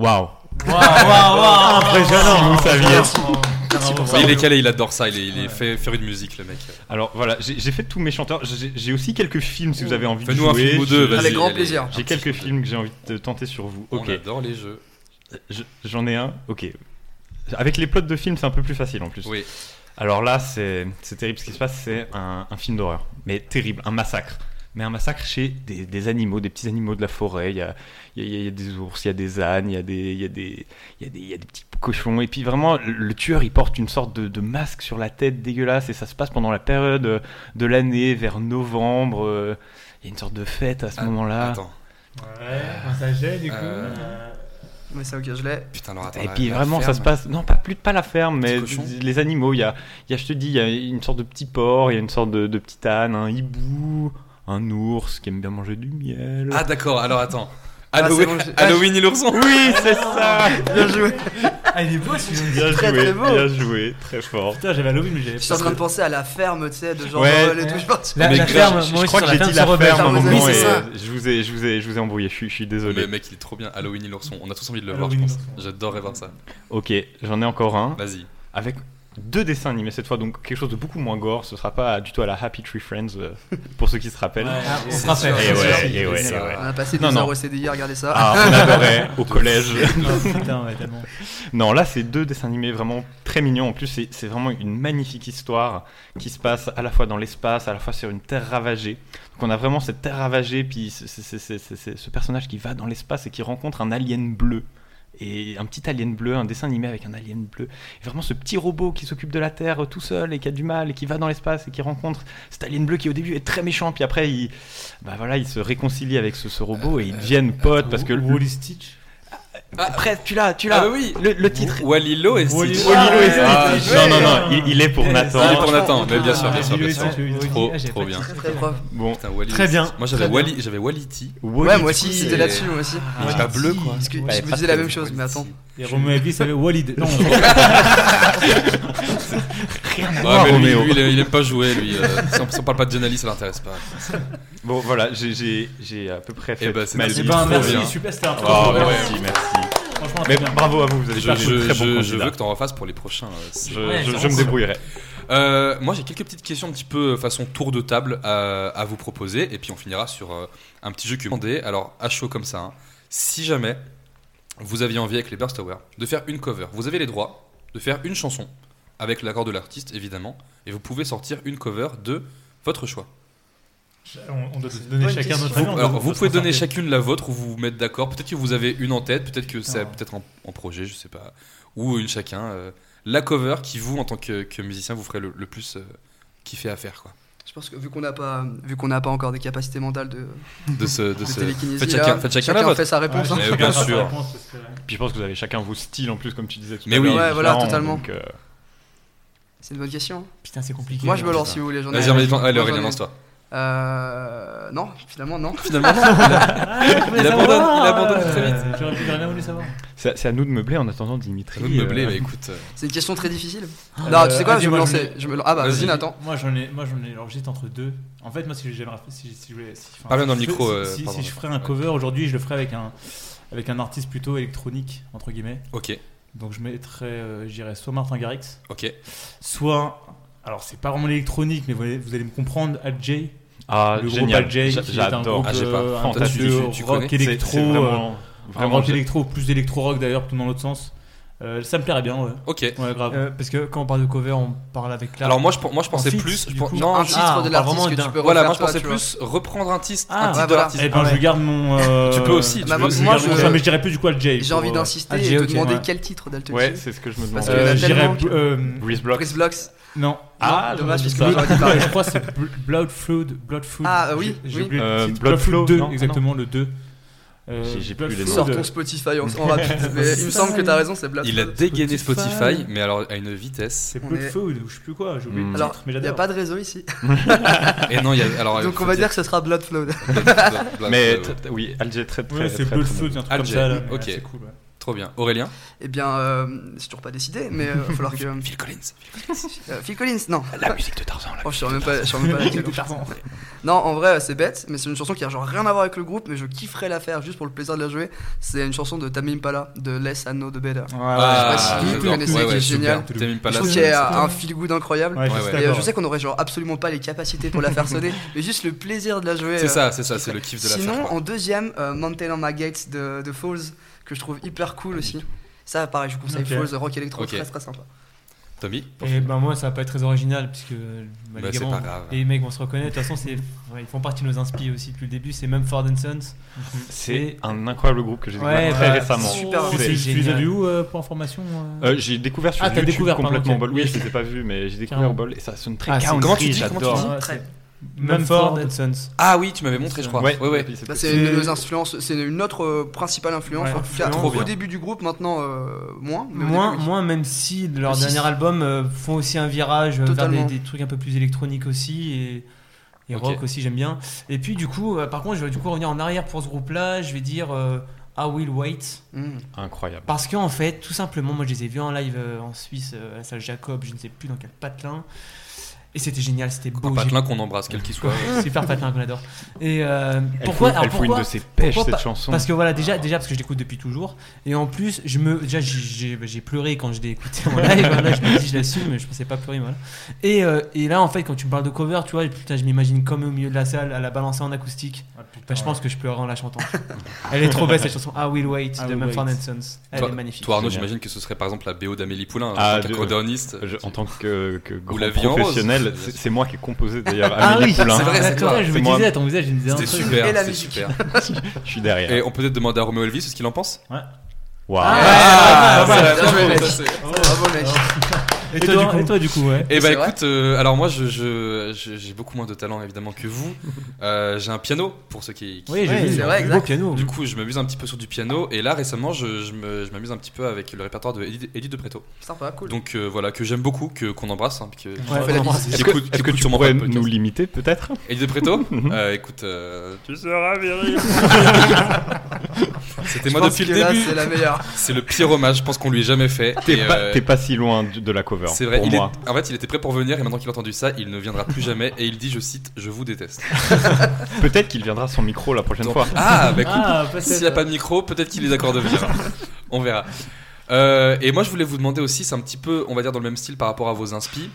[SPEAKER 7] Ah,
[SPEAKER 10] Waouh!
[SPEAKER 8] Waouh, waouh, waouh
[SPEAKER 10] Impressionnant, vous saviez.
[SPEAKER 7] Ça, il est calé, il adore ça, il est, il est fait faire une musique le mec.
[SPEAKER 10] Alors voilà, j'ai j'ai fait tous mes chanteurs. J'ai j'ai aussi quelques films si vous avez envie de
[SPEAKER 7] Oh. Fais-nous un
[SPEAKER 10] jouer.
[SPEAKER 7] film ou deux,
[SPEAKER 10] Je-
[SPEAKER 7] vas-y.
[SPEAKER 3] Avec grand
[SPEAKER 7] allez.
[SPEAKER 3] plaisir.
[SPEAKER 10] J'ai quelques films que j'ai envie de tenter sur vous.
[SPEAKER 7] On
[SPEAKER 10] Ok.
[SPEAKER 7] adore les jeux.
[SPEAKER 10] Je- J'en ai un, ok. Avec les plots de films, c'est un peu plus facile en plus.
[SPEAKER 7] Oui.
[SPEAKER 10] Alors là, c'est c'est terrible ce qui se passe, c'est un, un film d'horreur. Mais terrible, un massacre. Mais un massacre chez des, des animaux, des petits animaux de la forêt. Il y a, il y a- il y a des ours, il y a des ânes, il y a des, il y a des, il y a des, il y a des petits cochons. Et puis vraiment, le- le tueur, il porte une sorte de, de masque sur la tête dégueulasse. Et ça se passe pendant la période euh, de l'année, vers novembre. euh, Il y a une sorte de fête à ce
[SPEAKER 7] Ah,
[SPEAKER 10] moment-là.
[SPEAKER 7] Attends.
[SPEAKER 8] Ouais, ça gêne du coup.
[SPEAKER 7] Euh,
[SPEAKER 8] Euh,
[SPEAKER 3] Mais ça, ok, je l'ai.
[SPEAKER 7] Putain, alors attends.
[SPEAKER 10] Et
[SPEAKER 7] la-
[SPEAKER 10] puis
[SPEAKER 7] la
[SPEAKER 10] vraiment, ça
[SPEAKER 7] ferme.
[SPEAKER 10] se passe. Non, pas plus pas la ferme, mais
[SPEAKER 7] Petit cochon.
[SPEAKER 10] d- les animaux. Il y a, il y a, je te dis, il y a une sorte de petit porc, il y a une sorte de, de petit âne, un hibou, un ours qui aime bien manger du miel.
[SPEAKER 7] Ah d'accord, alors attends.
[SPEAKER 3] Ah, c'est
[SPEAKER 7] Halloween,
[SPEAKER 3] bon, j'ai-
[SPEAKER 7] Halloween et l'ourson
[SPEAKER 10] oui, c'est ça.
[SPEAKER 3] Bien joué.
[SPEAKER 9] Ah, il est beau celui-là.
[SPEAKER 3] *laughs*
[SPEAKER 10] Bien
[SPEAKER 3] Très,
[SPEAKER 10] joué,
[SPEAKER 3] très
[SPEAKER 10] euh,
[SPEAKER 3] beau.
[SPEAKER 10] bien joué, très fort.
[SPEAKER 8] Putain, j'avais Halloween, mais j'avais
[SPEAKER 3] Je suis en train de penser à la ferme, tu sais, de genre
[SPEAKER 10] Ouais.
[SPEAKER 3] Noël et tout. Je pense.
[SPEAKER 9] La,
[SPEAKER 10] Mais
[SPEAKER 9] la
[SPEAKER 10] je-
[SPEAKER 9] ferme, moi
[SPEAKER 10] je,
[SPEAKER 9] aussi,
[SPEAKER 10] crois
[SPEAKER 9] sur
[SPEAKER 10] que
[SPEAKER 9] la
[SPEAKER 10] j'ai dit la
[SPEAKER 9] sur
[SPEAKER 10] ferme à un
[SPEAKER 3] Rebelle.
[SPEAKER 10] moment
[SPEAKER 3] Oui,
[SPEAKER 10] et
[SPEAKER 3] c'est ça.
[SPEAKER 10] je vous ai, je vous ai, je vous ai embrouillé. Je suis, je suis
[SPEAKER 7] Mais
[SPEAKER 10] désolé.
[SPEAKER 7] mec, il est trop bien. Halloween et l'ourson. On a tous envie de le
[SPEAKER 8] Halloween et
[SPEAKER 7] voir, je pense. J'adorerais voir ça.
[SPEAKER 10] Ok, j'en ai encore un
[SPEAKER 7] Vas-y.
[SPEAKER 10] avec deux dessins animés cette fois, donc quelque chose de beaucoup moins gore. Ce sera pas du tout à la Happy Tree Friends euh, pour ceux qui se rappellent.
[SPEAKER 8] Ouais.
[SPEAKER 9] Ah, on se
[SPEAKER 7] C'est Ah,
[SPEAKER 9] rappelle. c'est
[SPEAKER 10] sûr, Et Eh ouais,
[SPEAKER 9] sûr.
[SPEAKER 10] et ouais, et ouais.
[SPEAKER 3] On a passé
[SPEAKER 10] Non,
[SPEAKER 3] 12
[SPEAKER 10] non.
[SPEAKER 3] heures au CDI à regarder ça.
[SPEAKER 10] Ah, on adorait au collège.
[SPEAKER 8] Oh, putain, ouais, tellement.
[SPEAKER 10] Non, là, c'est deux dessins animés vraiment très mignons. En plus, c'est c'est vraiment une magnifique histoire qui se passe à la fois dans l'espace, à la fois sur une terre ravagée. Donc, on a vraiment cette terre ravagée, puis c'est- c'est- c'est- c'est- c'est ce personnage qui va dans l'espace et qui rencontre un alien bleu. Et un petit alien bleu, un dessin animé avec un alien bleu. Et vraiment ce petit robot qui s'occupe de la Terre tout seul et qui a du mal et qui va dans l'espace et qui rencontre cet alien bleu qui au début est très méchant, puis après il, bah voilà, il se réconcilie avec ce, ce robot et ils deviennent potes parce que le-
[SPEAKER 8] Wally Stitch.
[SPEAKER 10] Presque, tu l'as, tu l'as.
[SPEAKER 7] Ah bah oui
[SPEAKER 10] le, le titre
[SPEAKER 7] Walilo et Stitch.
[SPEAKER 8] Wally-Lo
[SPEAKER 10] Lilo et Stitch.
[SPEAKER 7] Ah,
[SPEAKER 10] non, non, non, il, il est pour
[SPEAKER 8] Yes.
[SPEAKER 10] Nathan.
[SPEAKER 7] Il est
[SPEAKER 8] Ah,
[SPEAKER 7] pour Nathan, mais bien
[SPEAKER 9] ah,
[SPEAKER 7] sûr, bien sûr,
[SPEAKER 8] Lilo
[SPEAKER 7] bien
[SPEAKER 8] et
[SPEAKER 7] sûr.
[SPEAKER 8] Stitch, oui, oui.
[SPEAKER 7] Trop,
[SPEAKER 9] Ah, j'avais
[SPEAKER 7] trop
[SPEAKER 9] pas
[SPEAKER 7] bien.
[SPEAKER 3] Très, très propre.
[SPEAKER 10] Bon,
[SPEAKER 7] Putain, Wally.
[SPEAKER 9] Très bien.
[SPEAKER 7] Moi j'avais
[SPEAKER 9] Très bien.
[SPEAKER 7] Wally, j'avais Wallity.
[SPEAKER 10] Wally,
[SPEAKER 3] Ouais, moi aussi,
[SPEAKER 10] c'est-
[SPEAKER 3] c'était là-dessus, moi aussi.
[SPEAKER 7] Mais il est pas bleu quoi.
[SPEAKER 3] Parce que
[SPEAKER 10] Ouais,
[SPEAKER 3] je me
[SPEAKER 10] pas
[SPEAKER 3] disais
[SPEAKER 10] très
[SPEAKER 3] la même
[SPEAKER 7] bien,
[SPEAKER 3] chose, mais attends.
[SPEAKER 7] Wallity.
[SPEAKER 8] Et Roméo et Elvis avait Walid. Non,
[SPEAKER 9] Ah,
[SPEAKER 10] Rien à
[SPEAKER 7] Ouais,
[SPEAKER 10] voir,
[SPEAKER 7] mais lui,
[SPEAKER 10] Roméo.
[SPEAKER 7] lui, il, il aime pas jouer, lui. euh, si, on, si on parle pas de John Ali, ça l'intéresse pas.
[SPEAKER 10] Bon, voilà, j'ai- j'ai j'ai à peu près fait.
[SPEAKER 7] Eh ben, c'est
[SPEAKER 10] ma
[SPEAKER 7] parti.
[SPEAKER 10] liste.
[SPEAKER 7] Trop
[SPEAKER 8] ben,
[SPEAKER 7] bien.
[SPEAKER 8] merci, super, c'était un truc.
[SPEAKER 10] Oh,
[SPEAKER 7] Ouais.
[SPEAKER 10] merci, merci.
[SPEAKER 8] Franchement,
[SPEAKER 10] Mais
[SPEAKER 8] très bien.
[SPEAKER 10] bravo à vous, vous
[SPEAKER 7] Je,
[SPEAKER 10] avez
[SPEAKER 7] je,
[SPEAKER 10] fait de très bons
[SPEAKER 7] je- je
[SPEAKER 10] candidats.
[SPEAKER 7] veux que t'en refasses pour les prochains. euh, si-
[SPEAKER 10] Je,
[SPEAKER 8] Ouais,
[SPEAKER 10] je-
[SPEAKER 8] ça
[SPEAKER 10] je me
[SPEAKER 8] rentre.
[SPEAKER 10] débrouillerai.
[SPEAKER 7] Euh, moi j'ai quelques petites questions un petit peu euh, façon tour de table à, à vous proposer et puis on finira sur euh, un petit jeu que vous demandez. Alors à chaud comme ça, hein. si jamais vous aviez envie avec les Burst Tower de faire une cover, vous avez les droits de faire une chanson avec l'accord de l'artiste évidemment et vous pouvez sortir une cover de votre choix.
[SPEAKER 8] On, on doit se donner
[SPEAKER 3] Bonne
[SPEAKER 8] chacun
[SPEAKER 3] question.
[SPEAKER 8] notre
[SPEAKER 3] Vous-
[SPEAKER 8] avis, on doit-
[SPEAKER 7] Alors
[SPEAKER 8] on
[SPEAKER 7] vous
[SPEAKER 8] doit
[SPEAKER 7] pouvez
[SPEAKER 8] se
[SPEAKER 7] donner
[SPEAKER 8] concerter.
[SPEAKER 7] chacune la vôtre ou vous vous mettre d'accord. Peut-être que vous avez une en tête, peut-être que c'est
[SPEAKER 8] Putain.
[SPEAKER 7] peut-être en, en projet, je sais pas, ou une chacun. euh, la cover qui vous en tant que, que musicien vous ferait le, le plus euh, kiffer à faire quoi.
[SPEAKER 3] Je pense que vu qu'on n'a pas, vu qu'on n'a pas encore des capacités mentales de,
[SPEAKER 7] De ce de
[SPEAKER 3] de
[SPEAKER 7] ce.
[SPEAKER 3] télékinésie,
[SPEAKER 7] Faites
[SPEAKER 3] là,
[SPEAKER 7] chacun, faites chacun la vôtre.
[SPEAKER 3] fait sa
[SPEAKER 8] Ouais,
[SPEAKER 3] réponse. hein.
[SPEAKER 8] chacun
[SPEAKER 7] Mais bien
[SPEAKER 8] sa
[SPEAKER 7] sûr.
[SPEAKER 8] réponse, parce que-
[SPEAKER 10] Puis je pense que vous avez chacun vos styles en plus, comme tu disais tout
[SPEAKER 7] Mais
[SPEAKER 10] à
[SPEAKER 7] oui.
[SPEAKER 10] l'heure.
[SPEAKER 7] Ouais,
[SPEAKER 3] voilà,
[SPEAKER 10] différents,
[SPEAKER 3] totalement.
[SPEAKER 10] donc, euh,
[SPEAKER 3] hein. C'est une bonne question.
[SPEAKER 9] Putain, c'est compliqué.
[SPEAKER 3] Moi, je me lance si vous voulez. j'en ai-
[SPEAKER 7] Vas-y, Aurélien, allez,
[SPEAKER 3] j'en ai-
[SPEAKER 7] Aurélien, lance-toi.
[SPEAKER 3] Euh, non, finalement, non.
[SPEAKER 7] Finalement, non. Il a-
[SPEAKER 3] Ah,
[SPEAKER 8] voulais
[SPEAKER 7] Il
[SPEAKER 8] savoir,
[SPEAKER 7] abandonne, il
[SPEAKER 8] euh,
[SPEAKER 7] abandonne très vite.
[SPEAKER 8] J'aurais pu rien voulu savoir.
[SPEAKER 10] C'est à- c'est à nous de meubler en attendant Dimitri.
[SPEAKER 7] Nous de meubler,
[SPEAKER 10] euh,
[SPEAKER 7] bah, écoute. euh,
[SPEAKER 3] *laughs* C'est une question très difficile.
[SPEAKER 8] Euh,
[SPEAKER 3] non, tu sais quoi,
[SPEAKER 8] vas-y,
[SPEAKER 3] je vais me
[SPEAKER 8] moi, je
[SPEAKER 3] lancer. Je me... lan- Ah bah,
[SPEAKER 7] Vas-y.
[SPEAKER 3] vas-y, Nathan.
[SPEAKER 8] Moi j'en ai, moi j'en ai, alors j'hésite entre deux. En fait, moi si j'aimerais, si, si je voulais- si- enfin,
[SPEAKER 7] Parle dans le
[SPEAKER 8] si-
[SPEAKER 7] micro,
[SPEAKER 8] si-
[SPEAKER 7] euh,
[SPEAKER 8] si,
[SPEAKER 7] pardon.
[SPEAKER 8] si je ferais un cover aujourd'hui, je le ferais avec un, avec un artiste plutôt électronique entre guillemets.
[SPEAKER 7] Ok,
[SPEAKER 8] Donc je mettrais, euh, j'irais soit Martin Garrix,
[SPEAKER 7] ok.
[SPEAKER 8] soit, alors c'est pas vraiment l'électronique, mais vous allez, vous allez me comprendre, Al Jay,
[SPEAKER 10] Ah,
[SPEAKER 8] le groupe
[SPEAKER 10] génial.
[SPEAKER 8] Al Jay,
[SPEAKER 10] J'a-
[SPEAKER 8] qui est un
[SPEAKER 10] J'adore.
[SPEAKER 8] groupe,
[SPEAKER 7] Ah, j'ai pas.
[SPEAKER 8] euh, un
[SPEAKER 7] Toi,
[SPEAKER 8] peu
[SPEAKER 7] tu-
[SPEAKER 8] de
[SPEAKER 7] tu- tu connais
[SPEAKER 8] rock
[SPEAKER 10] C'est- c'est
[SPEAKER 8] électro, euh,
[SPEAKER 10] vraiment,
[SPEAKER 8] un
[SPEAKER 10] vraiment,
[SPEAKER 8] rock
[SPEAKER 10] je-
[SPEAKER 8] électro, plus d'électro rock d'ailleurs, tout dans l'autre sens. Euh, ça me plairait bien, ouais.
[SPEAKER 7] Ok.
[SPEAKER 8] Ouais, grave.
[SPEAKER 9] Euh, parce que quand on parle de cover, on parle avec la.
[SPEAKER 7] Alors moi, je, pen- moi, je pensais
[SPEAKER 9] feat,
[SPEAKER 7] plus. je
[SPEAKER 9] du
[SPEAKER 7] pen-
[SPEAKER 9] coup.
[SPEAKER 7] non,
[SPEAKER 3] Un
[SPEAKER 7] je-
[SPEAKER 3] titre
[SPEAKER 9] ah,
[SPEAKER 3] de
[SPEAKER 9] on parle
[SPEAKER 3] l'artiste
[SPEAKER 9] vraiment
[SPEAKER 3] que tu
[SPEAKER 9] d'un-
[SPEAKER 3] peux
[SPEAKER 7] voilà, moi
[SPEAKER 3] refaire,
[SPEAKER 7] je
[SPEAKER 3] toi,
[SPEAKER 7] pensais
[SPEAKER 3] tu vois.
[SPEAKER 7] plus reprendre un titre,
[SPEAKER 8] Ah,
[SPEAKER 7] un titre
[SPEAKER 3] ouais,
[SPEAKER 7] de
[SPEAKER 3] voilà.
[SPEAKER 7] l'artiste.
[SPEAKER 8] Eh ben,
[SPEAKER 9] Ah ouais.
[SPEAKER 8] je garde mon. euh,
[SPEAKER 7] Tu peux aussi, tu
[SPEAKER 8] je-
[SPEAKER 3] peux aussi.
[SPEAKER 8] je garde
[SPEAKER 3] Moi,
[SPEAKER 8] mon
[SPEAKER 3] je-
[SPEAKER 8] choix, mais je dirais plus du coup Al Jay.
[SPEAKER 3] J'ai envie d'insister
[SPEAKER 9] Ah,
[SPEAKER 3] et
[SPEAKER 9] j'ai-
[SPEAKER 3] de
[SPEAKER 9] ok,
[SPEAKER 3] demander
[SPEAKER 8] euh, ouais.
[SPEAKER 3] quel titre d'Alto
[SPEAKER 10] Ouais, c'est ce que je me
[SPEAKER 3] Parce
[SPEAKER 10] demandais.
[SPEAKER 3] qu'il y en a
[SPEAKER 8] Euh,
[SPEAKER 3] tellement
[SPEAKER 8] J'irais.
[SPEAKER 3] que-
[SPEAKER 8] euh,
[SPEAKER 10] Breeze Block.
[SPEAKER 3] Chris Blocks.
[SPEAKER 8] Non.
[SPEAKER 10] Ah,
[SPEAKER 3] Non, dommage,
[SPEAKER 10] j'aurais dit
[SPEAKER 3] parce que
[SPEAKER 10] ça.
[SPEAKER 3] j'aurais dit pareil.
[SPEAKER 8] je crois que c'est Bl- Blood Flood. Blood Flood.
[SPEAKER 3] Ah, euh, oui,
[SPEAKER 8] J'ai-
[SPEAKER 3] oui.
[SPEAKER 8] J'ai oublié
[SPEAKER 10] Euh,
[SPEAKER 8] le titre.
[SPEAKER 10] Blood
[SPEAKER 8] Blood Flood
[SPEAKER 10] Flow,
[SPEAKER 8] 2,
[SPEAKER 10] non,
[SPEAKER 8] exactement, le 2. Euh,
[SPEAKER 10] J'ai- j'ai
[SPEAKER 8] Blood
[SPEAKER 10] plus les
[SPEAKER 8] Flood,
[SPEAKER 10] noms.
[SPEAKER 3] Sors ton Spotify en, en rapide. Mais il me semble que t'as raison, c'est Blocks.
[SPEAKER 7] Il a dégainé
[SPEAKER 8] Spotify.
[SPEAKER 7] Spotify, mais alors à une vitesse.
[SPEAKER 8] C'est
[SPEAKER 3] On
[SPEAKER 8] Blood
[SPEAKER 3] est-
[SPEAKER 8] Flood ou je sais plus quoi, j'ai oublié
[SPEAKER 10] Hmm.
[SPEAKER 8] le
[SPEAKER 3] Alors,
[SPEAKER 8] titre, mais
[SPEAKER 3] Il n'y a
[SPEAKER 8] j'adore.
[SPEAKER 3] pas de réseau ici.
[SPEAKER 7] Et non, il y a. Alors,
[SPEAKER 3] Donc on va dire que ce sera Blood Flood.
[SPEAKER 10] Mais t- t- oui, Alger très très.
[SPEAKER 8] Ouais, c'est
[SPEAKER 10] très-
[SPEAKER 8] Blood
[SPEAKER 10] très-
[SPEAKER 8] Flood, un truc
[SPEAKER 7] Al
[SPEAKER 8] comme
[SPEAKER 7] Jay,
[SPEAKER 8] ça. là,
[SPEAKER 7] oui,
[SPEAKER 8] mais
[SPEAKER 7] ok.
[SPEAKER 8] C'est cool, ouais.
[SPEAKER 7] Trop bien. Aurélien
[SPEAKER 3] Eh bien, euh, c'est toujours pas décidé, mais il va falloir que.
[SPEAKER 7] Phil Collins.
[SPEAKER 3] Euh, Phil Collins, non.
[SPEAKER 10] La musique de Tarzan. la
[SPEAKER 3] Oh, je suis même pas, je saurais même pas laquelle.
[SPEAKER 8] Pardon.
[SPEAKER 3] Non, en vrai, euh, c'est bête, mais c'est une chanson qui a genre rien à voir avec le groupe, mais je kifferais la faire juste pour le plaisir de la jouer. C'est une chanson de Tamim Pala, de Less I Know the Better. si vous
[SPEAKER 7] j'adore.
[SPEAKER 3] connaissez,
[SPEAKER 7] Ouais,
[SPEAKER 3] qui est
[SPEAKER 7] ouais,
[SPEAKER 3] génial.
[SPEAKER 7] super. T'aimes pas
[SPEAKER 3] Je
[SPEAKER 7] la
[SPEAKER 3] trouve qu'il y a un feel good incroyable.
[SPEAKER 8] Ouais,
[SPEAKER 7] Ouais,
[SPEAKER 8] je suis
[SPEAKER 7] ouais.
[SPEAKER 3] Et euh,
[SPEAKER 8] d'accord.
[SPEAKER 3] je sais qu'on aurait genre absolument pas les capacités pour la
[SPEAKER 7] *laughs*
[SPEAKER 3] faire sonner, mais juste le plaisir de la jouer.
[SPEAKER 7] C'est
[SPEAKER 3] euh,
[SPEAKER 7] ça, c'est ça, c'est le kiff de la
[SPEAKER 3] Sinon,
[SPEAKER 7] fête.
[SPEAKER 3] en deuxième, euh, Mountain on My Gates de, de Falls, que je trouve hyper cool aussi. Ça, pareil, je vous conseille
[SPEAKER 8] Ok.
[SPEAKER 3] Falls, rock électro,
[SPEAKER 7] Ok.
[SPEAKER 3] très très sympa.
[SPEAKER 7] Tommy
[SPEAKER 9] Et ben moi, ça va pas être très original, puisque euh, bah,
[SPEAKER 7] Bah,
[SPEAKER 9] les,
[SPEAKER 7] c'est
[SPEAKER 9] gamins,
[SPEAKER 7] pas grave.
[SPEAKER 9] les mecs vont se reconnaître. De toute façon, c'est, ouais, ils font partie de nos inspires aussi depuis le début. C'est même Ford Sons.
[SPEAKER 10] C'est
[SPEAKER 9] C'est-
[SPEAKER 10] un incroyable groupe que j'ai découvert
[SPEAKER 9] Ouais,
[SPEAKER 10] très
[SPEAKER 9] bah,
[SPEAKER 10] récemment.
[SPEAKER 3] super
[SPEAKER 8] Tu-
[SPEAKER 10] C'est-
[SPEAKER 8] tu- Tu les as
[SPEAKER 9] génial.
[SPEAKER 8] vus où euh, pour information euh
[SPEAKER 10] Euh, j'ai découvert sur
[SPEAKER 9] Ah, t'as
[SPEAKER 10] YouTube
[SPEAKER 9] découvert, pardon,
[SPEAKER 10] complètement
[SPEAKER 9] ok.
[SPEAKER 10] bol. Oui,
[SPEAKER 9] Yes.
[SPEAKER 10] je les ai pas vus, mais j'ai découvert
[SPEAKER 9] Carrément.
[SPEAKER 10] au bol et ça sonne très
[SPEAKER 9] Ah, c'est-
[SPEAKER 10] country.
[SPEAKER 7] comment tu dis, comment tu
[SPEAKER 10] j'adore.
[SPEAKER 7] dis
[SPEAKER 3] Très.
[SPEAKER 9] Même Ford Sons.
[SPEAKER 7] Ah oui, tu m'avais montré, je crois. Ouais, ouais.
[SPEAKER 10] puis c'est-
[SPEAKER 3] Bah, c'est une de
[SPEAKER 9] C'est-
[SPEAKER 3] nos influences, c'est une autre euh, principale influence,
[SPEAKER 9] Ouais,
[SPEAKER 3] en tout cas
[SPEAKER 9] influence.
[SPEAKER 7] Trop bien.
[SPEAKER 3] au début du groupe, maintenant euh, moins. mais au
[SPEAKER 9] Moins,
[SPEAKER 3] début, oui.
[SPEAKER 9] moins, même si leur
[SPEAKER 3] Le six.
[SPEAKER 9] dernier album euh, font aussi un virage euh, vers
[SPEAKER 3] Totalement.
[SPEAKER 9] des, des trucs un peu plus électroniques aussi et, et
[SPEAKER 7] Ok.
[SPEAKER 9] rock aussi, j'aime bien. Et puis du coup, euh, par contre, je vais du coup revenir en arrière pour ce groupe-là. Je vais dire euh, I Will Wait.
[SPEAKER 3] Mm.
[SPEAKER 10] Incroyable.
[SPEAKER 9] Parce que en fait, tout simplement, moi je les ai vus en live euh, en Suisse euh, à la salle Jacob, je ne sais plus dans quel patelin. Et c'était génial, c'était beau.
[SPEAKER 7] Un
[SPEAKER 9] j'ai-
[SPEAKER 7] patelin qu'on embrasse, quel qu'il soit.
[SPEAKER 9] *laughs* Super patelin qu'on adore. Et euh,
[SPEAKER 10] Elle
[SPEAKER 9] pourquoi
[SPEAKER 10] fout-
[SPEAKER 9] alors
[SPEAKER 10] Elle fout une
[SPEAKER 9] pourquoi-
[SPEAKER 10] de ses pêches,
[SPEAKER 9] pourquoi
[SPEAKER 10] cette
[SPEAKER 9] pas-
[SPEAKER 10] chanson.
[SPEAKER 9] Parce que voilà, déjà,
[SPEAKER 3] Ah.
[SPEAKER 9] déjà parce que je l'écoute depuis toujours. Et en plus, je me, déjà, j'ai- bah, j'ai j'ai pleuré quand je l'ai écouté en live. voilà, je me dis, je l'assume, mais je pensais pas pleurer. Voilà. Et, euh, et là, en fait, quand tu me parles de cover, tu vois, putain, je m'imagine comme au milieu de la salle à la balancer en acoustique.
[SPEAKER 8] Ah,
[SPEAKER 9] Bah, je pense que je pleurerai en la chantant. Elle est trop belle cette chanson. I Will Wait
[SPEAKER 8] I
[SPEAKER 3] Ah,
[SPEAKER 9] de
[SPEAKER 8] Will
[SPEAKER 9] Mumford
[SPEAKER 8] Wait.
[SPEAKER 9] and Sons. Elle
[SPEAKER 7] Toi-
[SPEAKER 9] est magnifique.
[SPEAKER 7] Toi, Arnaud,
[SPEAKER 10] Génial.
[SPEAKER 7] j'imagine que ce serait par exemple la BO d'Amélie Poulain,
[SPEAKER 10] Ah,
[SPEAKER 7] en tant
[SPEAKER 10] de-
[SPEAKER 7] qu'acoordéoniste.
[SPEAKER 10] Je- en tant que, que grand
[SPEAKER 7] la vie en rose.
[SPEAKER 10] professionnel, c'est c'est moi qui ai composé d'ailleurs
[SPEAKER 8] Ah
[SPEAKER 10] Amélie
[SPEAKER 7] oui,
[SPEAKER 10] Poulain.
[SPEAKER 9] hein.
[SPEAKER 7] c'est vrai, c'est toi.
[SPEAKER 9] je
[SPEAKER 10] Ah C'est
[SPEAKER 9] me
[SPEAKER 10] moi.
[SPEAKER 9] disais à ton visage, je me disais un
[SPEAKER 7] C'était
[SPEAKER 9] truc.
[SPEAKER 7] super,
[SPEAKER 3] et la
[SPEAKER 7] c'était
[SPEAKER 3] musique.
[SPEAKER 7] super.
[SPEAKER 10] Je suis derrière.
[SPEAKER 7] Et on peut peut-être demander à Roméo Elvis ce qu'il en pense
[SPEAKER 10] Waouh.
[SPEAKER 7] Ah,
[SPEAKER 3] ouais,
[SPEAKER 7] c'est
[SPEAKER 3] ouais, ouais,
[SPEAKER 7] la-
[SPEAKER 3] ouais,
[SPEAKER 7] ça,
[SPEAKER 3] ouais.
[SPEAKER 7] c'est-
[SPEAKER 3] Bravo, mec.
[SPEAKER 9] Et
[SPEAKER 8] Et
[SPEAKER 9] toi, du coup-
[SPEAKER 8] et toi, du coup, ouais.
[SPEAKER 7] Eh
[SPEAKER 3] C'est
[SPEAKER 7] ben
[SPEAKER 3] vrai.
[SPEAKER 7] écoute, euh, alors moi je, je- je- j'ai beaucoup moins de talent évidemment que
[SPEAKER 3] *laughs*
[SPEAKER 7] vous. Euh, j'ai un piano pour ceux qui. qui-
[SPEAKER 9] Oui, j'ai
[SPEAKER 3] Ouais,
[SPEAKER 9] vu.
[SPEAKER 3] c'est vrai,
[SPEAKER 9] le
[SPEAKER 3] exact.
[SPEAKER 9] beau piano.
[SPEAKER 7] Du coup, je m'amuse un petit peu sur du piano et là récemment, je, je me- je m'amuse un petit peu avec le répertoire de Eddie, Eddie de Preto.
[SPEAKER 3] Sympa, cool.
[SPEAKER 7] Donc euh, voilà, que j'aime beaucoup, que qu'on embrasse. hein, que-
[SPEAKER 3] On fait la bise.
[SPEAKER 10] Est-ce
[SPEAKER 7] J'écoute-
[SPEAKER 10] que, est-ce que
[SPEAKER 7] j'écoute
[SPEAKER 10] tu
[SPEAKER 7] sûrement
[SPEAKER 10] pourrais
[SPEAKER 7] pas le podcast.
[SPEAKER 10] nous limiter peut-être
[SPEAKER 7] Eddie de
[SPEAKER 3] *laughs*
[SPEAKER 7] Preto,
[SPEAKER 3] Mhm.
[SPEAKER 7] euh, écoute, euh, tu seras viril. *laughs* C'était
[SPEAKER 3] Je
[SPEAKER 7] moi
[SPEAKER 3] pense
[SPEAKER 7] depuis
[SPEAKER 3] que
[SPEAKER 7] le
[SPEAKER 3] là,
[SPEAKER 7] début.
[SPEAKER 3] c'est la meilleure.
[SPEAKER 7] C'est le pire hommage, je pense qu'on lui ait jamais fait.
[SPEAKER 10] T'es
[SPEAKER 7] Et,
[SPEAKER 10] pas,
[SPEAKER 7] euh,
[SPEAKER 10] t'es pas si loin du- de la cover.
[SPEAKER 7] C'est vrai,
[SPEAKER 10] pour
[SPEAKER 7] il
[SPEAKER 10] moi.
[SPEAKER 7] est- en fait il était prêt pour venir et maintenant qu'il a entendu ça, il ne viendra plus jamais et il dit, je cite, je vous déteste.
[SPEAKER 10] Peut-être qu'il viendra sans micro la prochaine
[SPEAKER 7] Donc-
[SPEAKER 10] fois.
[SPEAKER 7] Ah, bah écoute,
[SPEAKER 8] Ah,
[SPEAKER 7] S'il n'y a
[SPEAKER 8] peut-être.
[SPEAKER 7] pas de micro, peut-être qu'il est d'accord de
[SPEAKER 8] *laughs*
[SPEAKER 7] venir. on verra. Euh, et moi, je voulais vous demander aussi, c'est un petit peu, on va dire, dans le même style par rapport à vos inspi.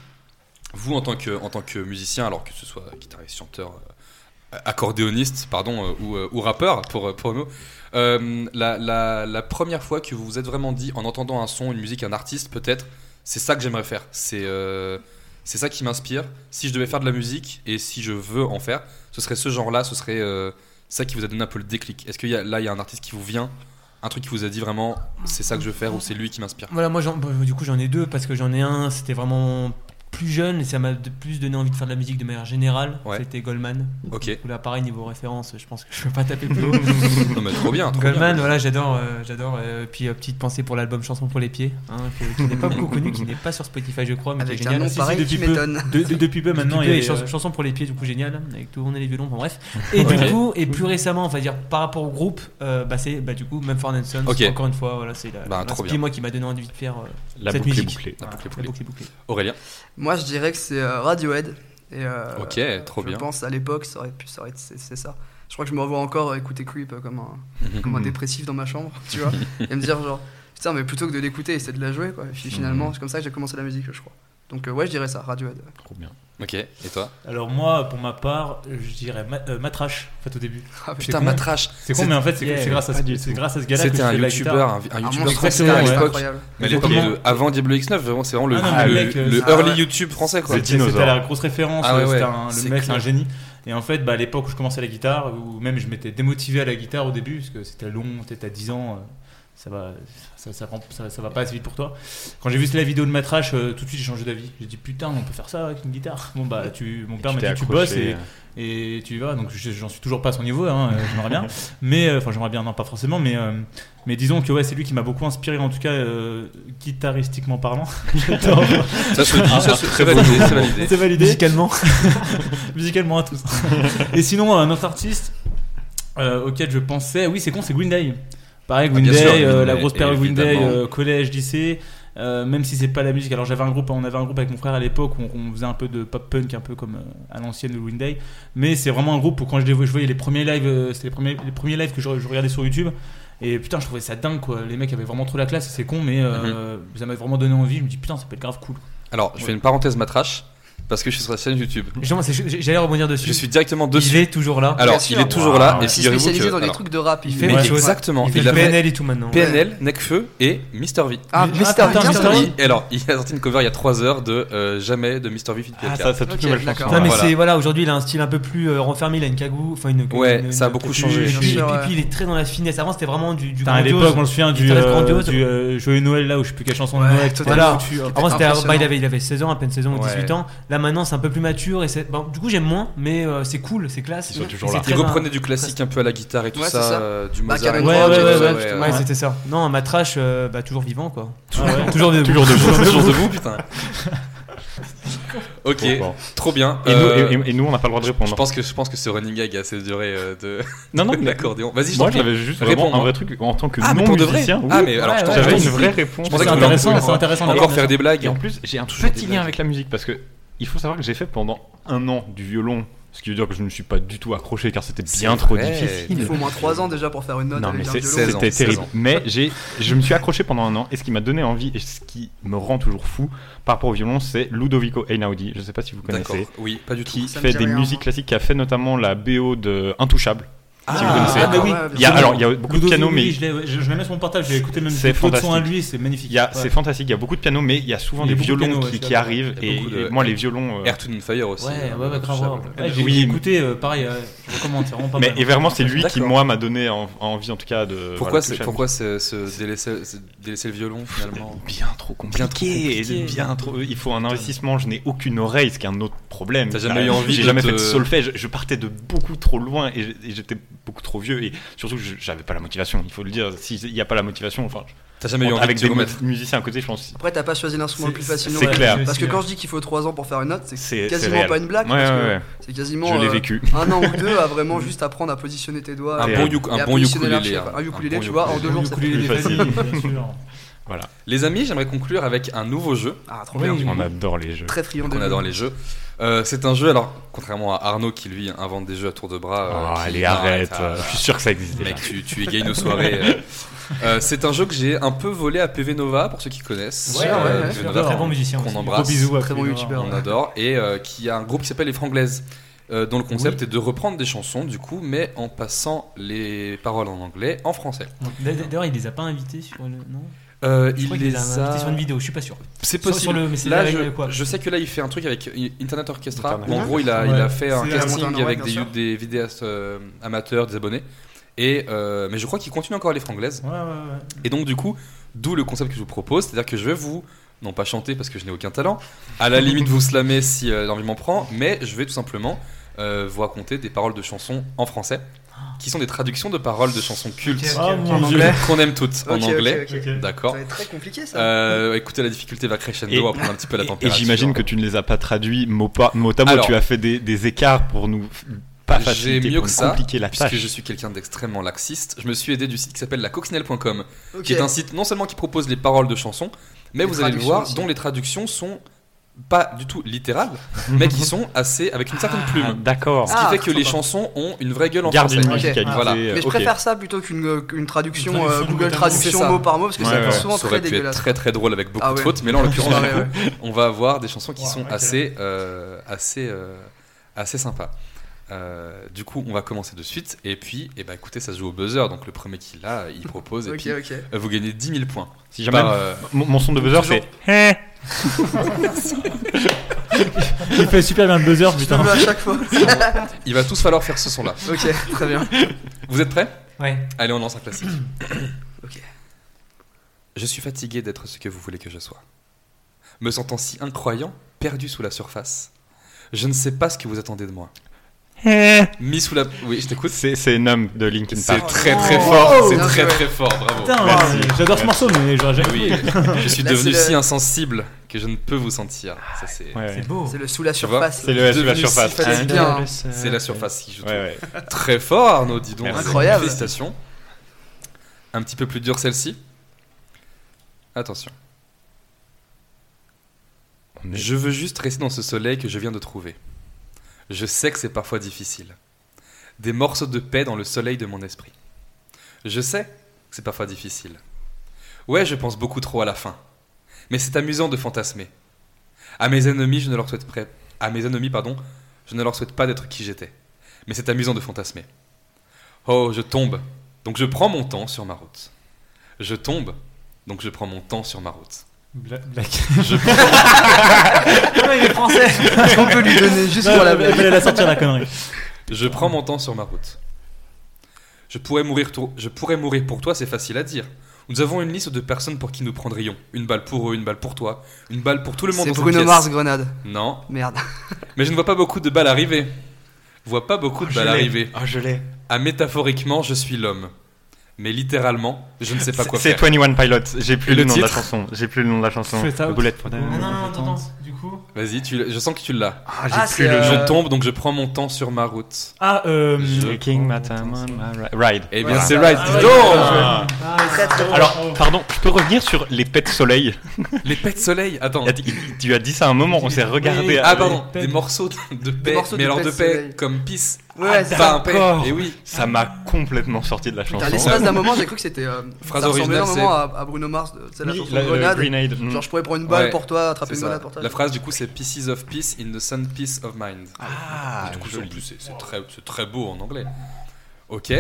[SPEAKER 7] Vous, en tant que, en tant que musicien, alors que ce soit guitariste, chanteur, euh, accordéoniste, pardon, euh, ou, euh, ou rappeur, pour, euh, pour Homo, euh, la, la- la première fois que vous vous êtes vraiment dit, en entendant un son, une musique, un artiste, peut-être, c'est ça que j'aimerais faire. C'est euh, c'est ça qui m'inspire. Si je devais faire de la musique, et si je veux en faire, ce serait ce genre-là, ce serait... euh, ça qui vous a donné un peu le déclic Est-ce qu'il y a là il y a un artiste qui vous vient, un truc qui vous a dit vraiment c'est ça que je veux faire ou c'est lui qui m'inspire
[SPEAKER 9] Voilà, moi, j'en- bah, du coup, j'en ai deux parce que j'en ai un, c'était vraiment plus jeune et ça m'a de plus donné envie de faire de la musique de manière générale.
[SPEAKER 7] Ouais.
[SPEAKER 9] C'était Goldman.
[SPEAKER 7] Ok.
[SPEAKER 9] Où là, pareil, niveau référence, je pense que je peux pas taper
[SPEAKER 7] *laughs*
[SPEAKER 9] plus haut.
[SPEAKER 7] Non mais trop bien. Trop
[SPEAKER 9] Goldman,
[SPEAKER 7] bien.
[SPEAKER 9] voilà, j'adore, euh, j'adore. euh, puis euh, petite pensée pour l'album Chanson pour les pieds, hein, que- qui n'est
[SPEAKER 7] *laughs*
[SPEAKER 9] pas beaucoup connu, qui n'est pas sur Spotify, je crois, mais qui est
[SPEAKER 3] Avec un
[SPEAKER 9] génial.
[SPEAKER 3] nom
[SPEAKER 8] si,
[SPEAKER 3] pareil
[SPEAKER 8] depuis
[SPEAKER 3] qui
[SPEAKER 8] peu.
[SPEAKER 3] m'étonne.
[SPEAKER 8] De- de- depuis peu maintenant,
[SPEAKER 9] Maintenant,
[SPEAKER 8] il y a euh,
[SPEAKER 9] chans- chanson pour les pieds, du coup, génial, avec tourner les violons, bon, bref. Et du
[SPEAKER 7] Ok.
[SPEAKER 9] coup, et plus récemment, on va dire par rapport au groupe, euh, bah, c'est bah, du coup Mumford and Sons.
[SPEAKER 7] Ok.
[SPEAKER 9] Encore une fois, voilà, c'est la,
[SPEAKER 7] Bah, trop
[SPEAKER 9] l'inspi,
[SPEAKER 7] bien.
[SPEAKER 9] moi qui m'a donné envie de faire euh,
[SPEAKER 10] La
[SPEAKER 9] cette
[SPEAKER 10] boucle est
[SPEAKER 9] musique.
[SPEAKER 10] bouclée.
[SPEAKER 7] La boucle est
[SPEAKER 9] La
[SPEAKER 7] bouclée.
[SPEAKER 9] boucle est bouclée.
[SPEAKER 7] Aurélien.
[SPEAKER 3] Moi, je dirais que c'est euh, Radiohead. Et, euh,
[SPEAKER 7] Ok, trop
[SPEAKER 3] je
[SPEAKER 7] bien.
[SPEAKER 3] pense à l'époque, ça aurait pu, ça aurait été- c'est c'est ça. Je crois que je me revois encore écouter Creep euh, comme un,
[SPEAKER 7] Mhm.
[SPEAKER 3] comme un
[SPEAKER 10] Mhm.
[SPEAKER 3] dépressif dans ma chambre, *laughs* tu vois, et me dire genre putain mais plutôt que de l'écouter, essaie de la jouer quoi. Et puis finalement,
[SPEAKER 7] Mhm.
[SPEAKER 3] c'est comme ça que j'ai commencé la musique, je crois. Donc euh, ouais, je dirais ça, Radiohead. *laughs*
[SPEAKER 10] Trop bien.
[SPEAKER 7] Ok. Et toi
[SPEAKER 8] Alors moi, pour ma part, je dirais ma- euh, Matrache, en fait, au début.
[SPEAKER 3] Ah,
[SPEAKER 8] C'est
[SPEAKER 7] Putain
[SPEAKER 8] con, hein.
[SPEAKER 7] Matrache.
[SPEAKER 8] C'est con,
[SPEAKER 7] C'est-
[SPEAKER 8] mais en fait, c'est
[SPEAKER 9] Yeah,
[SPEAKER 8] c'est grâce, à
[SPEAKER 10] pas
[SPEAKER 8] ce-
[SPEAKER 10] du
[SPEAKER 8] c'est
[SPEAKER 10] tout.
[SPEAKER 8] grâce à ce gars-là que
[SPEAKER 7] C'était
[SPEAKER 8] je
[SPEAKER 7] un
[SPEAKER 8] fais de la
[SPEAKER 7] youtubeur,
[SPEAKER 8] guitare.
[SPEAKER 7] un, un
[SPEAKER 3] Un
[SPEAKER 7] youtubeur
[SPEAKER 3] monstre
[SPEAKER 7] français
[SPEAKER 3] c'était
[SPEAKER 7] à
[SPEAKER 8] ouais.
[SPEAKER 7] l'époque.
[SPEAKER 3] incroyable.
[SPEAKER 7] Mais à l'époque, il y
[SPEAKER 8] Exactement.
[SPEAKER 7] avait le- avant Diablo X9, vraiment c'est vraiment le,
[SPEAKER 8] Ah non, mais
[SPEAKER 7] le,
[SPEAKER 8] le mec, euh,
[SPEAKER 7] le
[SPEAKER 3] c'est-
[SPEAKER 7] early
[SPEAKER 3] ah ouais.
[SPEAKER 7] YouTube français quoi.
[SPEAKER 10] Le
[SPEAKER 8] C'était
[SPEAKER 10] dinosaure.
[SPEAKER 8] c'était la grosse référence, euh,
[SPEAKER 7] Ah ouais,
[SPEAKER 8] c'était
[SPEAKER 7] ouais,
[SPEAKER 8] un-
[SPEAKER 7] c'est
[SPEAKER 8] le mec, c'est
[SPEAKER 7] clair.
[SPEAKER 8] un génie. Et en fait, bah, à l'époque où je commençais la guitare, ou même je m'étais démotivé à la guitare au début, parce que c'était long, peut-être à 10 ans, euh, ça va, ça, ça, prend- ça- ça va pas assez vite pour toi. Quand j'ai vu la vidéo de Matrache, euh, tout de suite j'ai changé d'avis. J'ai dit putain, on peut faire ça avec une guitare. Bon bah, tu, mon père
[SPEAKER 10] Tu
[SPEAKER 8] m'a
[SPEAKER 10] t'es
[SPEAKER 8] dit tu
[SPEAKER 10] accroché,
[SPEAKER 8] bosses et, et tu y vas. Donc je- j'en suis toujours pas à son niveau, hein, euh,
[SPEAKER 10] *laughs*
[SPEAKER 8] j'aimerais bien. Mais, euh, enfin j'aimerais bien, non pas forcément, mais, euh, mais disons que ouais, c'est lui qui m'a beaucoup inspiré, en tout cas euh, guitaristiquement parlant. *laughs* J'adore.
[SPEAKER 7] Ça se dit, ça se c'est validé, c'est validé.
[SPEAKER 8] C'est validé
[SPEAKER 9] Musicalement.
[SPEAKER 8] musicalement à tous.
[SPEAKER 7] *laughs*
[SPEAKER 8] Et sinon, un autre artiste euh, auquel je pensais, oui, c'est con, c'est Green Day. Pareil, Green
[SPEAKER 7] Ah, bien
[SPEAKER 8] Day,
[SPEAKER 7] sûr,
[SPEAKER 8] euh,
[SPEAKER 7] Green
[SPEAKER 8] la
[SPEAKER 7] Day,
[SPEAKER 8] grosse période Green Day,
[SPEAKER 7] évidemment.
[SPEAKER 8] euh, collège, lycée. euh, même si c'est pas la musique, alors j'avais un groupe, on avait un groupe avec mon frère à l'époque où on, on faisait un peu de pop punk, un peu comme euh, à l'ancienne le Green Day. Mais c'est vraiment un groupe où quand je les voyais, je voyais les premiers lives, euh, c'était les premiers, les premiers lives que je, je regardais sur YouTube. Et putain, je trouvais ça dingue quoi. Les mecs avaient vraiment trop la classe, et c'est con, mais
[SPEAKER 7] Mhm.
[SPEAKER 8] euh, ça m'a vraiment donné envie. Je me dis putain, ça peut être grave cool.
[SPEAKER 7] Alors je fais une parenthèse Matrache parce que je suis sur la chaîne YouTube.
[SPEAKER 9] Justement, c'est- j'allais rebondir dessus.
[SPEAKER 7] Je suis directement
[SPEAKER 9] Il
[SPEAKER 7] dessus. Ah,
[SPEAKER 9] est toujours là.
[SPEAKER 7] Alors
[SPEAKER 3] Bien
[SPEAKER 7] il
[SPEAKER 3] sûr.
[SPEAKER 7] est toujours là
[SPEAKER 10] Wow.
[SPEAKER 7] et
[SPEAKER 3] Il s'est
[SPEAKER 7] figurez-vous
[SPEAKER 3] spécialisé
[SPEAKER 7] que
[SPEAKER 3] dans des
[SPEAKER 7] alors,
[SPEAKER 3] trucs de rap.
[SPEAKER 9] il
[SPEAKER 3] Il
[SPEAKER 9] fait
[SPEAKER 3] fait
[SPEAKER 9] des
[SPEAKER 7] mais
[SPEAKER 9] choses.
[SPEAKER 7] exactement,
[SPEAKER 9] il fait
[SPEAKER 7] il
[SPEAKER 9] le
[SPEAKER 7] a fait
[SPEAKER 9] PNL et tout maintenant.
[SPEAKER 7] PNL, Necfeu et Mister V.
[SPEAKER 3] ah,
[SPEAKER 8] Ah,
[SPEAKER 3] Mister
[SPEAKER 8] putain,
[SPEAKER 3] V,
[SPEAKER 8] Mr.
[SPEAKER 3] bien
[SPEAKER 8] V.
[SPEAKER 3] sûr.
[SPEAKER 7] Et alors, il a sorti une cover il y a 3 heures de euh, Jamais de Mr. V Fit
[SPEAKER 10] Ah, ça, c'est
[SPEAKER 3] Ok,
[SPEAKER 10] toute nouvelle
[SPEAKER 3] d'accord.
[SPEAKER 10] chanson.
[SPEAKER 9] Non, mais
[SPEAKER 7] Voilà.
[SPEAKER 9] c'est voilà, aujourd'hui il a un style un peu plus euh, renfermé, il a une cagoule, enfin une.
[SPEAKER 7] Ouais,
[SPEAKER 9] une-
[SPEAKER 7] ça a
[SPEAKER 9] une-
[SPEAKER 7] beaucoup
[SPEAKER 9] plus-
[SPEAKER 7] changé.
[SPEAKER 9] Et puis,
[SPEAKER 3] Bien sûr,
[SPEAKER 9] et puis, il est très dans la finesse. Avant c'était vraiment du, du
[SPEAKER 8] Putain, à
[SPEAKER 9] grandiose.
[SPEAKER 8] l'époque, on se souvient du,
[SPEAKER 9] Il reste
[SPEAKER 8] euh,
[SPEAKER 9] grandiose.
[SPEAKER 8] du euh, Joyeux Noël là où je sais plus quelle chanson de
[SPEAKER 3] Ouais,
[SPEAKER 8] Noël. qui était
[SPEAKER 3] totalement.
[SPEAKER 8] foutue, hein.
[SPEAKER 9] Avant c'était
[SPEAKER 3] Impressionnant.
[SPEAKER 9] bah, il avait il avait 16 ans, à peine 16 ans ou
[SPEAKER 7] Ouais.
[SPEAKER 9] 18 ans. Là maintenant c'est un peu plus mature et c'est bon, du coup j'aime moins mais euh, c'est cool, c'est classe.
[SPEAKER 10] Ils sont toujours
[SPEAKER 9] Et
[SPEAKER 10] là.
[SPEAKER 9] c'est
[SPEAKER 7] Il
[SPEAKER 9] très
[SPEAKER 7] reprenait du classique un peu à la guitare et tout
[SPEAKER 3] Ouais,
[SPEAKER 7] ça,
[SPEAKER 3] c'est ça.
[SPEAKER 7] euh, du
[SPEAKER 3] Bah,
[SPEAKER 7] Mozart. et
[SPEAKER 3] Cameron
[SPEAKER 7] tout.
[SPEAKER 9] Ouais, ouais, ouais, ouais,
[SPEAKER 3] ouais,
[SPEAKER 9] ouais,
[SPEAKER 3] ouais.
[SPEAKER 9] c'était ça. Non, Matrache, euh, bah, toujours vivant, quoi.
[SPEAKER 8] Ah ouais.
[SPEAKER 9] Toujours debout.
[SPEAKER 7] Toujours debout, toujours debout, putain. Oh, Ok,
[SPEAKER 10] Bon.
[SPEAKER 7] trop bien.
[SPEAKER 10] Et,
[SPEAKER 7] Euh,
[SPEAKER 10] nous, et- et- et nous, on n'a pas le droit de
[SPEAKER 7] je, je
[SPEAKER 10] répondre.
[SPEAKER 7] pense que, je pense que ce running gag a assez duré euh, de *laughs*
[SPEAKER 10] Non, *laughs* non,
[SPEAKER 7] de
[SPEAKER 10] mais
[SPEAKER 7] l'accordéon. Vas-y, je t'en
[SPEAKER 10] moi,
[SPEAKER 7] prie.
[SPEAKER 10] j'avais juste
[SPEAKER 7] Réponds-moi.
[SPEAKER 10] vraiment un vrai truc en tant que
[SPEAKER 7] Ah, mais
[SPEAKER 10] non
[SPEAKER 7] pour de vrai
[SPEAKER 10] musicien.
[SPEAKER 7] Ah,
[SPEAKER 10] oui,
[SPEAKER 7] mais alors, je
[SPEAKER 8] ouais,
[SPEAKER 7] t'en-
[SPEAKER 10] j'avais
[SPEAKER 7] je
[SPEAKER 10] une
[SPEAKER 7] t'en-
[SPEAKER 10] vraie réponse.
[SPEAKER 7] Je pensais
[SPEAKER 8] C'est
[SPEAKER 7] que tu voulais
[SPEAKER 8] intéressant,
[SPEAKER 7] encore-
[SPEAKER 8] c'est intéressant.
[SPEAKER 7] encore faire des
[SPEAKER 10] Et en
[SPEAKER 7] blagues. hein.
[SPEAKER 10] plus, j'ai un tout
[SPEAKER 7] Toujours
[SPEAKER 10] petit
[SPEAKER 7] des
[SPEAKER 10] lien
[SPEAKER 7] blagues.
[SPEAKER 10] avec la musique parce que il faut savoir que j'ai fait pendant un an du violon, ce qui veut dire que je ne me suis pas du tout accroché car c'était
[SPEAKER 7] C'est
[SPEAKER 10] bien trop
[SPEAKER 7] vrai.
[SPEAKER 3] Il
[SPEAKER 10] difficile.
[SPEAKER 3] faut au moins 3 ans déjà pour faire une note
[SPEAKER 10] Non,
[SPEAKER 3] avec
[SPEAKER 10] mais
[SPEAKER 3] un
[SPEAKER 10] c'est-
[SPEAKER 3] violon.
[SPEAKER 7] seize ans.
[SPEAKER 10] c'était
[SPEAKER 7] 16
[SPEAKER 10] terrible. Mais j'ai, je me suis accroché pendant un an et ce qui m'a donné envie et ce qui me rend toujours fou par rapport au violon, c'est Ludovico Einaudi. Je ne sais pas si vous
[SPEAKER 7] D'accord,
[SPEAKER 10] connaissez.
[SPEAKER 7] oui, pas du tout.
[SPEAKER 10] Qui
[SPEAKER 3] Ça me
[SPEAKER 10] fait
[SPEAKER 3] dit
[SPEAKER 10] des
[SPEAKER 3] rien,
[SPEAKER 10] musiques
[SPEAKER 3] moi.
[SPEAKER 10] classiques, qui a fait notamment la BO de Intouchable. si vous connaissez.
[SPEAKER 3] ah, mais
[SPEAKER 9] bah
[SPEAKER 3] oui.
[SPEAKER 10] Il y a,
[SPEAKER 3] Absolument.
[SPEAKER 10] alors, il y a beaucoup de piano, mais
[SPEAKER 8] Je l'ai- ouais, je je la mets sur mon portable, j'ai écouté même
[SPEAKER 10] C'est
[SPEAKER 8] des de son à
[SPEAKER 10] fantastique.
[SPEAKER 8] lui, c'est magnifique.
[SPEAKER 10] il y a-
[SPEAKER 8] Ouais.
[SPEAKER 10] c'est fantastique. Il y a beaucoup de piano, mais il y a souvent
[SPEAKER 8] Il y
[SPEAKER 10] des
[SPEAKER 8] a beaucoup de
[SPEAKER 10] violons
[SPEAKER 8] piano, ouais,
[SPEAKER 10] qui,
[SPEAKER 8] je suis
[SPEAKER 10] qui
[SPEAKER 8] d'accord.
[SPEAKER 10] arrivent.
[SPEAKER 7] Il y a
[SPEAKER 10] Et,
[SPEAKER 7] beaucoup de-
[SPEAKER 10] et moi, les violons. euh,
[SPEAKER 7] Air to the Fire aussi.
[SPEAKER 8] Ouais,
[SPEAKER 7] hein,
[SPEAKER 8] ouais, ouais, grave.
[SPEAKER 7] intouchable.
[SPEAKER 8] Ouais, j'ai
[SPEAKER 10] Oui.
[SPEAKER 8] écouté, euh, pareil, euh, je recommande, c'est vraiment pas
[SPEAKER 10] mais
[SPEAKER 8] mal.
[SPEAKER 10] et vraiment, c'est lui qui,
[SPEAKER 7] D'accord.
[SPEAKER 10] moi, m'a donné en- envie, en tout cas, de.
[SPEAKER 7] Pourquoi,
[SPEAKER 10] voilà, toucher
[SPEAKER 7] c'est-
[SPEAKER 10] à la
[SPEAKER 7] pourquoi se, se délaisser, se délaisser le violon
[SPEAKER 10] *laughs*
[SPEAKER 7] finalement
[SPEAKER 10] musique. Bien trop compliqué.
[SPEAKER 7] Bien trop compliqué.
[SPEAKER 10] bien trop- euh, Il faut un investissement. Je n'ai aucune oreille, ce qui est un autre problème. Bah,
[SPEAKER 7] T'as jamais eu envie
[SPEAKER 10] J'ai
[SPEAKER 7] de
[SPEAKER 10] jamais
[SPEAKER 7] te-
[SPEAKER 10] fait de solfège. Je partais de beaucoup trop loin et j'- et j'étais beaucoup trop vieux. Et surtout, je- j'avais pas la motivation. Il faut le dire. S'il n'y a pas la motivation, enfin,
[SPEAKER 7] T'as jamais eu envie
[SPEAKER 10] avec
[SPEAKER 7] de te
[SPEAKER 10] des mu-
[SPEAKER 7] remettre
[SPEAKER 10] musiciens à côté, je pense.
[SPEAKER 3] Après, t'as pas choisi l'instrument le plus facilement.
[SPEAKER 10] c'est clair.
[SPEAKER 3] Parce que quand je dis qu'il faut 3 ans pour faire une note, c'est
[SPEAKER 10] C'est c'est
[SPEAKER 3] quasiment
[SPEAKER 10] réel.
[SPEAKER 3] pas une blague,
[SPEAKER 10] Ouais,
[SPEAKER 3] parce
[SPEAKER 10] ouais,
[SPEAKER 3] que-
[SPEAKER 10] ouais.
[SPEAKER 3] c'est quasiment
[SPEAKER 10] Je l'ai
[SPEAKER 3] euh,
[SPEAKER 10] vécu.
[SPEAKER 3] un an ou deux à vraiment juste apprendre à positionner tes doigts.
[SPEAKER 7] un
[SPEAKER 3] et-
[SPEAKER 7] bon, yuk-
[SPEAKER 3] et
[SPEAKER 7] un
[SPEAKER 3] à
[SPEAKER 7] bon
[SPEAKER 3] positionner
[SPEAKER 7] ukulélé.
[SPEAKER 3] l'archet.
[SPEAKER 7] hein.
[SPEAKER 3] Un ukulélé,
[SPEAKER 7] bon
[SPEAKER 3] tu vois, en deux jours, ça fait-
[SPEAKER 10] plus facile.
[SPEAKER 8] bien sûr.
[SPEAKER 10] Voilà.
[SPEAKER 7] Les amis, j'aimerais conclure avec un nouveau jeu
[SPEAKER 3] Ah, trop bien.
[SPEAKER 10] On adore les jeux.
[SPEAKER 3] Très friand de
[SPEAKER 7] qu'on
[SPEAKER 3] lui.
[SPEAKER 7] adore les jeux. Euh, c'est un jeu, alors, contrairement à Arnaud qui lui invente des jeux à tour de bras. euh,
[SPEAKER 10] Oh,
[SPEAKER 7] qui-
[SPEAKER 10] allez,
[SPEAKER 7] non,
[SPEAKER 10] arrête.
[SPEAKER 7] arrête,
[SPEAKER 10] Je suis sûr que ça existe déjà.
[SPEAKER 7] Mec, tu, tu égayes nos soirées. euh. Euh, c'est un jeu que j'ai un peu volé à PV Nova, pour ceux qui connaissent.
[SPEAKER 3] Ouais,
[SPEAKER 7] Euh,
[SPEAKER 3] ouais,
[SPEAKER 7] PV
[SPEAKER 3] ouais.
[SPEAKER 7] Nova,
[SPEAKER 8] Très bon musicien.
[SPEAKER 7] qu'on
[SPEAKER 8] aussi.
[SPEAKER 7] embrasse.
[SPEAKER 8] Gros bisous à
[SPEAKER 3] Très bon
[SPEAKER 8] Clément.
[SPEAKER 3] youtubeur.
[SPEAKER 7] on adore, et euh, qui a un groupe qui s'appelle Les Franglaises, euh, dont le concept est de reprendre des chansons, du coup, mais en passant les paroles en anglais en français.
[SPEAKER 9] D'ailleurs, il les a pas invités sur le. Non
[SPEAKER 7] Euh,
[SPEAKER 9] Je
[SPEAKER 7] il
[SPEAKER 9] crois qu'il
[SPEAKER 7] les
[SPEAKER 9] a
[SPEAKER 7] a.
[SPEAKER 9] invités sur une vidéo, je suis pas sûr.
[SPEAKER 7] C'est
[SPEAKER 9] Sur- sur
[SPEAKER 7] possible.
[SPEAKER 9] le- mais c'est
[SPEAKER 7] là,
[SPEAKER 9] avec,
[SPEAKER 7] je,
[SPEAKER 9] euh, quoi
[SPEAKER 7] je sais que là, il fait un truc avec I- Internet Orchestra.
[SPEAKER 10] Internet.
[SPEAKER 7] où en gros, il a, il a fait un
[SPEAKER 3] C'est la
[SPEAKER 7] casting
[SPEAKER 3] montagne, ouais,
[SPEAKER 7] avec
[SPEAKER 3] bien
[SPEAKER 7] des,
[SPEAKER 3] sûr.
[SPEAKER 7] des vidéastes euh, amateurs, des abonnés. Et, euh, mais je crois qu'il continue encore les franglaises.
[SPEAKER 8] Ouais, ouais, ouais.
[SPEAKER 7] Et donc, du coup, d'où le concept que je vous propose, c'est-à-dire que je vais vous, non pas chanter parce que je n'ai aucun talent, à la limite vous slammer si euh, l'envie m'en prend, mais je vais tout simplement euh, vous raconter des paroles de chansons en français, qui sont des traductions de paroles de chansons cultes
[SPEAKER 8] Ah, mon
[SPEAKER 3] En
[SPEAKER 8] Dieu.
[SPEAKER 3] anglais.
[SPEAKER 7] qu'on aime toutes en
[SPEAKER 3] Ok, ok,
[SPEAKER 7] anglais.
[SPEAKER 3] ok. Ça
[SPEAKER 7] D'accord.
[SPEAKER 3] va être très compliqué ça.
[SPEAKER 7] Euh, écoutez, la difficulté va crescendo,
[SPEAKER 10] Et-
[SPEAKER 7] à prendre un petit peu la
[SPEAKER 10] Et- Et,
[SPEAKER 7] température.
[SPEAKER 10] j'imagine que tu ne les as pas traduits mot, pas- mot à mot.
[SPEAKER 7] Alors.
[SPEAKER 10] tu as fait des, des écarts pour nous f- pas
[SPEAKER 7] J'ai
[SPEAKER 10] faciliter,
[SPEAKER 7] mieux
[SPEAKER 10] pour
[SPEAKER 7] que
[SPEAKER 10] nous
[SPEAKER 7] ça,
[SPEAKER 10] compliquer la
[SPEAKER 7] Puisque
[SPEAKER 10] tâche.
[SPEAKER 7] je suis quelqu'un d'extrêmement laxiste, je me suis aidé du site qui s'appelle lacoccinelle.com,
[SPEAKER 3] Ok.
[SPEAKER 7] qui est un site non seulement qui propose les paroles de chansons, mais
[SPEAKER 3] Les
[SPEAKER 7] vous allez le
[SPEAKER 3] traductions
[SPEAKER 7] voir,
[SPEAKER 3] aussi.
[SPEAKER 7] dont les traductions sont pas du tout littérales, mais qui sont assez avec une certaine
[SPEAKER 10] Ah,
[SPEAKER 7] plume.
[SPEAKER 10] D'accord.
[SPEAKER 7] Ce qui
[SPEAKER 3] Ah,
[SPEAKER 7] fait que les
[SPEAKER 3] sympa.
[SPEAKER 7] chansons ont une vraie gueule en
[SPEAKER 10] Garde une
[SPEAKER 7] français.
[SPEAKER 3] Ok.
[SPEAKER 10] musicalité.
[SPEAKER 7] Voilà.
[SPEAKER 3] Mais je
[SPEAKER 10] ok.
[SPEAKER 3] préfère ça plutôt qu'une euh, qu'une traduction,
[SPEAKER 8] Une traduction
[SPEAKER 3] euh, Google
[SPEAKER 8] totalement-
[SPEAKER 7] C'est
[SPEAKER 3] Traduction
[SPEAKER 7] ça.
[SPEAKER 3] mot par mot parce que
[SPEAKER 10] Ouais,
[SPEAKER 3] ça
[SPEAKER 10] ouais.
[SPEAKER 3] peut souvent
[SPEAKER 7] Ça aurait
[SPEAKER 3] très
[SPEAKER 7] pu être
[SPEAKER 3] dégueulasse.
[SPEAKER 7] très très drôle avec beaucoup
[SPEAKER 3] Ah
[SPEAKER 7] de
[SPEAKER 3] ouais.
[SPEAKER 7] fautes, mais là en l'occurrence,
[SPEAKER 3] *laughs* Ouais, ouais, ouais.
[SPEAKER 7] *laughs* on va avoir des chansons qui
[SPEAKER 8] Ouais,
[SPEAKER 7] sont
[SPEAKER 8] ok.
[SPEAKER 7] assez, euh, assez, euh, assez sympas. Euh, du coup, on va commencer de suite, et puis, eh ben, écoutez, ça se joue au buzzer, donc le premier qui l'a, il propose, et
[SPEAKER 3] Ok,
[SPEAKER 7] puis
[SPEAKER 3] ok.
[SPEAKER 7] euh, vous gagnez 10 000 points.
[SPEAKER 10] Si jamais
[SPEAKER 7] Par, euh,
[SPEAKER 10] mon, mon son de buzzer c'est.
[SPEAKER 8] *laughs* Il fait super bien le buzzer,
[SPEAKER 3] Je te
[SPEAKER 8] putain.
[SPEAKER 3] veux à chaque fois.
[SPEAKER 7] il va tous falloir faire ce son-là.
[SPEAKER 3] ok, très bien.
[SPEAKER 7] Vous êtes prêts
[SPEAKER 9] Ouais.
[SPEAKER 7] Allez, on lance un classique.
[SPEAKER 3] *coughs* Ok.
[SPEAKER 7] Je suis fatigué d'être ce que vous voulez que je sois. Me sentant si incroyant, perdu sous la surface. Je ne sais pas ce que vous attendez de moi. Mis sous la. Oui, je t'écoute.
[SPEAKER 10] C'est c'est Num de Linkin
[SPEAKER 7] C'est
[SPEAKER 10] Park.
[SPEAKER 7] très très fort, c'est
[SPEAKER 3] Bien
[SPEAKER 7] très
[SPEAKER 3] joué.
[SPEAKER 7] très fort, bravo.
[SPEAKER 8] Putain,
[SPEAKER 10] Merci.
[SPEAKER 8] euh, j'adore ce morceau, mais j'aurais
[SPEAKER 7] Oui,
[SPEAKER 8] jamais.
[SPEAKER 7] je suis
[SPEAKER 3] Là,
[SPEAKER 7] devenu
[SPEAKER 3] c'est le-
[SPEAKER 7] si insensible que je ne peux vous sentir. Ça, c'est
[SPEAKER 10] Ouais, ouais.
[SPEAKER 9] C'est beau.
[SPEAKER 3] C'est le sous la
[SPEAKER 7] Tu vois,
[SPEAKER 3] surface.
[SPEAKER 10] C'est le S de la
[SPEAKER 7] devenu si
[SPEAKER 10] surface.
[SPEAKER 3] C'est bien. hein.
[SPEAKER 7] c'est
[SPEAKER 8] Euh,
[SPEAKER 7] la surface qui joue.
[SPEAKER 10] Ouais, ouais.
[SPEAKER 7] Très fort, Arnaud, dis donc.
[SPEAKER 10] Merci.
[SPEAKER 3] Incroyable.
[SPEAKER 7] Félicitations. Un petit peu plus dur celle-ci. Attention.
[SPEAKER 10] On est-
[SPEAKER 7] Je veux juste rester dans ce soleil que je viens de trouver. Je sais que c'est parfois difficile. Des morceaux de paix dans le soleil de mon esprit. Je sais que c'est parfois difficile. Ouais, je pense beaucoup trop à la fin. Mais c'est amusant de fantasmer. À mes ennemis, je ne leur souhaite prêt- À mes ennemis, pardon, je ne leur souhaite pas d'être qui j'étais. Mais c'est amusant de fantasmer. Oh, je tombe. Donc je prends mon temps sur ma route. Je tombe. Donc je prends mon temps sur ma route.
[SPEAKER 8] Bla- *laughs* blague.
[SPEAKER 9] il est
[SPEAKER 3] *laughs*
[SPEAKER 9] français
[SPEAKER 3] On peut lui donner juste
[SPEAKER 8] Non,
[SPEAKER 3] pour la
[SPEAKER 8] elle
[SPEAKER 3] blague.
[SPEAKER 8] fallait la sortir la connerie.
[SPEAKER 7] Je prends mon temps sur ma route. Je pourrais mourir, tour- je pourrais mourir pour toi, c'est facile à dire. Nous avons une liste de personnes pour qui nous prendrions. Une balle pour eux, une balle pour toi, une balle pour tout le monde
[SPEAKER 3] C'est
[SPEAKER 7] dans cette
[SPEAKER 3] Bruno
[SPEAKER 7] pièce.
[SPEAKER 3] Mars, Grenade.
[SPEAKER 7] Non,
[SPEAKER 3] Merde.
[SPEAKER 7] mais je ne vois pas beaucoup de balles arriver. Vois pas beaucoup de balles arriver.
[SPEAKER 10] Ah, je l'ai.
[SPEAKER 7] Ah, métaphoriquement, je suis l'homme. mais littéralement, je ne sais pas quoi
[SPEAKER 10] C'est
[SPEAKER 7] faire.
[SPEAKER 10] 21 Pilots, j'ai plus
[SPEAKER 7] Et
[SPEAKER 10] le
[SPEAKER 7] le
[SPEAKER 10] nom de la
[SPEAKER 7] titre
[SPEAKER 10] chanson. J'ai plus le nom de la chanson.
[SPEAKER 9] Fais ça
[SPEAKER 10] The
[SPEAKER 9] aussi.
[SPEAKER 10] Bullet for
[SPEAKER 9] Ah,
[SPEAKER 10] Them.
[SPEAKER 9] non, non, non, non,
[SPEAKER 8] Du coup.
[SPEAKER 7] Vas-y, tu l'as- je sens que tu l'as.
[SPEAKER 10] Ah, j'ai
[SPEAKER 3] Ah,
[SPEAKER 10] plus
[SPEAKER 3] c'est,
[SPEAKER 10] le
[SPEAKER 3] euh,
[SPEAKER 10] nom.
[SPEAKER 7] Je tombe, donc je prends mon temps sur ma route.
[SPEAKER 9] Ah, euh.
[SPEAKER 7] Je-
[SPEAKER 10] Taking my time on my ri- ride.
[SPEAKER 7] Eh bien,
[SPEAKER 10] Voilà.
[SPEAKER 7] c'est right,
[SPEAKER 9] Ah
[SPEAKER 7] dis
[SPEAKER 9] ouais,
[SPEAKER 7] donc
[SPEAKER 10] Ah.
[SPEAKER 9] Ah,
[SPEAKER 3] Très, très bon.
[SPEAKER 10] Alors, pardon, je peux revenir sur les pets de soleil.
[SPEAKER 7] Les pets de soleil, attends.
[SPEAKER 10] Il a- il- Tu as dit ça à un moment, on s'est regardé.
[SPEAKER 9] Oui.
[SPEAKER 7] Ah,
[SPEAKER 10] avec-
[SPEAKER 7] pardon,
[SPEAKER 9] Paix.
[SPEAKER 7] des morceaux de- de paix,
[SPEAKER 3] morceaux
[SPEAKER 7] mais
[SPEAKER 3] de
[SPEAKER 7] alors
[SPEAKER 3] paix
[SPEAKER 7] de
[SPEAKER 3] de
[SPEAKER 7] paix,
[SPEAKER 3] soleil.
[SPEAKER 7] comme peace,
[SPEAKER 3] Ouais, c'est
[SPEAKER 7] pas
[SPEAKER 3] ça.
[SPEAKER 7] un paix.
[SPEAKER 10] d'accord.
[SPEAKER 7] Et oui,
[SPEAKER 10] Ça m'a complètement sorti de la chanson.
[SPEAKER 3] Putain, l'espace d'un moment, j'ai cru que c'était. euh,
[SPEAKER 7] Phrase
[SPEAKER 3] ça ressemblait
[SPEAKER 7] originale,
[SPEAKER 3] énormément à, à Bruno Mars, de- tu sais, la
[SPEAKER 10] Oui,
[SPEAKER 3] chanson
[SPEAKER 10] la-
[SPEAKER 3] de
[SPEAKER 10] le
[SPEAKER 3] Grenade.
[SPEAKER 10] Grenade, mm.
[SPEAKER 3] Genre, je pourrais prendre une balle
[SPEAKER 7] Ouais,
[SPEAKER 3] pour toi, attraper
[SPEAKER 7] c'est
[SPEAKER 3] une
[SPEAKER 7] ça.
[SPEAKER 3] balle pour toi.
[SPEAKER 7] La phrase, du coup, c'est pieces of peace in the sun peace of mind.
[SPEAKER 10] Ah,
[SPEAKER 7] Du coup,
[SPEAKER 10] joli.
[SPEAKER 7] en plus, c'est- c'est très, c'est très beau en anglais. Ok.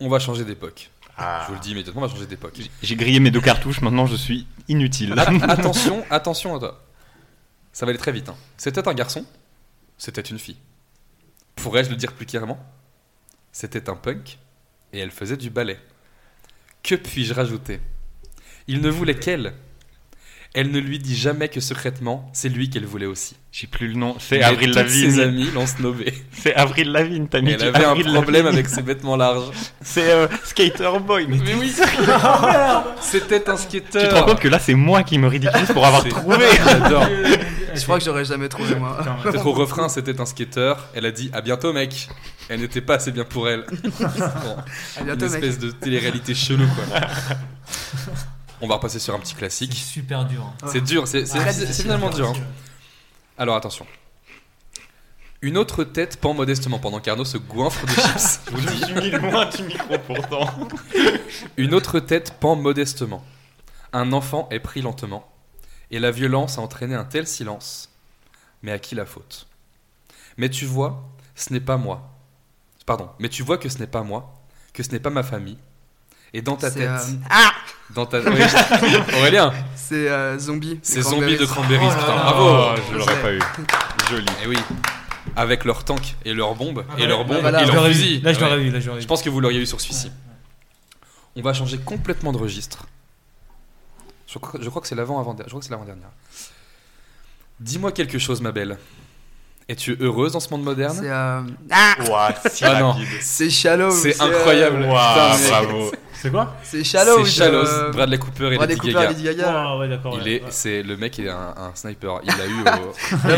[SPEAKER 7] On va changer d'époque. Je vous le dis immédiatement, on va changer d'époque.
[SPEAKER 10] J'ai grillé mes deux cartouches, maintenant je suis inutile.
[SPEAKER 3] Ah.
[SPEAKER 7] Att- *laughs* attention, attention à toi. Ça va aller très vite. hein. C'était un garçon, c'était une fille. Pourrais-je le dire plus clairement C'était un punk et elle faisait du ballet. Que puis-je rajouter Il ne voulait qu'elle. Elle ne lui dit jamais que secrètement, c'est lui qu'elle voulait aussi.
[SPEAKER 10] J'ai plus le nom. C'est
[SPEAKER 7] Mais
[SPEAKER 10] Avril
[SPEAKER 7] toutes Ses
[SPEAKER 10] Lavigne.
[SPEAKER 7] amis l'ont
[SPEAKER 10] *laughs*
[SPEAKER 7] snobé.
[SPEAKER 10] C'est Avril Lavigne, t'as mis.
[SPEAKER 7] Elle
[SPEAKER 10] du
[SPEAKER 7] avait un
[SPEAKER 10] Avril
[SPEAKER 7] problème
[SPEAKER 10] Lavigne.
[SPEAKER 7] avec ses vêtements larges.
[SPEAKER 10] *laughs* C'est euh, Skater Boy. Mais
[SPEAKER 7] Mais oui, c'était un skater.
[SPEAKER 10] tu te rends compte que là, c'est moi qui me ridiculise pour avoir
[SPEAKER 7] C'est-
[SPEAKER 10] trouvé.
[SPEAKER 7] J'adore.
[SPEAKER 3] *laughs* Je crois que j'aurais jamais trouvé, moi.
[SPEAKER 7] Peut-être au refrain, c'était un skater. Elle a dit à bientôt, mec. Elle n'était pas assez bien pour elle. Bon,
[SPEAKER 3] À
[SPEAKER 7] une
[SPEAKER 3] *laughs* bientôt, mec.
[SPEAKER 7] espèce de télé-réalité chelou, quoi. On va repasser sur un petit
[SPEAKER 9] C'est
[SPEAKER 7] classique.
[SPEAKER 9] super dur. hein.
[SPEAKER 7] C'est dur, c'est c'est-
[SPEAKER 9] Ah,
[SPEAKER 7] c'est-
[SPEAKER 9] c'est
[SPEAKER 7] c'est finalement
[SPEAKER 9] super
[SPEAKER 7] dur. hein. Alors attention. Une autre tête pend modestement pendant qu'Arnaud se goinfre de
[SPEAKER 3] *laughs*
[SPEAKER 7] chips. Je vous le dis.
[SPEAKER 10] Tu mis loin du micro pourtant.
[SPEAKER 7] Une autre tête pend modestement. Un enfant est pris lentement. Et la violence a entraîné un tel silence. Mais à qui la faute Mais tu vois, ce n'est pas moi. Pardon, mais tu vois que ce n'est pas moi, que ce n'est pas ma famille. Et dans ta
[SPEAKER 3] C'est,
[SPEAKER 7] tête.
[SPEAKER 3] euh,
[SPEAKER 7] Dans
[SPEAKER 9] *laughs*
[SPEAKER 7] ta... Oui, je- Aurélien,
[SPEAKER 3] C'est euh, Zombie.
[SPEAKER 7] ces
[SPEAKER 3] des
[SPEAKER 7] zombies de
[SPEAKER 3] Cranberries.
[SPEAKER 7] cranberries, putain, *laughs* bravo
[SPEAKER 10] Oh, je l'aurais pas eu. Joli.
[SPEAKER 7] Et eh oui, avec leurs tanks et leurs bombes,
[SPEAKER 9] Ah,
[SPEAKER 7] et
[SPEAKER 9] voilà,
[SPEAKER 7] leurs bombes,
[SPEAKER 3] voilà.
[SPEAKER 9] Je
[SPEAKER 7] et leurs
[SPEAKER 9] l'aurais vu,
[SPEAKER 7] fusils.
[SPEAKER 9] Là, je
[SPEAKER 7] Ouais.
[SPEAKER 9] l'aurais vu. Là, je l'aurais
[SPEAKER 7] Je
[SPEAKER 9] vu.
[SPEAKER 7] pense que vous l'auriez eu sur celui-ci. On va changer complètement de registre. Je crois, je crois que c'est l'avant avant, je crois que c'est l'avant-dernière. Dis-moi quelque chose, ma belle. Es-tu heureuse dans ce monde moderne
[SPEAKER 3] C'est. euh, Ah
[SPEAKER 10] Ouah, si
[SPEAKER 7] Ah non.
[SPEAKER 10] rapide.
[SPEAKER 3] C'est Shallow.
[SPEAKER 7] C'est
[SPEAKER 3] euh,
[SPEAKER 7] incroyable.
[SPEAKER 10] Ouah,
[SPEAKER 7] Putain, mais-
[SPEAKER 10] bravo.
[SPEAKER 8] C'est quoi
[SPEAKER 3] C'est Shallow.
[SPEAKER 7] C'est
[SPEAKER 3] Shallow.
[SPEAKER 7] Shallows, Bradley Cooper et
[SPEAKER 3] Bradley
[SPEAKER 7] Lady
[SPEAKER 3] Cooper,
[SPEAKER 7] Gaga.
[SPEAKER 3] Lady Gaga.
[SPEAKER 8] Ah ouais, d'accord.
[SPEAKER 7] Il
[SPEAKER 8] ouais,
[SPEAKER 7] est,
[SPEAKER 8] ouais.
[SPEAKER 7] c'est le mec, il est un, un sniper. Il l'a eu. Au...
[SPEAKER 3] La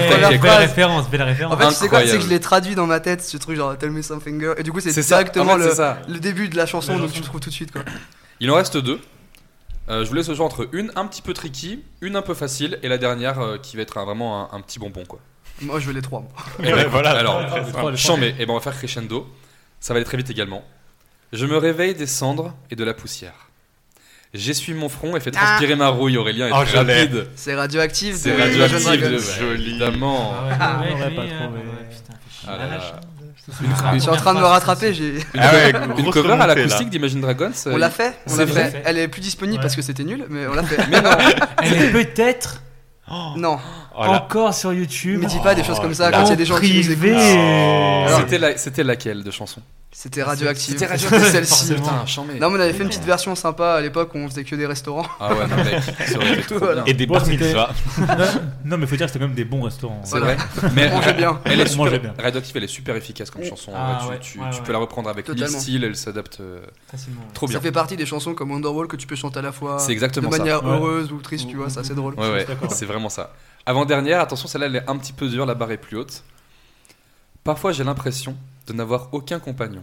[SPEAKER 9] Eh,
[SPEAKER 3] première
[SPEAKER 9] belle
[SPEAKER 3] phrase.
[SPEAKER 9] référence, belle
[SPEAKER 3] En
[SPEAKER 9] référence.
[SPEAKER 3] fait, tu sais quoi C'est
[SPEAKER 7] Incroyable.
[SPEAKER 3] que je l'ai traduit dans ma tête, ce truc genre Tell me something girl. Et du coup, *laughs* c'est
[SPEAKER 7] C'est ça.
[SPEAKER 3] directement
[SPEAKER 7] En fait, c'est
[SPEAKER 3] le,
[SPEAKER 7] ça.
[SPEAKER 3] le début de la chanson,
[SPEAKER 9] La
[SPEAKER 3] donc
[SPEAKER 9] chanson.
[SPEAKER 3] tu le trouves tout de suite, quoi.
[SPEAKER 7] Il en reste deux. Euh, je vous laisse le choix entre une un petit peu tricky, une un peu facile, et la dernière euh, qui va être un- vraiment un, un petit bonbon quoi.
[SPEAKER 3] Moi, je veux les trois. moi.
[SPEAKER 7] Eh ben,
[SPEAKER 10] voilà. Ah
[SPEAKER 7] Alors,
[SPEAKER 8] les trois, les
[SPEAKER 7] chant, mais eh ben, on va faire crescendo. Ça va aller très vite également. Je me réveille des cendres et de la poussière. J'essuie mon front et fais
[SPEAKER 3] Ah.
[SPEAKER 7] transpirer ma rouille. Aurélien est
[SPEAKER 10] Oh,
[SPEAKER 7] très
[SPEAKER 10] je l'ai.
[SPEAKER 7] rapide.
[SPEAKER 3] C'est radioactif.
[SPEAKER 7] C'est
[SPEAKER 3] de-
[SPEAKER 7] radioactif,
[SPEAKER 3] Imagine Dragons.
[SPEAKER 7] de...
[SPEAKER 10] Joli.
[SPEAKER 7] évidemment.
[SPEAKER 9] Ah,
[SPEAKER 8] ouais,
[SPEAKER 9] on l'aurait
[SPEAKER 8] mais,
[SPEAKER 9] pas
[SPEAKER 8] euh,
[SPEAKER 9] trouvé.
[SPEAKER 8] ouais,
[SPEAKER 9] Putain,
[SPEAKER 7] Ah là là.
[SPEAKER 3] Je suis en train de me rattraper. j'ai-
[SPEAKER 7] Une,
[SPEAKER 10] Ah ouais,
[SPEAKER 7] une
[SPEAKER 10] grosse
[SPEAKER 7] cover à
[SPEAKER 10] remontée,
[SPEAKER 7] l'acoustique
[SPEAKER 10] là.
[SPEAKER 7] d'Imagine Dragons.
[SPEAKER 3] On
[SPEAKER 7] euh,
[SPEAKER 3] l'a fait. On
[SPEAKER 7] c'est
[SPEAKER 3] l'a
[SPEAKER 7] vrai.
[SPEAKER 3] fait. Elle est plus disponible
[SPEAKER 8] Ouais.
[SPEAKER 3] parce que c'était nul, mais on l'a fait.
[SPEAKER 7] Mais non,
[SPEAKER 9] Elle est
[SPEAKER 7] *laughs*
[SPEAKER 9] peut-être
[SPEAKER 3] Non,
[SPEAKER 10] Oh là.
[SPEAKER 9] encore sur
[SPEAKER 3] ne
[SPEAKER 9] YouTube.
[SPEAKER 3] me dis pas des choses comme ça
[SPEAKER 10] là.
[SPEAKER 3] quand il y a
[SPEAKER 9] en
[SPEAKER 3] des gens qui nous écoutent.
[SPEAKER 9] privé.
[SPEAKER 3] hein.
[SPEAKER 10] Oh.
[SPEAKER 7] c'était, la- c'était laquelle de chanson
[SPEAKER 3] C'était radioactif.
[SPEAKER 7] C'était radioactif,
[SPEAKER 3] celle-ci.
[SPEAKER 7] Putain, chant, mais-
[SPEAKER 3] Non, mais on avait fait une petite version sympa à l'époque où on faisait que des restaurants.
[SPEAKER 7] Ah ouais, non, mec, ça aurait été trop
[SPEAKER 3] Voilà.
[SPEAKER 7] bien.
[SPEAKER 10] Et des bar
[SPEAKER 8] Bon, c'était-
[SPEAKER 10] mitzvahs.
[SPEAKER 8] Non, mais faut dire que c'était quand même des bons restaurants.
[SPEAKER 7] C'est
[SPEAKER 3] Voilà.
[SPEAKER 7] vrai. Mais
[SPEAKER 3] On fait bien. Oh.
[SPEAKER 7] Elle est
[SPEAKER 8] Moi,
[SPEAKER 7] super,
[SPEAKER 8] j'aime bien.
[SPEAKER 7] Radioactive, elle est super efficace comme chanson.
[SPEAKER 9] Ah,
[SPEAKER 7] tu
[SPEAKER 9] ouais,
[SPEAKER 7] tu-
[SPEAKER 9] ouais,
[SPEAKER 7] tu
[SPEAKER 9] ouais.
[SPEAKER 7] peux la reprendre avec mille
[SPEAKER 3] Totalement.
[SPEAKER 7] styles, elle s'adapte euh,
[SPEAKER 9] Facilement. ouais.
[SPEAKER 7] trop bien.
[SPEAKER 3] Ça fait partie des chansons comme Wonderwall que tu peux chanter à la fois
[SPEAKER 7] C'est
[SPEAKER 3] de
[SPEAKER 7] exactement ça.
[SPEAKER 3] manière
[SPEAKER 8] Ouais.
[SPEAKER 3] heureuse ou triste, tu vois, c'est assez drôle.
[SPEAKER 7] Ouais, ouais,
[SPEAKER 8] d'accord.
[SPEAKER 7] c'est vraiment ça. Avant-dernière, attention, celle-là, elle est un petit peu dure, la barre est plus haute. Parfois, j'ai l'impression de n'avoir aucun compagnon.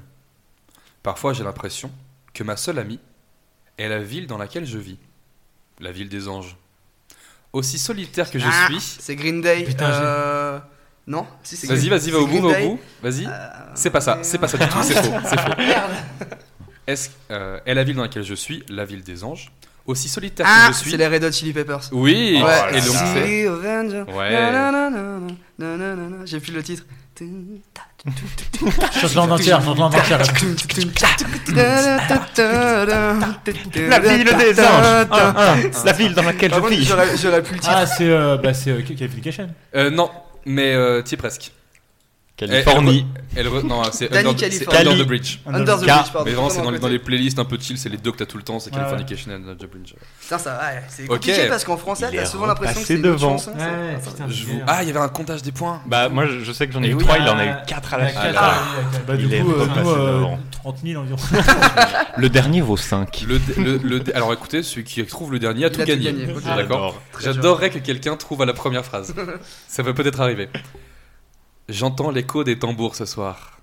[SPEAKER 7] Parfois, j'ai l'impression que ma seule amie est la ville dans laquelle je vis. La ville des anges. Aussi solitaire que je
[SPEAKER 3] Ah,
[SPEAKER 7] suis.
[SPEAKER 3] C'est Green Day.
[SPEAKER 9] Putain, j'ai-
[SPEAKER 3] euh, Non Si, c'est
[SPEAKER 7] Vas-y,
[SPEAKER 3] Green-
[SPEAKER 7] vas-y, va
[SPEAKER 3] c'est
[SPEAKER 7] au bout,
[SPEAKER 3] Green
[SPEAKER 7] va
[SPEAKER 3] Day.
[SPEAKER 7] au bout. Vas-y.
[SPEAKER 3] Euh,
[SPEAKER 7] C'est pas ça, c'est pas ça du tout,
[SPEAKER 3] *laughs*
[SPEAKER 7] c'est faux, c'est faux. Est-ce euh, est la ville dans laquelle je suis, la ville des anges, aussi solitaire
[SPEAKER 3] Ah,
[SPEAKER 7] que je suis
[SPEAKER 3] c'est les Red Hot Chili Peppers.
[SPEAKER 7] Oui,
[SPEAKER 3] ouais,
[SPEAKER 7] et donc c'est
[SPEAKER 3] City of Angels.
[SPEAKER 7] Ouais.
[SPEAKER 3] Nanana, nanana, J'ai plus le titre.
[SPEAKER 8] Chante-la en entière, chante-la en entière.
[SPEAKER 3] La
[SPEAKER 10] La ville des anges. Un, un. La ville dans laquelle
[SPEAKER 3] Par
[SPEAKER 10] je
[SPEAKER 3] contre,
[SPEAKER 10] vis.
[SPEAKER 3] j'aurais j'aurais plus le titre.
[SPEAKER 8] Ah, c'est euh, bah, c'est euh, Calification.
[SPEAKER 7] Euh, non, mais euh, t'y es presque.
[SPEAKER 10] Californie.
[SPEAKER 7] Elle re- Non, c'est
[SPEAKER 3] Danny
[SPEAKER 7] Under, c'est
[SPEAKER 3] Californie.
[SPEAKER 7] Under
[SPEAKER 10] Cali.
[SPEAKER 7] the Bridge.
[SPEAKER 3] Under the
[SPEAKER 10] Car-
[SPEAKER 3] Bridge, pardon.
[SPEAKER 7] Mais vraiment, Oh, c'est dans,
[SPEAKER 3] Totalement
[SPEAKER 7] dans
[SPEAKER 3] à
[SPEAKER 7] les
[SPEAKER 3] côté.
[SPEAKER 7] playlists un peu chill, c'est les deux que t'as tout le temps, c'est
[SPEAKER 8] Ouais, Ah,
[SPEAKER 7] Californication et Under the Bridge.
[SPEAKER 3] Putain, ça, ouais, c'est
[SPEAKER 7] Ok.
[SPEAKER 3] compliqué parce qu'en français,
[SPEAKER 10] Il
[SPEAKER 3] t'as
[SPEAKER 10] est
[SPEAKER 3] souvent l'impression que
[SPEAKER 10] repassé
[SPEAKER 3] c'est une autre
[SPEAKER 10] devant.
[SPEAKER 3] chanson.
[SPEAKER 9] Ouais, ouais,
[SPEAKER 8] *laughs*
[SPEAKER 3] c'est-
[SPEAKER 9] putain,
[SPEAKER 7] Je
[SPEAKER 9] c'est
[SPEAKER 7] vous-
[SPEAKER 9] bien.
[SPEAKER 7] Ah, il y avait un comptage des points.
[SPEAKER 10] Bah moi je je sais que j'en ai
[SPEAKER 7] Et
[SPEAKER 10] eu
[SPEAKER 7] oui.
[SPEAKER 10] 3, il en a eu 4 à la
[SPEAKER 9] quatre,
[SPEAKER 10] suite.
[SPEAKER 7] Ah,
[SPEAKER 9] ouais, ouais, ouais.
[SPEAKER 8] Bah, du
[SPEAKER 10] Il est
[SPEAKER 8] coup, euh,
[SPEAKER 10] repassé
[SPEAKER 8] nous, euh,
[SPEAKER 10] devant.
[SPEAKER 8] 30 000 environ.
[SPEAKER 10] Le dernier vaut 5.
[SPEAKER 7] Le, le- le- alors écoutez, celui qui trouve le dernier a
[SPEAKER 3] Il
[SPEAKER 7] tout
[SPEAKER 3] a tout
[SPEAKER 7] gagné.
[SPEAKER 3] gagné.
[SPEAKER 7] Ok,
[SPEAKER 3] Ah,
[SPEAKER 7] D'accord. J'adorerais que quelqu'un trouve à la première phrase. Ça peut peut-être arriver. J'entends l'écho des tambours ce soir.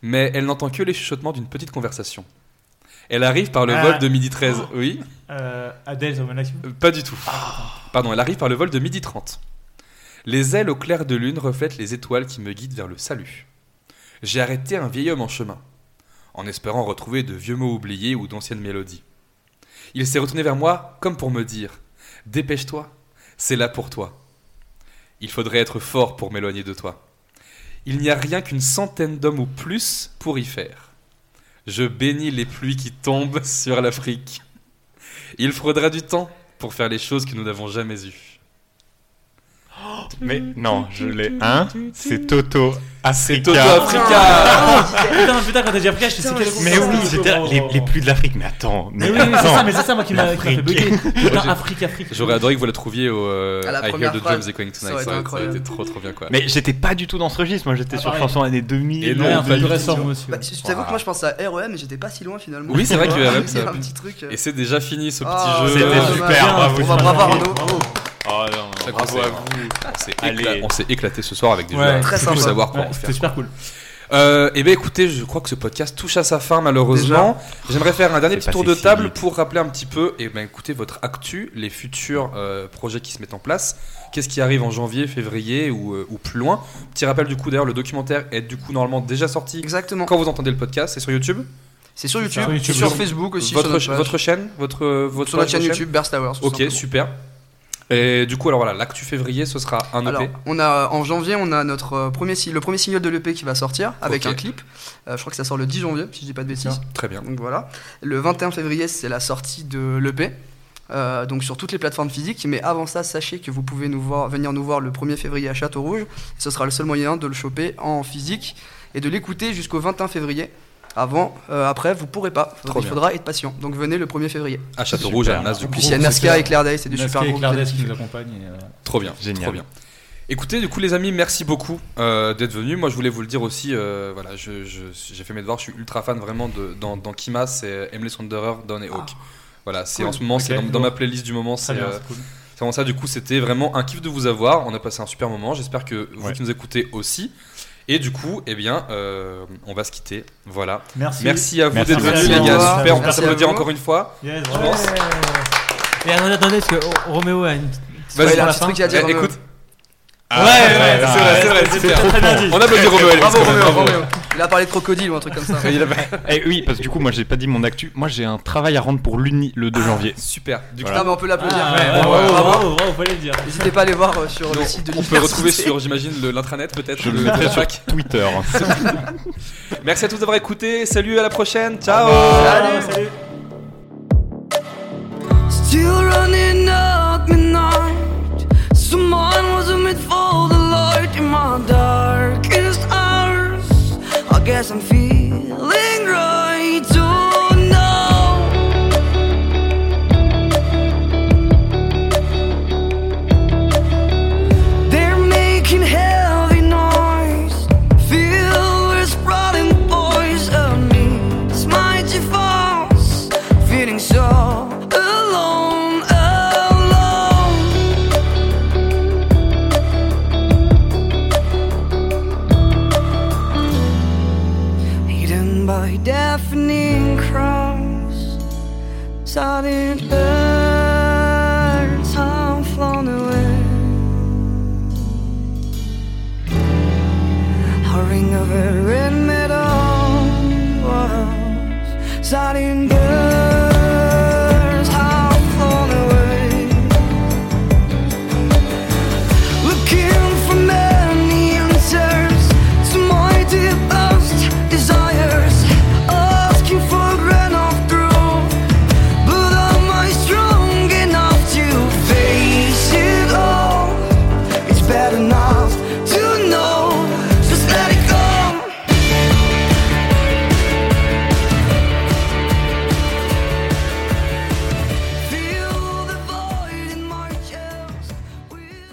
[SPEAKER 7] Mais elle n'entend que les chuchotements d'une petite conversation. Elle arrive par le
[SPEAKER 8] Ah.
[SPEAKER 7] vol de midi 13. Oui
[SPEAKER 8] Euh, Adèle, Zoman *laughs* Action.
[SPEAKER 7] Euh, Pas du tout. Pardon, elle arrive par le vol de midi 30. Les ailes au clair de lune reflètent les étoiles qui me guident vers le salut. J'ai arrêté un vieil homme en chemin, en espérant retrouver de vieux mots oubliés ou d'anciennes mélodies. Il s'est retourné vers moi comme pour me dire Dépêche-toi, c'est là pour toi. Il faudrait être fort pour m'éloigner de toi. Il n'y a rien qu'une centaine d'hommes ou plus pour y faire. Je bénis les pluies qui tombent sur l'Afrique. Il faudra du temps pour faire les choses que nous n'avons jamais eues.
[SPEAKER 10] Mais non, je l'ai. Hein C'est Toto.
[SPEAKER 7] Ah, c'est
[SPEAKER 10] Africa.
[SPEAKER 7] Toto Africa
[SPEAKER 3] *laughs*
[SPEAKER 8] Putain, putain, quand t'as dit Africa, je sais quel Oh.
[SPEAKER 10] Mais oui, c'était les, les pluies de l'Afrique. Mais attends,
[SPEAKER 8] Mais
[SPEAKER 10] mais
[SPEAKER 8] oui, oui, c'est ça,
[SPEAKER 10] attends.
[SPEAKER 8] mais c'est ça, moi qui m'a qui m'a fait
[SPEAKER 10] L'Afrique.
[SPEAKER 8] bugger. Putain, Afrique, Afrique.
[SPEAKER 7] J'aurais adoré que vous la trouviez au euh,
[SPEAKER 3] À la
[SPEAKER 7] I Hear
[SPEAKER 3] première
[SPEAKER 7] the
[SPEAKER 3] phrase.
[SPEAKER 7] Drums Echoing Tonight.
[SPEAKER 3] Ça aurait été incroyable.
[SPEAKER 7] été trop trop bien quoi.
[SPEAKER 10] Mais j'étais pas du tout dans ce registre. Moi, j'étais
[SPEAKER 8] Ah,
[SPEAKER 10] sur
[SPEAKER 8] pareil.
[SPEAKER 10] chanson années 2000.
[SPEAKER 7] Et non,
[SPEAKER 8] Ouais, un peu
[SPEAKER 7] Bah,
[SPEAKER 8] plus récent, moi aussi.
[SPEAKER 3] Bah,
[SPEAKER 8] ouais.
[SPEAKER 3] je je t'avoue que moi je pense à REM mais j'étais pas si loin finalement.
[SPEAKER 7] Oui, c'est vrai que REM,
[SPEAKER 3] c'est
[SPEAKER 7] ça-
[SPEAKER 3] un petit truc. euh,
[SPEAKER 7] Et c'est déjà fini ce petit
[SPEAKER 3] Ah,
[SPEAKER 7] jeu. euh,
[SPEAKER 10] C'était
[SPEAKER 3] dommage.
[SPEAKER 10] super, bravo,
[SPEAKER 3] On va
[SPEAKER 10] bravo.
[SPEAKER 3] bravo Arnaud.
[SPEAKER 10] Oh non.
[SPEAKER 7] Ça,
[SPEAKER 10] bravo
[SPEAKER 7] Ah, c'est-
[SPEAKER 10] à vous.
[SPEAKER 7] On s'est
[SPEAKER 10] Allez.
[SPEAKER 7] éclaté, on s'est éclaté ce soir avec des
[SPEAKER 8] Ouais,
[SPEAKER 7] jeux à
[SPEAKER 3] très
[SPEAKER 7] plus
[SPEAKER 3] sympa.
[SPEAKER 7] savoir pour
[SPEAKER 8] Ouais,
[SPEAKER 7] en faire.
[SPEAKER 8] C'était super cool.
[SPEAKER 7] Euh, eh bien écoutez, je crois que ce podcast touche à sa fin malheureusement. J'aimerais faire un dernier
[SPEAKER 10] C'est
[SPEAKER 7] petit tour
[SPEAKER 10] passé
[SPEAKER 7] de
[SPEAKER 10] si
[SPEAKER 7] table
[SPEAKER 10] vite.
[SPEAKER 7] pour rappeler un petit peu, et ben écoutez, votre actu, les futurs euh, projets qui se mettent en place. Qu'est-ce qui arrive en janvier, février ou, euh, ou plus loin Petit rappel du coup, d'ailleurs, le documentaire est du coup normalement déjà sorti.
[SPEAKER 3] Exactement.
[SPEAKER 7] Quand vous entendez le podcast, c'est sur YouTube
[SPEAKER 3] C'est sur
[SPEAKER 8] Sur
[SPEAKER 3] YouTube,
[SPEAKER 8] YouTube.
[SPEAKER 3] c'est sur Facebook aussi.
[SPEAKER 7] votre,
[SPEAKER 3] sur notre
[SPEAKER 7] cha-
[SPEAKER 3] page.
[SPEAKER 7] votre chaîne votre, euh, votre
[SPEAKER 3] Sur la
[SPEAKER 7] page,
[SPEAKER 3] chaîne
[SPEAKER 7] votre
[SPEAKER 3] YouTube Burst Hours. tout
[SPEAKER 7] Ok,
[SPEAKER 3] simplement.
[SPEAKER 7] super. Et du coup, alors voilà, l'actu février, ce sera un EP.
[SPEAKER 3] Alors, on a en janvier, on a notre euh, premier si- le premier single de l'EP qui va sortir avec
[SPEAKER 7] Ok.
[SPEAKER 3] un clip. Euh, je crois que ça sort le 10 janvier, si je dis pas de bêtises.
[SPEAKER 7] Très bien.
[SPEAKER 3] Donc voilà. Le 21 février, c'est la sortie de l'EP. euh, donc sur toutes les plateformes physiques, mais avant ça, sachez que vous pouvez nous voir, venir nous voir le 1er février à Château Rouge. Ce sera le seul moyen de le choper en physique et de l'écouter jusqu'au 21 février. Avant, euh, après, vous pourrez pas.
[SPEAKER 7] Trop
[SPEAKER 3] Il
[SPEAKER 7] bien.
[SPEAKER 3] faudra être patient. Donc venez le 1er février.
[SPEAKER 7] À Château
[SPEAKER 10] Super.
[SPEAKER 7] Rouge, à Nas du coup.
[SPEAKER 3] Puis il y a Nazca et Claire Day, c'est des
[SPEAKER 8] Nasca
[SPEAKER 3] super
[SPEAKER 8] et
[SPEAKER 3] groupes.
[SPEAKER 8] Claire
[SPEAKER 3] vous allez
[SPEAKER 8] Dess qui
[SPEAKER 3] kiffer.
[SPEAKER 8] nous accompagnent. et, euh,
[SPEAKER 7] Trop bien,
[SPEAKER 10] Génial.
[SPEAKER 7] trop bien. Écoutez, du coup, les amis, merci beaucoup euh, d'être venus. Moi, je voulais vous le dire aussi. euh, voilà, je- je- j'ai fait mes devoirs. Je suis ultra fan vraiment de dans, dans Kima, c'est Emily Wanderer, Don et
[SPEAKER 3] Ah.
[SPEAKER 7] Hawk. Voilà, c'est en ce moment,
[SPEAKER 8] Ok,
[SPEAKER 7] c'est dans, dans
[SPEAKER 8] bon.
[SPEAKER 7] ma playlist du moment.
[SPEAKER 8] Très
[SPEAKER 7] C'est
[SPEAKER 8] bien,
[SPEAKER 7] euh,
[SPEAKER 8] c'est cool.
[SPEAKER 7] c'est vraiment ça. Du coup, c'était vraiment un kiff de vous avoir. On a passé un super moment. J'espère que vous
[SPEAKER 10] Ouais.
[SPEAKER 7] qui nous écoutez aussi. Et du coup, eh bien, euh, on va se quitter. Voilà.
[SPEAKER 8] Merci.
[SPEAKER 7] Merci à vous
[SPEAKER 10] Merci
[SPEAKER 7] d'être
[SPEAKER 8] beaucoup.
[SPEAKER 7] venus, les
[SPEAKER 8] Merci à
[SPEAKER 7] gars.
[SPEAKER 8] vous.
[SPEAKER 7] Super, on peut
[SPEAKER 8] Merci à
[SPEAKER 7] s'applaudir
[SPEAKER 3] vous.
[SPEAKER 7] encore une fois.
[SPEAKER 8] Yes,
[SPEAKER 7] Je
[SPEAKER 8] bravo.
[SPEAKER 7] pense.
[SPEAKER 9] Et attendez, attendez, parce que oh, Roméo a une petite
[SPEAKER 7] Vas-y,
[SPEAKER 3] Ouais, il a
[SPEAKER 9] pour
[SPEAKER 3] un
[SPEAKER 9] la
[SPEAKER 3] petit
[SPEAKER 9] fin.
[SPEAKER 3] truc à
[SPEAKER 7] Eh,
[SPEAKER 3] dire. Romain.
[SPEAKER 7] écoute,
[SPEAKER 10] Ah,
[SPEAKER 7] Ouais, ouais,
[SPEAKER 10] ouais,
[SPEAKER 7] c'est vrai, c'est vrai, super.
[SPEAKER 8] Très bien dit.
[SPEAKER 7] on applaudit Roméo Elvis,
[SPEAKER 3] Bravo
[SPEAKER 7] quand même,
[SPEAKER 3] Roméo,
[SPEAKER 7] bravo.
[SPEAKER 3] Roméo. Il a parlé de crocodile ou un truc comme ça.
[SPEAKER 7] *laughs* Il a-
[SPEAKER 10] Eh oui, parce que du coup, moi, j'ai pas dit mon actu. Moi, j'ai un travail à rendre pour l'Uni le 2 janvier.
[SPEAKER 7] Super. Du coup,
[SPEAKER 3] Non mais on peut l'applaudir.
[SPEAKER 8] Ah,
[SPEAKER 7] Ouais,
[SPEAKER 8] ouais,
[SPEAKER 7] bravo,
[SPEAKER 8] Bravo,
[SPEAKER 3] bravo.
[SPEAKER 8] bravo, bravo, fallait le dire.
[SPEAKER 3] N'hésitez pas à aller voir euh, sur
[SPEAKER 7] donc,
[SPEAKER 3] le site de
[SPEAKER 7] on peut retrouver
[SPEAKER 3] l'université.
[SPEAKER 7] sur, j'imagine, le- l'intranet peut-être.
[SPEAKER 10] Je le
[SPEAKER 7] de- de
[SPEAKER 10] mettrai
[SPEAKER 7] la
[SPEAKER 10] sur
[SPEAKER 7] fac.
[SPEAKER 10] *laughs* Twitter.
[SPEAKER 7] *laughs* Merci à tous d'avoir écouté. Salut, à la prochaine. Ciao.
[SPEAKER 3] Salut.
[SPEAKER 8] Salut.
[SPEAKER 2] Still running